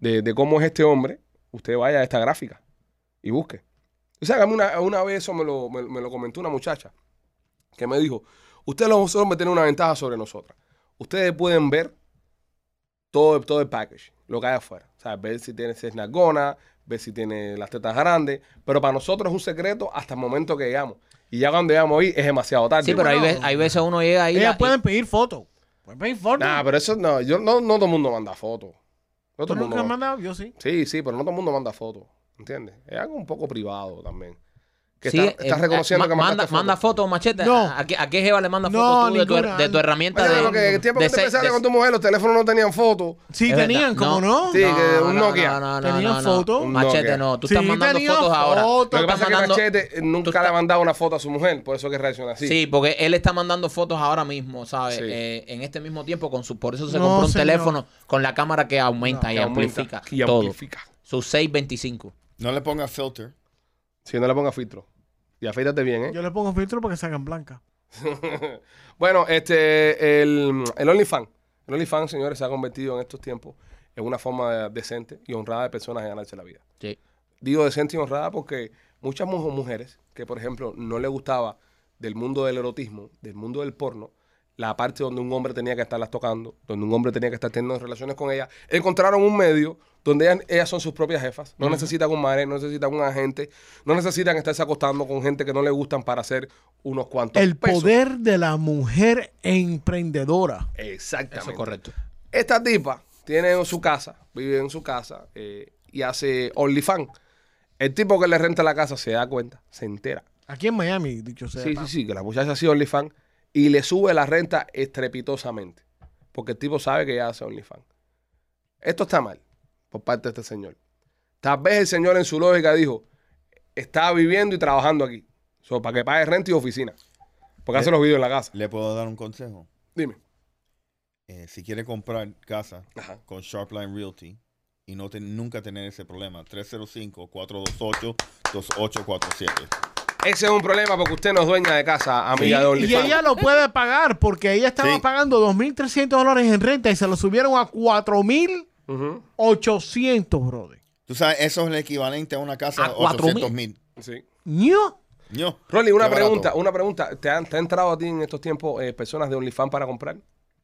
[SPEAKER 1] de, de cómo es este hombre, usted vaya a esta gráfica y busque. O sea, que a mí una, una vez eso me lo, me- me lo comentó una muchacha que me dijo, ustedes los hombres tienen una ventaja sobre nosotras. Ustedes pueden ver todo, todo el package, lo que hay afuera. O sea, ver si tiene sesnagona, ver si tiene las tetas grandes. Pero para nosotros es un secreto hasta el momento que llegamos. Y ya cuando llegamos ahí es demasiado tarde.
[SPEAKER 2] Sí, pero hay, ve- hay veces uno llega ahí.
[SPEAKER 3] Ellas
[SPEAKER 2] la-
[SPEAKER 3] pueden pedir fotos. Pueden pedir fotos.
[SPEAKER 1] Nah, pero eso no, yo no, no todo el mundo manda fotos. No todo
[SPEAKER 3] ¿Tú
[SPEAKER 1] el
[SPEAKER 3] nunca
[SPEAKER 1] mundo.
[SPEAKER 3] has
[SPEAKER 1] Manda?
[SPEAKER 3] mandado? Yo sí.
[SPEAKER 1] Sí, sí, pero no todo el mundo manda fotos. ¿Entiendes? Es algo un poco privado también. Que
[SPEAKER 8] Sí,
[SPEAKER 1] está-
[SPEAKER 8] eh,
[SPEAKER 1] estás
[SPEAKER 8] eh,
[SPEAKER 1] reconociendo
[SPEAKER 8] ma-
[SPEAKER 1] que mandaste
[SPEAKER 8] manda,
[SPEAKER 1] fotos.
[SPEAKER 8] manda fotos, machete.
[SPEAKER 3] No.
[SPEAKER 8] ¿A, qué, ¿A qué jeva le manda
[SPEAKER 3] No,
[SPEAKER 8] fotos tú de tu, her-
[SPEAKER 3] ninguna.
[SPEAKER 8] de tu herramienta
[SPEAKER 1] Bueno,
[SPEAKER 8] de,
[SPEAKER 1] porque el tiempo
[SPEAKER 8] de
[SPEAKER 1] que te
[SPEAKER 8] se-
[SPEAKER 1] empezaste
[SPEAKER 8] de-
[SPEAKER 1] con tu mujer, los teléfonos no tenían fotos.
[SPEAKER 3] Sí,
[SPEAKER 8] Es
[SPEAKER 3] tenían,
[SPEAKER 8] verdad,
[SPEAKER 3] como no.
[SPEAKER 1] Sí, que un Nokia.
[SPEAKER 8] No, no, no,
[SPEAKER 3] Tenían
[SPEAKER 8] no,
[SPEAKER 3] foto.
[SPEAKER 8] Un Machete,
[SPEAKER 1] Nokia.
[SPEAKER 8] no. Tú
[SPEAKER 3] Sí,
[SPEAKER 8] estás mandando
[SPEAKER 3] tenían
[SPEAKER 8] fotos ahora.
[SPEAKER 3] foto.
[SPEAKER 8] Tú estás
[SPEAKER 1] Lo que pasa es que
[SPEAKER 8] mandando-
[SPEAKER 1] Machete
[SPEAKER 8] tú
[SPEAKER 1] nunca
[SPEAKER 8] estás-
[SPEAKER 1] le ha mandado una foto a su mujer, por eso que reacciona así.
[SPEAKER 8] Sí. porque él está mandando fotos ahora mismo, ¿sabes?
[SPEAKER 1] Sí.
[SPEAKER 8] Eh, en este mismo tiempo, con su, por eso se
[SPEAKER 3] No,
[SPEAKER 8] compró un
[SPEAKER 3] señor.
[SPEAKER 8] teléfono con la cámara que aumenta
[SPEAKER 1] Que
[SPEAKER 8] y
[SPEAKER 1] aumenta,
[SPEAKER 8] amplifica
[SPEAKER 1] que
[SPEAKER 8] todo.
[SPEAKER 1] amplifica.
[SPEAKER 8] Su 625.
[SPEAKER 6] No le ponga filter.
[SPEAKER 1] Si no le ponga filtro. Y afeítate bien, ¿eh?
[SPEAKER 3] Yo le pongo filtro para que salgan blancas.
[SPEAKER 1] Bueno, este, el, el OnlyFans. El OnlyFans, señores, se ha convertido en estos tiempos en una forma decente y honrada de personas de ganarse la vida.
[SPEAKER 8] Sí.
[SPEAKER 1] Digo decente y honrada porque muchas mu- mujeres que, por ejemplo, no les gustaba del mundo del erotismo, del mundo del porno, la parte donde un hombre tenía que estarlas tocando, donde un hombre tenía que estar teniendo relaciones con ellas, encontraron un medio donde ellas, ellas son sus propias jefas. No necesitan un madre, no necesitan un agente, no necesitan estarse acostando con gente que no le gustan para hacer unos cuantos
[SPEAKER 3] El
[SPEAKER 1] pesos.
[SPEAKER 3] poder de la mujer emprendedora.
[SPEAKER 1] Exactamente.
[SPEAKER 8] Eso es correcto.
[SPEAKER 1] Esta tipa tiene en su casa, vive en su casa eh, y hace OnlyFans. El tipo que le renta la casa se da cuenta, se entera.
[SPEAKER 3] Aquí en Miami, dicho sea.
[SPEAKER 1] Sí,
[SPEAKER 3] pa.
[SPEAKER 1] sí, sí, que la muchacha hace OnlyFans y le sube la renta estrepitosamente. Porque el tipo sabe que ella hace OnlyFans. Esto está mal por parte de este señor. Tal vez el señor en su lógica dijo, está viviendo y trabajando aquí. So, para que pague renta y oficina. Porque hace los videos en la casa.
[SPEAKER 6] ¿Le puedo dar un consejo?
[SPEAKER 1] Dime.
[SPEAKER 6] Eh, si quiere comprar casa
[SPEAKER 1] Ajá.
[SPEAKER 6] con Sharpline Realty y no te- nunca tener ese problema, 305-428-2847.
[SPEAKER 1] Ese es un problema porque usted no es dueña de casa,
[SPEAKER 3] Y,
[SPEAKER 1] amiga de
[SPEAKER 3] y
[SPEAKER 1] OnlyFans.
[SPEAKER 3] ella lo puede pagar porque ella estaba
[SPEAKER 6] Sí.
[SPEAKER 3] pagando 2.300 dólares en renta y se lo subieron a 4.800,
[SPEAKER 1] Ujú,
[SPEAKER 3] brother.
[SPEAKER 6] Tú sabes, eso es el equivalente a una casa
[SPEAKER 8] A
[SPEAKER 6] de
[SPEAKER 8] cuatro
[SPEAKER 6] 800 mil.
[SPEAKER 1] Sí.
[SPEAKER 3] ¿Ño?
[SPEAKER 6] No.
[SPEAKER 1] Rolly, una
[SPEAKER 6] Qué barato.
[SPEAKER 1] pregunta, una pregunta. ¿Te han, te han entrado a ti en estos tiempos eh, personas de OnlyFans para comprar?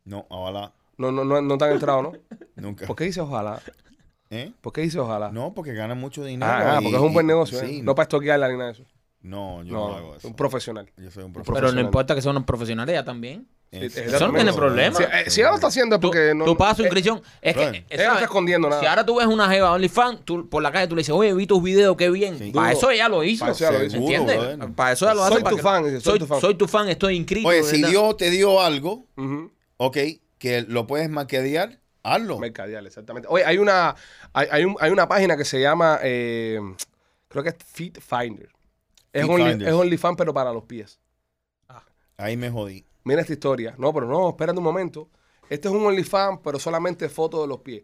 [SPEAKER 6] No, ojalá.
[SPEAKER 1] No, no, no, no te han entrado, ¿no?
[SPEAKER 6] Nunca.
[SPEAKER 1] ¿Por qué dice ojalá?
[SPEAKER 6] ¿Eh?
[SPEAKER 1] ¿Por qué dice ojalá?
[SPEAKER 6] No, porque gana mucho dinero.
[SPEAKER 1] Ah, ah,
[SPEAKER 6] y-
[SPEAKER 1] porque es un buen
[SPEAKER 6] y-
[SPEAKER 1] negocio, ¿eh?
[SPEAKER 6] sí.
[SPEAKER 1] No para estoquearla ni nada de eso.
[SPEAKER 6] No, yo no,
[SPEAKER 1] No,
[SPEAKER 6] hago eso.
[SPEAKER 1] un profesional.
[SPEAKER 6] yo soy un
[SPEAKER 8] Pero
[SPEAKER 1] Profesional.
[SPEAKER 8] no importa que sean unos profesionales ya también.
[SPEAKER 6] Eh,
[SPEAKER 1] Eso no
[SPEAKER 6] exactamente.
[SPEAKER 1] tiene
[SPEAKER 8] problema.
[SPEAKER 1] Si, eh, si ella lo está haciendo es
[SPEAKER 8] Tú,
[SPEAKER 1] porque no.
[SPEAKER 8] tú pagas su
[SPEAKER 1] eh,
[SPEAKER 8] inscripción. Es que,
[SPEAKER 6] Brian,
[SPEAKER 8] eh,
[SPEAKER 1] ella no
[SPEAKER 8] ¿sabes?
[SPEAKER 1] está escondiendo
[SPEAKER 8] Si
[SPEAKER 1] nada.
[SPEAKER 8] ahora tú ves una jeva OnlyFans, tú por la calle tú le dices, oye, vi tus videos, qué bien.
[SPEAKER 6] Sí.
[SPEAKER 8] Para
[SPEAKER 1] Duro.
[SPEAKER 8] eso ella lo hizo.
[SPEAKER 1] Para eso ya lo hizo.
[SPEAKER 6] Seguro,
[SPEAKER 8] ¿Entiendes?
[SPEAKER 6] brother.
[SPEAKER 8] Para eso ya lo hace.
[SPEAKER 1] Soy
[SPEAKER 8] para
[SPEAKER 1] tu
[SPEAKER 8] que-
[SPEAKER 1] fan, dice, soy tu fan.
[SPEAKER 8] Soy tu fan, estoy inscrito.
[SPEAKER 6] Oye, si
[SPEAKER 8] ¿verdad?
[SPEAKER 6] Dios te dio algo,
[SPEAKER 1] Ujú.
[SPEAKER 6] ok, que lo puedes maquedear, hazlo.
[SPEAKER 1] Mercadial, exactamente. Oye, hay una, hay, hay un- hay una página que se llama, eh, creo que es Fit Finder. Es
[SPEAKER 6] Fit
[SPEAKER 1] Only-
[SPEAKER 6] Finders.
[SPEAKER 1] es OnlyFans, pero para los pies.
[SPEAKER 6] Ahí me jodí.
[SPEAKER 1] Mira esta historia. No, pero no, espérate un momento. Este es un OnlyFans, pero solamente fotos de los pies.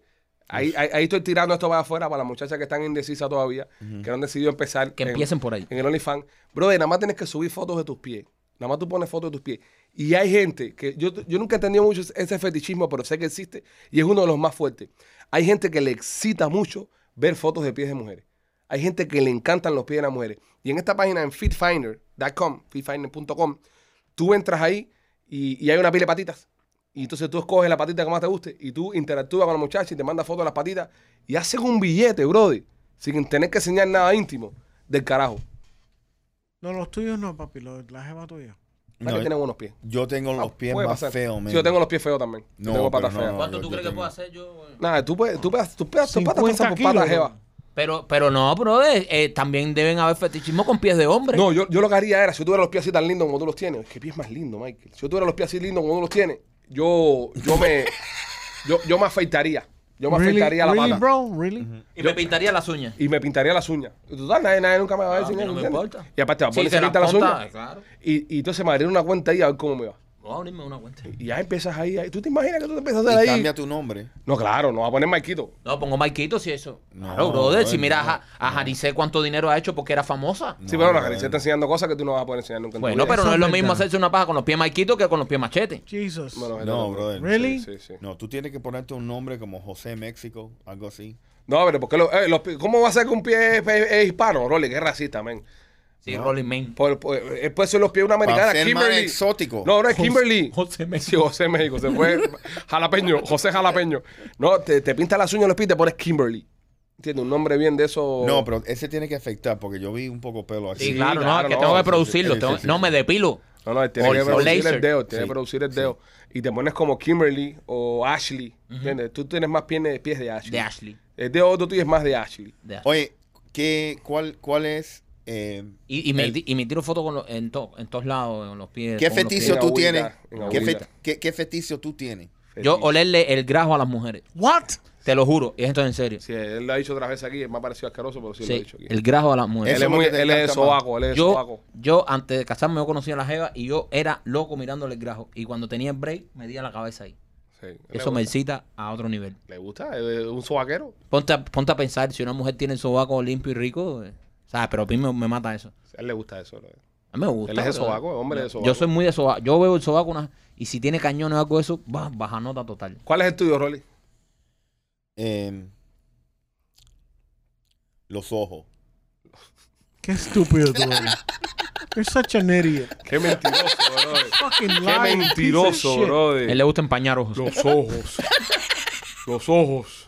[SPEAKER 1] Ahí, ahí, ahí estoy tirando esto para afuera para las muchachas que están indecisas todavía, que no han decidido empezar.
[SPEAKER 8] Que
[SPEAKER 1] en-
[SPEAKER 8] empiecen por ahí.
[SPEAKER 1] En el OnlyFans. Brother, nada más tienes que subir fotos de tus pies. Nada más tú pones fotos de tus pies. Y hay gente que yo, yo nunca he entendido mucho ese fetichismo, pero sé que existe y es uno de los más fuertes. Hay gente que le excita mucho ver fotos de pies de mujeres. Hay gente que le encantan los pies de las mujeres. Y en esta página en fitfinder.com, fitfinder.com, tú entras ahí y, y hay una pila de patitas. Y entonces tú escoges la patita que más te guste y tú interactúas con la muchacha y te manda fotos de las patitas y hacen un billete, brother, sin tener que enseñar nada íntimo del carajo.
[SPEAKER 3] No, los tuyos no, papi, los, la jeva tuya.
[SPEAKER 1] No,
[SPEAKER 6] No,
[SPEAKER 1] que tiene buenos pies.
[SPEAKER 6] Yo tengo los
[SPEAKER 1] Ah,
[SPEAKER 6] pies
[SPEAKER 1] puede
[SPEAKER 6] más
[SPEAKER 1] pasar.
[SPEAKER 6] feos,
[SPEAKER 1] Sí,
[SPEAKER 6] man.
[SPEAKER 1] yo tengo los pies feos también.
[SPEAKER 6] No,
[SPEAKER 1] No, tengo patas
[SPEAKER 6] pero no,
[SPEAKER 1] feas.
[SPEAKER 6] no.
[SPEAKER 8] ¿Cuánto
[SPEAKER 6] yo
[SPEAKER 8] tú crees que
[SPEAKER 6] tengo-
[SPEAKER 8] puedo hacer yo?
[SPEAKER 1] Nada, tú puedes, tú pegas, tú pegas, tus patas
[SPEAKER 3] 50
[SPEAKER 1] pasan por patas,
[SPEAKER 3] kilos,
[SPEAKER 1] Jeva.
[SPEAKER 3] bro.
[SPEAKER 8] Pero, pero no, brother, eh, también deben haber fetichismo con pies de hombre.
[SPEAKER 1] No, yo, yo lo que haría era, si yo tuviera los pies así tan lindos como tú los tienes, qué pies más lindo, Michael. Si yo tuviera los pies así lindos como tú los tienes, yo, yo me, yo, yo me afeitaría. Yo me
[SPEAKER 3] Really,
[SPEAKER 1] afeitaría la
[SPEAKER 3] really,
[SPEAKER 1] pata.
[SPEAKER 3] bro, really.
[SPEAKER 8] y me pintaría las uñas.
[SPEAKER 1] Y me pintaría las uñas. Y Total, nadie, nadie nunca me va a
[SPEAKER 8] Ah,
[SPEAKER 1] decir
[SPEAKER 8] a mí no
[SPEAKER 1] nada,
[SPEAKER 8] me
[SPEAKER 1] ¿entiendes?
[SPEAKER 8] importa.
[SPEAKER 1] Y aparte, va a
[SPEAKER 8] Sí,
[SPEAKER 1] ponerse
[SPEAKER 8] se
[SPEAKER 1] a
[SPEAKER 8] las
[SPEAKER 1] pintar las
[SPEAKER 8] ponta,
[SPEAKER 1] uñas.
[SPEAKER 8] claro.
[SPEAKER 1] Y, y entonces me abriré una cuenta ahí a ver cómo me va.
[SPEAKER 8] Voy a abrirme una cuenta.
[SPEAKER 1] Y ya empiezas ahí, ahí. ¿Tú te imaginas que tú te empiezas a
[SPEAKER 6] Y
[SPEAKER 1] hacer ahí?
[SPEAKER 6] cambia tu nombre.
[SPEAKER 1] No, claro, no va a poner Maikito.
[SPEAKER 8] No, pongo Maikito si eso.
[SPEAKER 6] No,
[SPEAKER 8] claro, brother, si
[SPEAKER 6] brother,
[SPEAKER 8] miras
[SPEAKER 6] no,
[SPEAKER 8] a, a Jarice cuánto dinero ha hecho porque era famosa.
[SPEAKER 1] sí,
[SPEAKER 6] No,
[SPEAKER 1] pero la
[SPEAKER 6] brother.
[SPEAKER 1] Janice está enseñando cosas que tú no vas a poder enseñar nunca. en tu
[SPEAKER 8] Bueno,
[SPEAKER 1] vida.
[SPEAKER 8] pero
[SPEAKER 3] Eso
[SPEAKER 8] no
[SPEAKER 3] es
[SPEAKER 8] es lo
[SPEAKER 3] verdad.
[SPEAKER 8] mismo hacerse una paja con los pies Maikito que con los pies machete.
[SPEAKER 3] Jesus.
[SPEAKER 1] Bueno, gente,
[SPEAKER 6] No, brother.
[SPEAKER 3] Really?
[SPEAKER 1] Sí, sí, sí.
[SPEAKER 6] No, tú tienes que ponerte un nombre como José México, algo así.
[SPEAKER 1] No, pero ¿por qué lo- eh, los pi- ¿cómo va a ser que un pie es, es- es hispano, Rolly? Que es racista, men.
[SPEAKER 8] Sí, Rolling Man.
[SPEAKER 1] Por, por- eh, puede ser los pies de una americana.
[SPEAKER 6] Para ser más
[SPEAKER 1] Kimberly.
[SPEAKER 6] exótico.
[SPEAKER 1] No, no, es Kimberly.
[SPEAKER 8] José México.
[SPEAKER 1] Sí, José México. Se fue jalapeño, José Jalapeño. No, te, te pintas las uñas de los pies y te pones Kimberly. ¿Entiendes? Un nombre bien de eso.
[SPEAKER 6] No, pero ese tiene que afectar porque yo vi un poco pelo
[SPEAKER 8] Sí,
[SPEAKER 6] aquí.
[SPEAKER 8] claro, no, es
[SPEAKER 1] claro,
[SPEAKER 8] que
[SPEAKER 1] no,
[SPEAKER 8] tengo
[SPEAKER 1] sí,
[SPEAKER 8] que
[SPEAKER 1] sí,
[SPEAKER 8] producirlo.
[SPEAKER 6] sí,
[SPEAKER 8] tengo-
[SPEAKER 6] sí, sí.
[SPEAKER 8] No, me depilo.
[SPEAKER 1] No, no, tiene
[SPEAKER 8] O-
[SPEAKER 1] que
[SPEAKER 8] o
[SPEAKER 1] producir el
[SPEAKER 8] laser.
[SPEAKER 1] dedo, tiene
[SPEAKER 6] Sí,
[SPEAKER 1] que producir el dedo. Y te pones como Kimberly o Ashley. ¿Entiendes? Tú tienes más pies, pies de Ashley.
[SPEAKER 8] De Ashley.
[SPEAKER 1] El dedo otro tuyo es más de Ashley.
[SPEAKER 8] De Ashley.
[SPEAKER 6] Oye, ¿Qué, cuál, ¿Cuál es? eh,
[SPEAKER 2] Y, y me,
[SPEAKER 6] El-
[SPEAKER 2] ti- y me tiro fotos con los- en, to- en todos lados, con los pies.
[SPEAKER 6] ¿Qué
[SPEAKER 2] con los
[SPEAKER 6] feticio
[SPEAKER 2] pies.
[SPEAKER 6] tú
[SPEAKER 1] agüita,
[SPEAKER 6] tienes?
[SPEAKER 1] en
[SPEAKER 6] ¿Qué,
[SPEAKER 1] agüita.
[SPEAKER 6] fe- qué- qué feticio tú tienes?
[SPEAKER 2] Yo
[SPEAKER 1] Feliz.
[SPEAKER 2] olerle el grajo a las mujeres.
[SPEAKER 3] What?
[SPEAKER 2] Te lo juro. Y esto es en serio.
[SPEAKER 1] Sí, él lo ha dicho otras veces aquí, me ha parecido asqueroso, pero sí, lo ha
[SPEAKER 2] Sí,
[SPEAKER 1] dicho aquí.
[SPEAKER 2] el grajo a las mujeres.
[SPEAKER 1] él
[SPEAKER 6] Eso
[SPEAKER 1] es,
[SPEAKER 6] es lo
[SPEAKER 1] muy,
[SPEAKER 6] que te
[SPEAKER 1] él es
[SPEAKER 6] encanta
[SPEAKER 1] sobaco, él es
[SPEAKER 2] Yo,
[SPEAKER 1] sobaco.
[SPEAKER 2] yo antes de casarme yo conocía a la jeva y yo era loco mirándole el grajo. Y cuando tenía el break, me di a la cabeza ahí.
[SPEAKER 1] Sí, él le
[SPEAKER 2] Eso me
[SPEAKER 1] gusta.
[SPEAKER 2] excita a otro nivel.
[SPEAKER 1] ¿Le gusta? ¿Es un sobaquero?
[SPEAKER 2] Ponte a, ponte a pensar, si una mujer tiene el sobaco limpio y rico, eh, ¿sabes? Pero a mí me, me mata eso.
[SPEAKER 1] A él le gusta eso. ¿no?
[SPEAKER 2] A mí me gusta.
[SPEAKER 1] Él es de
[SPEAKER 2] bro.
[SPEAKER 1] sobaco, es hombre de
[SPEAKER 2] Yo-
[SPEAKER 1] sobaco.
[SPEAKER 2] Yo soy muy de sobaco. Yo veo el sobaco una- y si tiene cañones o algo de eso, bah, baja nota total.
[SPEAKER 1] ¿Cuál es el tuyo, Rolly?
[SPEAKER 6] Eh, los ojos.
[SPEAKER 3] Qué estúpido tú eres. You're such an idiot.
[SPEAKER 1] Qué mentiroso, bro.
[SPEAKER 3] Fucking
[SPEAKER 1] Qué
[SPEAKER 3] lying piece of
[SPEAKER 1] mentiroso,
[SPEAKER 3] shit.
[SPEAKER 1] bro.
[SPEAKER 2] A él le gusta empañar ojos.
[SPEAKER 1] Los ojos. Los ojos.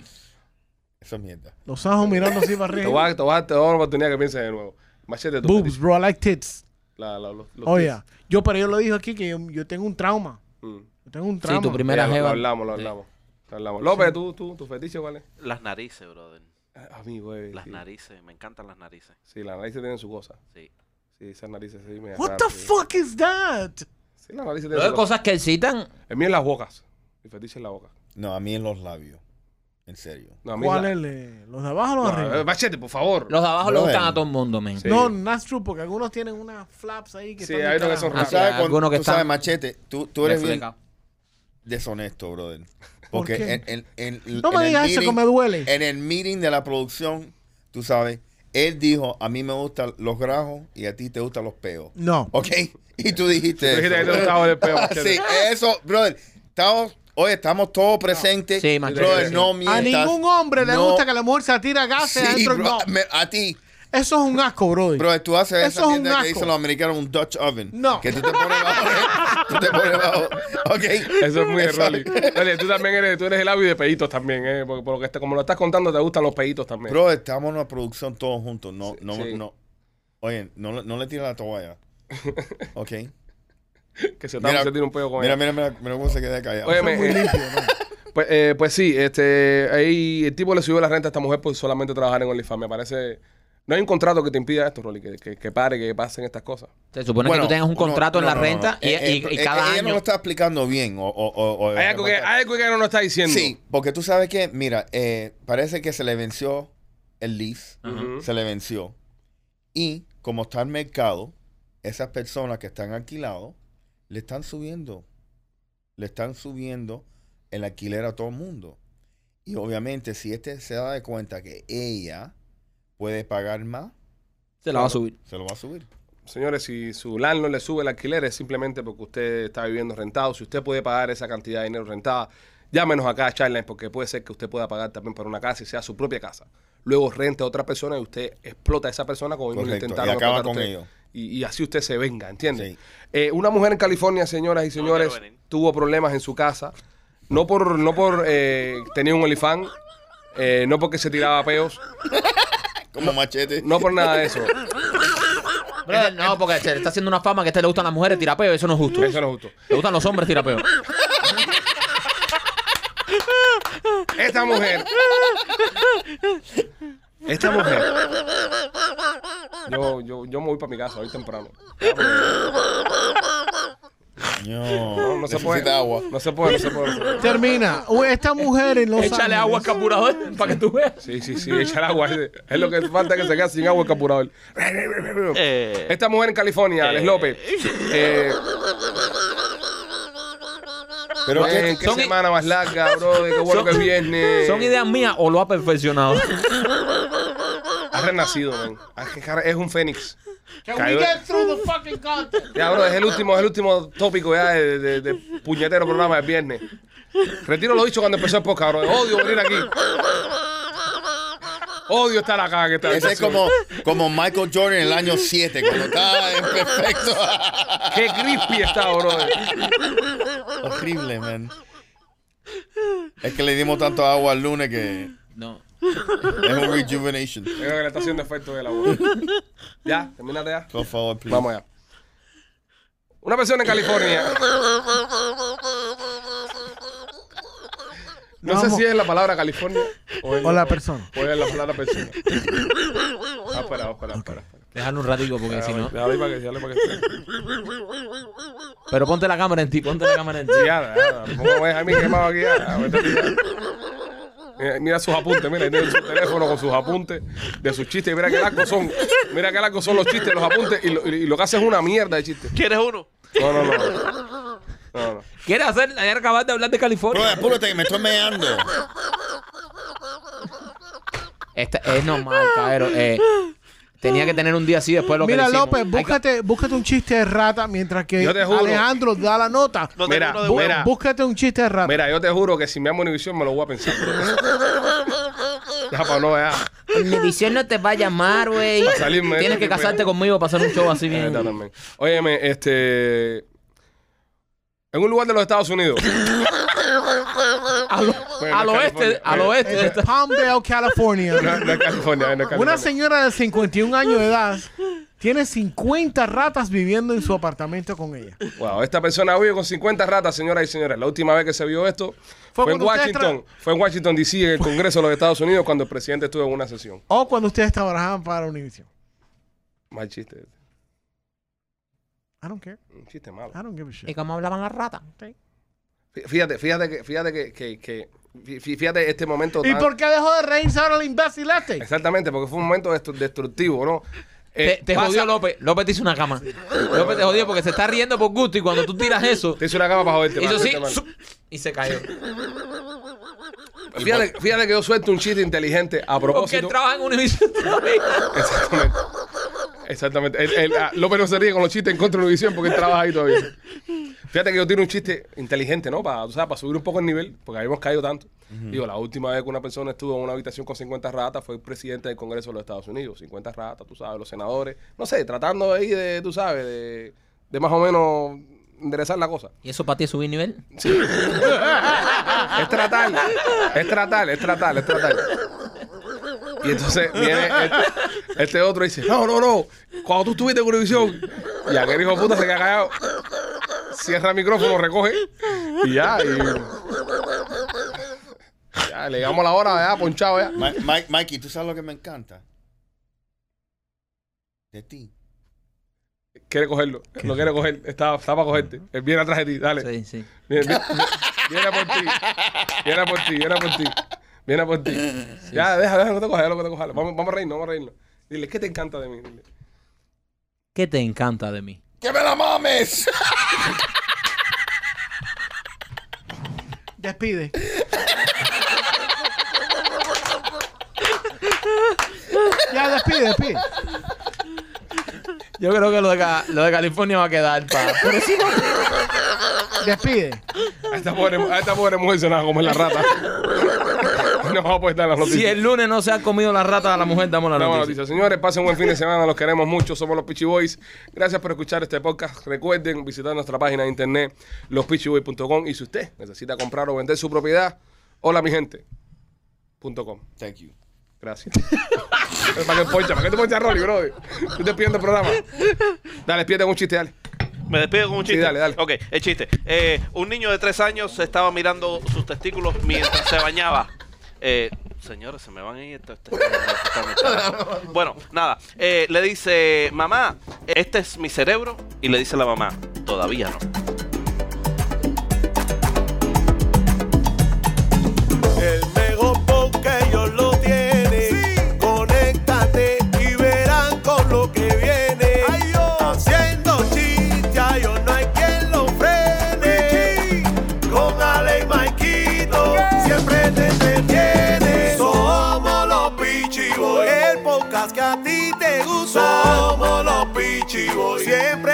[SPEAKER 6] Esa mierda.
[SPEAKER 3] Los ojos mirando así para
[SPEAKER 1] Te
[SPEAKER 3] arriba.
[SPEAKER 1] voy a te voy a dar te voy a dar una oportunidad que pienses de nuevo. Machete tu
[SPEAKER 3] Boobs,
[SPEAKER 1] fetiche.
[SPEAKER 3] bro. I like tits.
[SPEAKER 1] La- la- los- los
[SPEAKER 3] Oh,
[SPEAKER 1] pies.
[SPEAKER 3] yeah. Yo, pero yo lo dije aquí que yo, yo tengo un trauma.
[SPEAKER 1] Mm.
[SPEAKER 3] Yo tengo un
[SPEAKER 2] Sí,
[SPEAKER 3] trauma.
[SPEAKER 2] tu primera
[SPEAKER 1] Ya, lo-
[SPEAKER 2] jeva.
[SPEAKER 1] Lo hablamos, lo hablamos. Lo hablamos. López, ¿tú, tú, ¿tu fetiche cuál es?
[SPEAKER 4] Las narices, brother.
[SPEAKER 1] A mí, güey.
[SPEAKER 4] Las
[SPEAKER 1] sí.
[SPEAKER 4] narices. Me encantan las narices.
[SPEAKER 1] Sí, las narices tienen su cosa.
[SPEAKER 4] Sí.
[SPEAKER 1] Sí, esas narices sí me
[SPEAKER 3] What
[SPEAKER 1] agarran,
[SPEAKER 3] the
[SPEAKER 1] sí.
[SPEAKER 3] fuck is that?
[SPEAKER 1] Sí, las narices
[SPEAKER 2] Pero
[SPEAKER 1] tienen
[SPEAKER 2] hay
[SPEAKER 1] su cosa.
[SPEAKER 2] cosas que excitan.
[SPEAKER 1] El mío es las bocas. Mi fetiche es la boca.
[SPEAKER 6] No, a mí en los labios. En serio.
[SPEAKER 1] No, a mí
[SPEAKER 3] ¿Cuál
[SPEAKER 1] la-
[SPEAKER 3] es? le- ¿Los de abajo o
[SPEAKER 1] No,
[SPEAKER 3] los de
[SPEAKER 1] eh,
[SPEAKER 3] arriba?
[SPEAKER 1] machete, por favor.
[SPEAKER 2] Los de abajo le
[SPEAKER 6] Brother.
[SPEAKER 2] gustan a todo el mundo, men.
[SPEAKER 1] Sí.
[SPEAKER 3] No, that's true, porque algunos tienen unas flaps ahí que
[SPEAKER 1] Sí,
[SPEAKER 3] están
[SPEAKER 1] hay
[SPEAKER 3] de
[SPEAKER 1] unos que son
[SPEAKER 3] carajo.
[SPEAKER 1] raros.
[SPEAKER 6] Tú sabes,
[SPEAKER 2] Ah,
[SPEAKER 6] cuando-
[SPEAKER 2] alguno que
[SPEAKER 6] tú
[SPEAKER 2] está-
[SPEAKER 6] sabes, machete, tú, tú
[SPEAKER 2] Le
[SPEAKER 6] eres bien
[SPEAKER 2] fleca.
[SPEAKER 6] deshonesto, brother. Porque
[SPEAKER 3] ¿Por qué?
[SPEAKER 6] En, en- en-
[SPEAKER 3] No
[SPEAKER 6] en
[SPEAKER 3] me
[SPEAKER 6] el
[SPEAKER 3] digas eso que
[SPEAKER 6] meeting-
[SPEAKER 3] me duele.
[SPEAKER 6] En el meeting de la producción, tú sabes, él dijo, a mí me gustan los grajos y a ti te gustan los peos.
[SPEAKER 3] No.
[SPEAKER 6] ¿Ok? Y tú dijiste
[SPEAKER 1] Tú
[SPEAKER 6] eso.
[SPEAKER 1] dijiste que tú estabas del peo, machete.
[SPEAKER 6] sí, eso, brother. Estamos, oye, estamos todos presentes.
[SPEAKER 2] Sí, machete,
[SPEAKER 6] brother,
[SPEAKER 2] sí.
[SPEAKER 6] no
[SPEAKER 3] A
[SPEAKER 6] mientas.
[SPEAKER 3] ningún hombre le
[SPEAKER 6] No.
[SPEAKER 3] gusta que la mujer se tira gases
[SPEAKER 6] Sí,
[SPEAKER 3] adentro.
[SPEAKER 6] bro,
[SPEAKER 3] no.
[SPEAKER 6] me- a ti.
[SPEAKER 3] Eso es un asco, brother.
[SPEAKER 6] Bro, tú haces
[SPEAKER 3] Eso es
[SPEAKER 6] esa
[SPEAKER 3] un
[SPEAKER 6] mierda
[SPEAKER 3] asco.
[SPEAKER 6] que dicen los americanos, un Dutch oven.
[SPEAKER 3] No.
[SPEAKER 6] Que tú te pones bajo. ¿eh? tú te pones bajo. Ok.
[SPEAKER 1] Eso es muy de Rolly. Rolly, tú también eres, tú eres el labio de peitos también, ¿eh? Porque, porque este- como lo estás contando, te gustan los peitos también.
[SPEAKER 6] Bro, estamos en una producción todos juntos. No, no,
[SPEAKER 1] sí.
[SPEAKER 6] no. Oye, no, le- no le tires la toalla. Ok.
[SPEAKER 1] que se está se tira un peo con
[SPEAKER 6] mira,
[SPEAKER 1] él.
[SPEAKER 6] mira, mira, mira cómo se queda callado.
[SPEAKER 1] Óyeme, eh, pues, eh, pues sí, este, ahí el tipo le subió la renta a esta mujer por solamente trabajar en OnlyFans. Me parece. No hay un contrato que te impida esto, Rolly, que, que, que pare, que pasen estas cosas.
[SPEAKER 2] Se supone que tú tengas un
[SPEAKER 6] uno-
[SPEAKER 2] contrato
[SPEAKER 6] no,
[SPEAKER 2] en la
[SPEAKER 6] no, no,
[SPEAKER 2] renta
[SPEAKER 6] no.
[SPEAKER 2] y,
[SPEAKER 6] Eh,
[SPEAKER 2] y-
[SPEAKER 6] eh,
[SPEAKER 2] y
[SPEAKER 6] eh,
[SPEAKER 2] cada
[SPEAKER 6] ella no
[SPEAKER 2] año.
[SPEAKER 6] lo está explicando bien. O, o, o, o-
[SPEAKER 1] Hay algo, que, hay algo que no nos está diciendo.
[SPEAKER 6] Sí, porque tú sabes que, mira, eh, parece que se le venció el lease.
[SPEAKER 1] Ujú.
[SPEAKER 6] se le venció. Y como está el mercado, esas personas que están alquilados le están subiendo. Le están subiendo el alquiler a todo el mundo. Y obviamente, si este se da de cuenta que ella puede pagar más,
[SPEAKER 2] Se la va a subir.
[SPEAKER 6] se lo va a subir.
[SPEAKER 1] Señores, si su landlord le sube el alquiler es simplemente porque usted está viviendo rentado. Si usted puede pagar esa cantidad de dinero rentada, llámenos acá a Charline porque puede ser que usted pueda pagar también para una casa y sea su propia casa. Luego renta a otra persona y usted explota a esa persona como mismo lo
[SPEAKER 6] Correcto,
[SPEAKER 1] intentaron
[SPEAKER 6] y acaba
[SPEAKER 1] explotar a
[SPEAKER 6] con
[SPEAKER 1] usted.
[SPEAKER 6] ellos.
[SPEAKER 1] Y, y así usted se venga, ¿entiende?
[SPEAKER 6] Sí.
[SPEAKER 1] Eh, una mujer en California, señoras y señores,
[SPEAKER 4] quiero venir.
[SPEAKER 1] tuvo problemas en su casa. No por, no por eh, tenía un olifán, eh, no porque se tiraba peos,
[SPEAKER 6] Como machete.
[SPEAKER 1] no por nada de eso.
[SPEAKER 2] Brother, no, porque se le está haciendo una fama que a este le gustan las mujeres tirapeo, eso no es justo.
[SPEAKER 1] Eso no es justo.
[SPEAKER 2] Le gustan los hombres tirapeo.
[SPEAKER 1] Esta mujer. Esta mujer. Yo, yo, yo me voy para mi casa hoy temprano. Ah, pues,
[SPEAKER 6] No,
[SPEAKER 1] No, no se
[SPEAKER 6] necesita
[SPEAKER 1] puede.
[SPEAKER 6] agua.
[SPEAKER 1] No se puede, no se puede.
[SPEAKER 3] Termina. Uy, Esta mujer en Los
[SPEAKER 2] Échale
[SPEAKER 3] Ángeles-
[SPEAKER 2] agua al capurador para que tú veas.
[SPEAKER 1] Sí, sí, sí, echar agua. Es lo que falta que se quede sin agua el capurador.
[SPEAKER 4] Eh,
[SPEAKER 1] Esta mujer en California, Alex López. eh,
[SPEAKER 6] Pero
[SPEAKER 1] eh,
[SPEAKER 6] que,
[SPEAKER 1] qué
[SPEAKER 2] son-
[SPEAKER 1] semana más larga, bro. Qué bueno que es viernes.
[SPEAKER 2] ¿Son ideas mías o lo ha perfeccionado?
[SPEAKER 1] Has renacido, man. Has- Es un fénix.
[SPEAKER 3] Can we
[SPEAKER 1] Cayó-
[SPEAKER 3] get through the fucking content?
[SPEAKER 1] Ya, bro, es el último, es el último tópico ya de, de- de puñetero programa del viernes. Retiro lo dicho cuando empezó el podcast, bro. Odio venir aquí. Odio estar acá. Que está,
[SPEAKER 6] ese es como, como Michael Jordan en el año 7, cuando estaba en perfecto.
[SPEAKER 1] Qué crispy está, bro.
[SPEAKER 6] Horrible, man. Es que le dimos tanto agua al lunes que
[SPEAKER 2] No.
[SPEAKER 6] es un rejuvenation.
[SPEAKER 1] Creo que le está haciendo efecto de la voz. Ya, termínate ya.
[SPEAKER 6] Por favor, please.
[SPEAKER 1] Vamos allá. Una persona en California. No sé
[SPEAKER 3] Vamos.
[SPEAKER 1] si es la palabra California. O es-
[SPEAKER 3] O la persona.
[SPEAKER 1] O es la plata persona. Ah, espera, espera, espera.
[SPEAKER 2] Déjalo un ratico porque si no.
[SPEAKER 1] Déjale para que, déjale para que esté.
[SPEAKER 2] Pero ponte la cámara en ti, ponte la cámara en ti.
[SPEAKER 1] Ya, ya, ya. ¿Cómo ves a mí quemado aquí? Ya, vete a tirar. Mira, mira sus apuntes, mira, tiene su teléfono con sus apuntes de sus chistes. Mira qué largos son. Mira qué largos son los chistes, los apuntes. Y lo, y lo que hace es una mierda de chistes.
[SPEAKER 4] ¿Quieres uno?
[SPEAKER 1] No, no, no. No, no. no.
[SPEAKER 2] ¿Quieres hacer? Ayer acabaste de hablar de
[SPEAKER 6] Bro,
[SPEAKER 2] California.
[SPEAKER 6] apúrate que me estoy meando.
[SPEAKER 2] Esta, es normal, cabrero. eh, tenía que tener un día así después de lo que
[SPEAKER 3] Mira,
[SPEAKER 2] le hicimos.
[SPEAKER 3] López,
[SPEAKER 2] Hay que-
[SPEAKER 3] búscate, búscate un chiste de rata mientras que
[SPEAKER 1] Yo te juro.
[SPEAKER 3] Alejandro da la nota.
[SPEAKER 4] No,
[SPEAKER 1] Mira,
[SPEAKER 4] tengo uno de
[SPEAKER 3] Bú-
[SPEAKER 1] bu- mira.
[SPEAKER 3] Búscate un chiste de rata.
[SPEAKER 1] Mira, yo te juro que si me amo Univisión me lo voy a pensar. Ya, para no, ya.
[SPEAKER 2] Univision no te va a llamar, güey.
[SPEAKER 1] Para salirme de
[SPEAKER 2] Tienes
[SPEAKER 1] este
[SPEAKER 2] que
[SPEAKER 1] tipo de-
[SPEAKER 2] casarte conmigo para hacer un show así
[SPEAKER 1] Eh,
[SPEAKER 2] bien.
[SPEAKER 1] está también. Óyeme, este. En un lugar de los Estados Unidos.
[SPEAKER 2] Al,
[SPEAKER 1] Bueno,
[SPEAKER 2] al oeste,
[SPEAKER 1] California.
[SPEAKER 2] al oeste. de
[SPEAKER 3] Eh,
[SPEAKER 2] esta-
[SPEAKER 3] Palmdale, California.
[SPEAKER 1] No, no es California, no es California.
[SPEAKER 3] Una señora de 51 años de edad tiene 50 ratas viviendo en su apartamento con ella.
[SPEAKER 1] Wow, esta persona vive con 50 ratas, señoras y señores. La última vez que se vio esto fue, en
[SPEAKER 3] cuando ustedes
[SPEAKER 1] Washington. Fue en Washington, D.C., en el Congreso de los Estados Unidos, cuando el presidente estuvo en una sesión.
[SPEAKER 3] O cuando ustedes trabajaban para Univision.
[SPEAKER 1] Mal chiste.
[SPEAKER 3] I don't care.
[SPEAKER 1] Un chiste malo.
[SPEAKER 3] I don't give a
[SPEAKER 2] ¿Y
[SPEAKER 3] shit.
[SPEAKER 2] cómo hablaban las ratas?
[SPEAKER 1] Fí- Fíjate, fíjate que, fíjate que, que- que- fí- fíjate este momento.
[SPEAKER 3] ¿Y
[SPEAKER 1] tan-
[SPEAKER 3] por qué dejó de reírse ahora el imbécil este?
[SPEAKER 1] Exactamente, porque fue un momento destru- destructivo, ¿no? Eh,
[SPEAKER 2] Te, te
[SPEAKER 1] pasa-
[SPEAKER 2] jodió López. López te hizo una cama. López te jodió porque se está riendo por gusto y cuando tú tiras eso,
[SPEAKER 1] Te hizo una cama para joderte.
[SPEAKER 2] hizo
[SPEAKER 1] para
[SPEAKER 2] así
[SPEAKER 1] joderte mal.
[SPEAKER 2] ¡zup! y se cayó.
[SPEAKER 1] Fíjate, fíjate que yo suelto un chiste inteligente a
[SPEAKER 2] Porque él
[SPEAKER 1] propósito.
[SPEAKER 2] trabaja en Univision todavía.
[SPEAKER 1] Exactamente. Exactamente. El, el- ah, López no se ríe con los chistes en contra de Univisión porque él trabaja ahí todavía. Fíjate que yo tiro un chiste inteligente, ¿no? Para, tú sabes, para subir un poco el nivel, porque habíamos caído tanto. Digo, la última vez que una persona estuvo en una habitación con 50 ratas fue el presidente del Congreso de los Estados Unidos. 50 ratas, tú sabes, los senadores. No sé, tratando ahí de, tú sabes, de, de más o menos enderezar la cosa.
[SPEAKER 2] ¿Y eso para ti es subir nivel?
[SPEAKER 1] Es tratar, es tratar, es tratar, es tratar. Y entonces viene este, este otro y dice, no, no, no, cuando tú estuviste en Univisión. Y aquel hijo de puta se queda callado, cierra el micrófono, recoge y ya. Y, ya, le llegamos la hora, ya, ponchado ya.
[SPEAKER 6] Ma- Mike- Mikey, ¿tú sabes lo que me encanta? De ti.
[SPEAKER 1] Quiere cogerlo, lo quiere coger, está, está para cogerte. Él viene atrás de ti, dale.
[SPEAKER 2] Sí, sí.
[SPEAKER 1] Viene, viene- viene por ti. Viene por ti, viene por ti. Viene por ti. ya, deja, deja, no te cojas, no te cojas. Vamos, vamos a reírnos, vamos a reírnos. Dile, ¿qué te encanta de mí? Dile.
[SPEAKER 2] ¿Qué te encanta de mí?
[SPEAKER 6] ¡Que me la mames!
[SPEAKER 3] Despide. ya, despide, despide.
[SPEAKER 2] Yo creo que lo de, Ca- lo de California va a quedar para...
[SPEAKER 3] Despide.
[SPEAKER 1] A esta pobre, a esta pobre mujer se nos va a comer la rata. no vamos a estar en las noticias.
[SPEAKER 2] Si el lunes no se ha comido la rata a la mujer, damos la
[SPEAKER 1] Damos
[SPEAKER 2] noticia.
[SPEAKER 1] noticias. Señores, pasen buen fin de semana, los queremos mucho, somos los Pitchy Boys. Gracias por escuchar este podcast. Recuerden visitar nuestra página de internet, lospitchyboys.com. Y si usted necesita comprar o vender su propiedad, hola mi gente, punto com.
[SPEAKER 6] Thank you.
[SPEAKER 1] Gracias. ¿Para qué poncha? ¿Para qué te poncha Rolly, bro? Tú te pierdes el programa. Dale, pierden un chiste, dale.
[SPEAKER 4] Me despido con un
[SPEAKER 1] Sí,
[SPEAKER 4] chiste.
[SPEAKER 1] dale, dale.
[SPEAKER 4] Ok, el chiste. Eh, un niño de tres años se estaba mirando sus testículos mientras se bañaba. Eh, señores, se me van a ir estos testículos, están de carajo. Bueno, nada. Eh, le dice, mamá, este es mi cerebro. Y le dice la mamá, todavía no.
[SPEAKER 7] El mejor podcast ellos lo tienen. Conéctate y verán con lo que viene. Haciendo chistes, a ellos no hay quien lo frene. Con Ale y Maikito siempre te entretiene. Somos los Pichiboy, el podcast que a ti te gusta. Somos los Pichiboy, siempre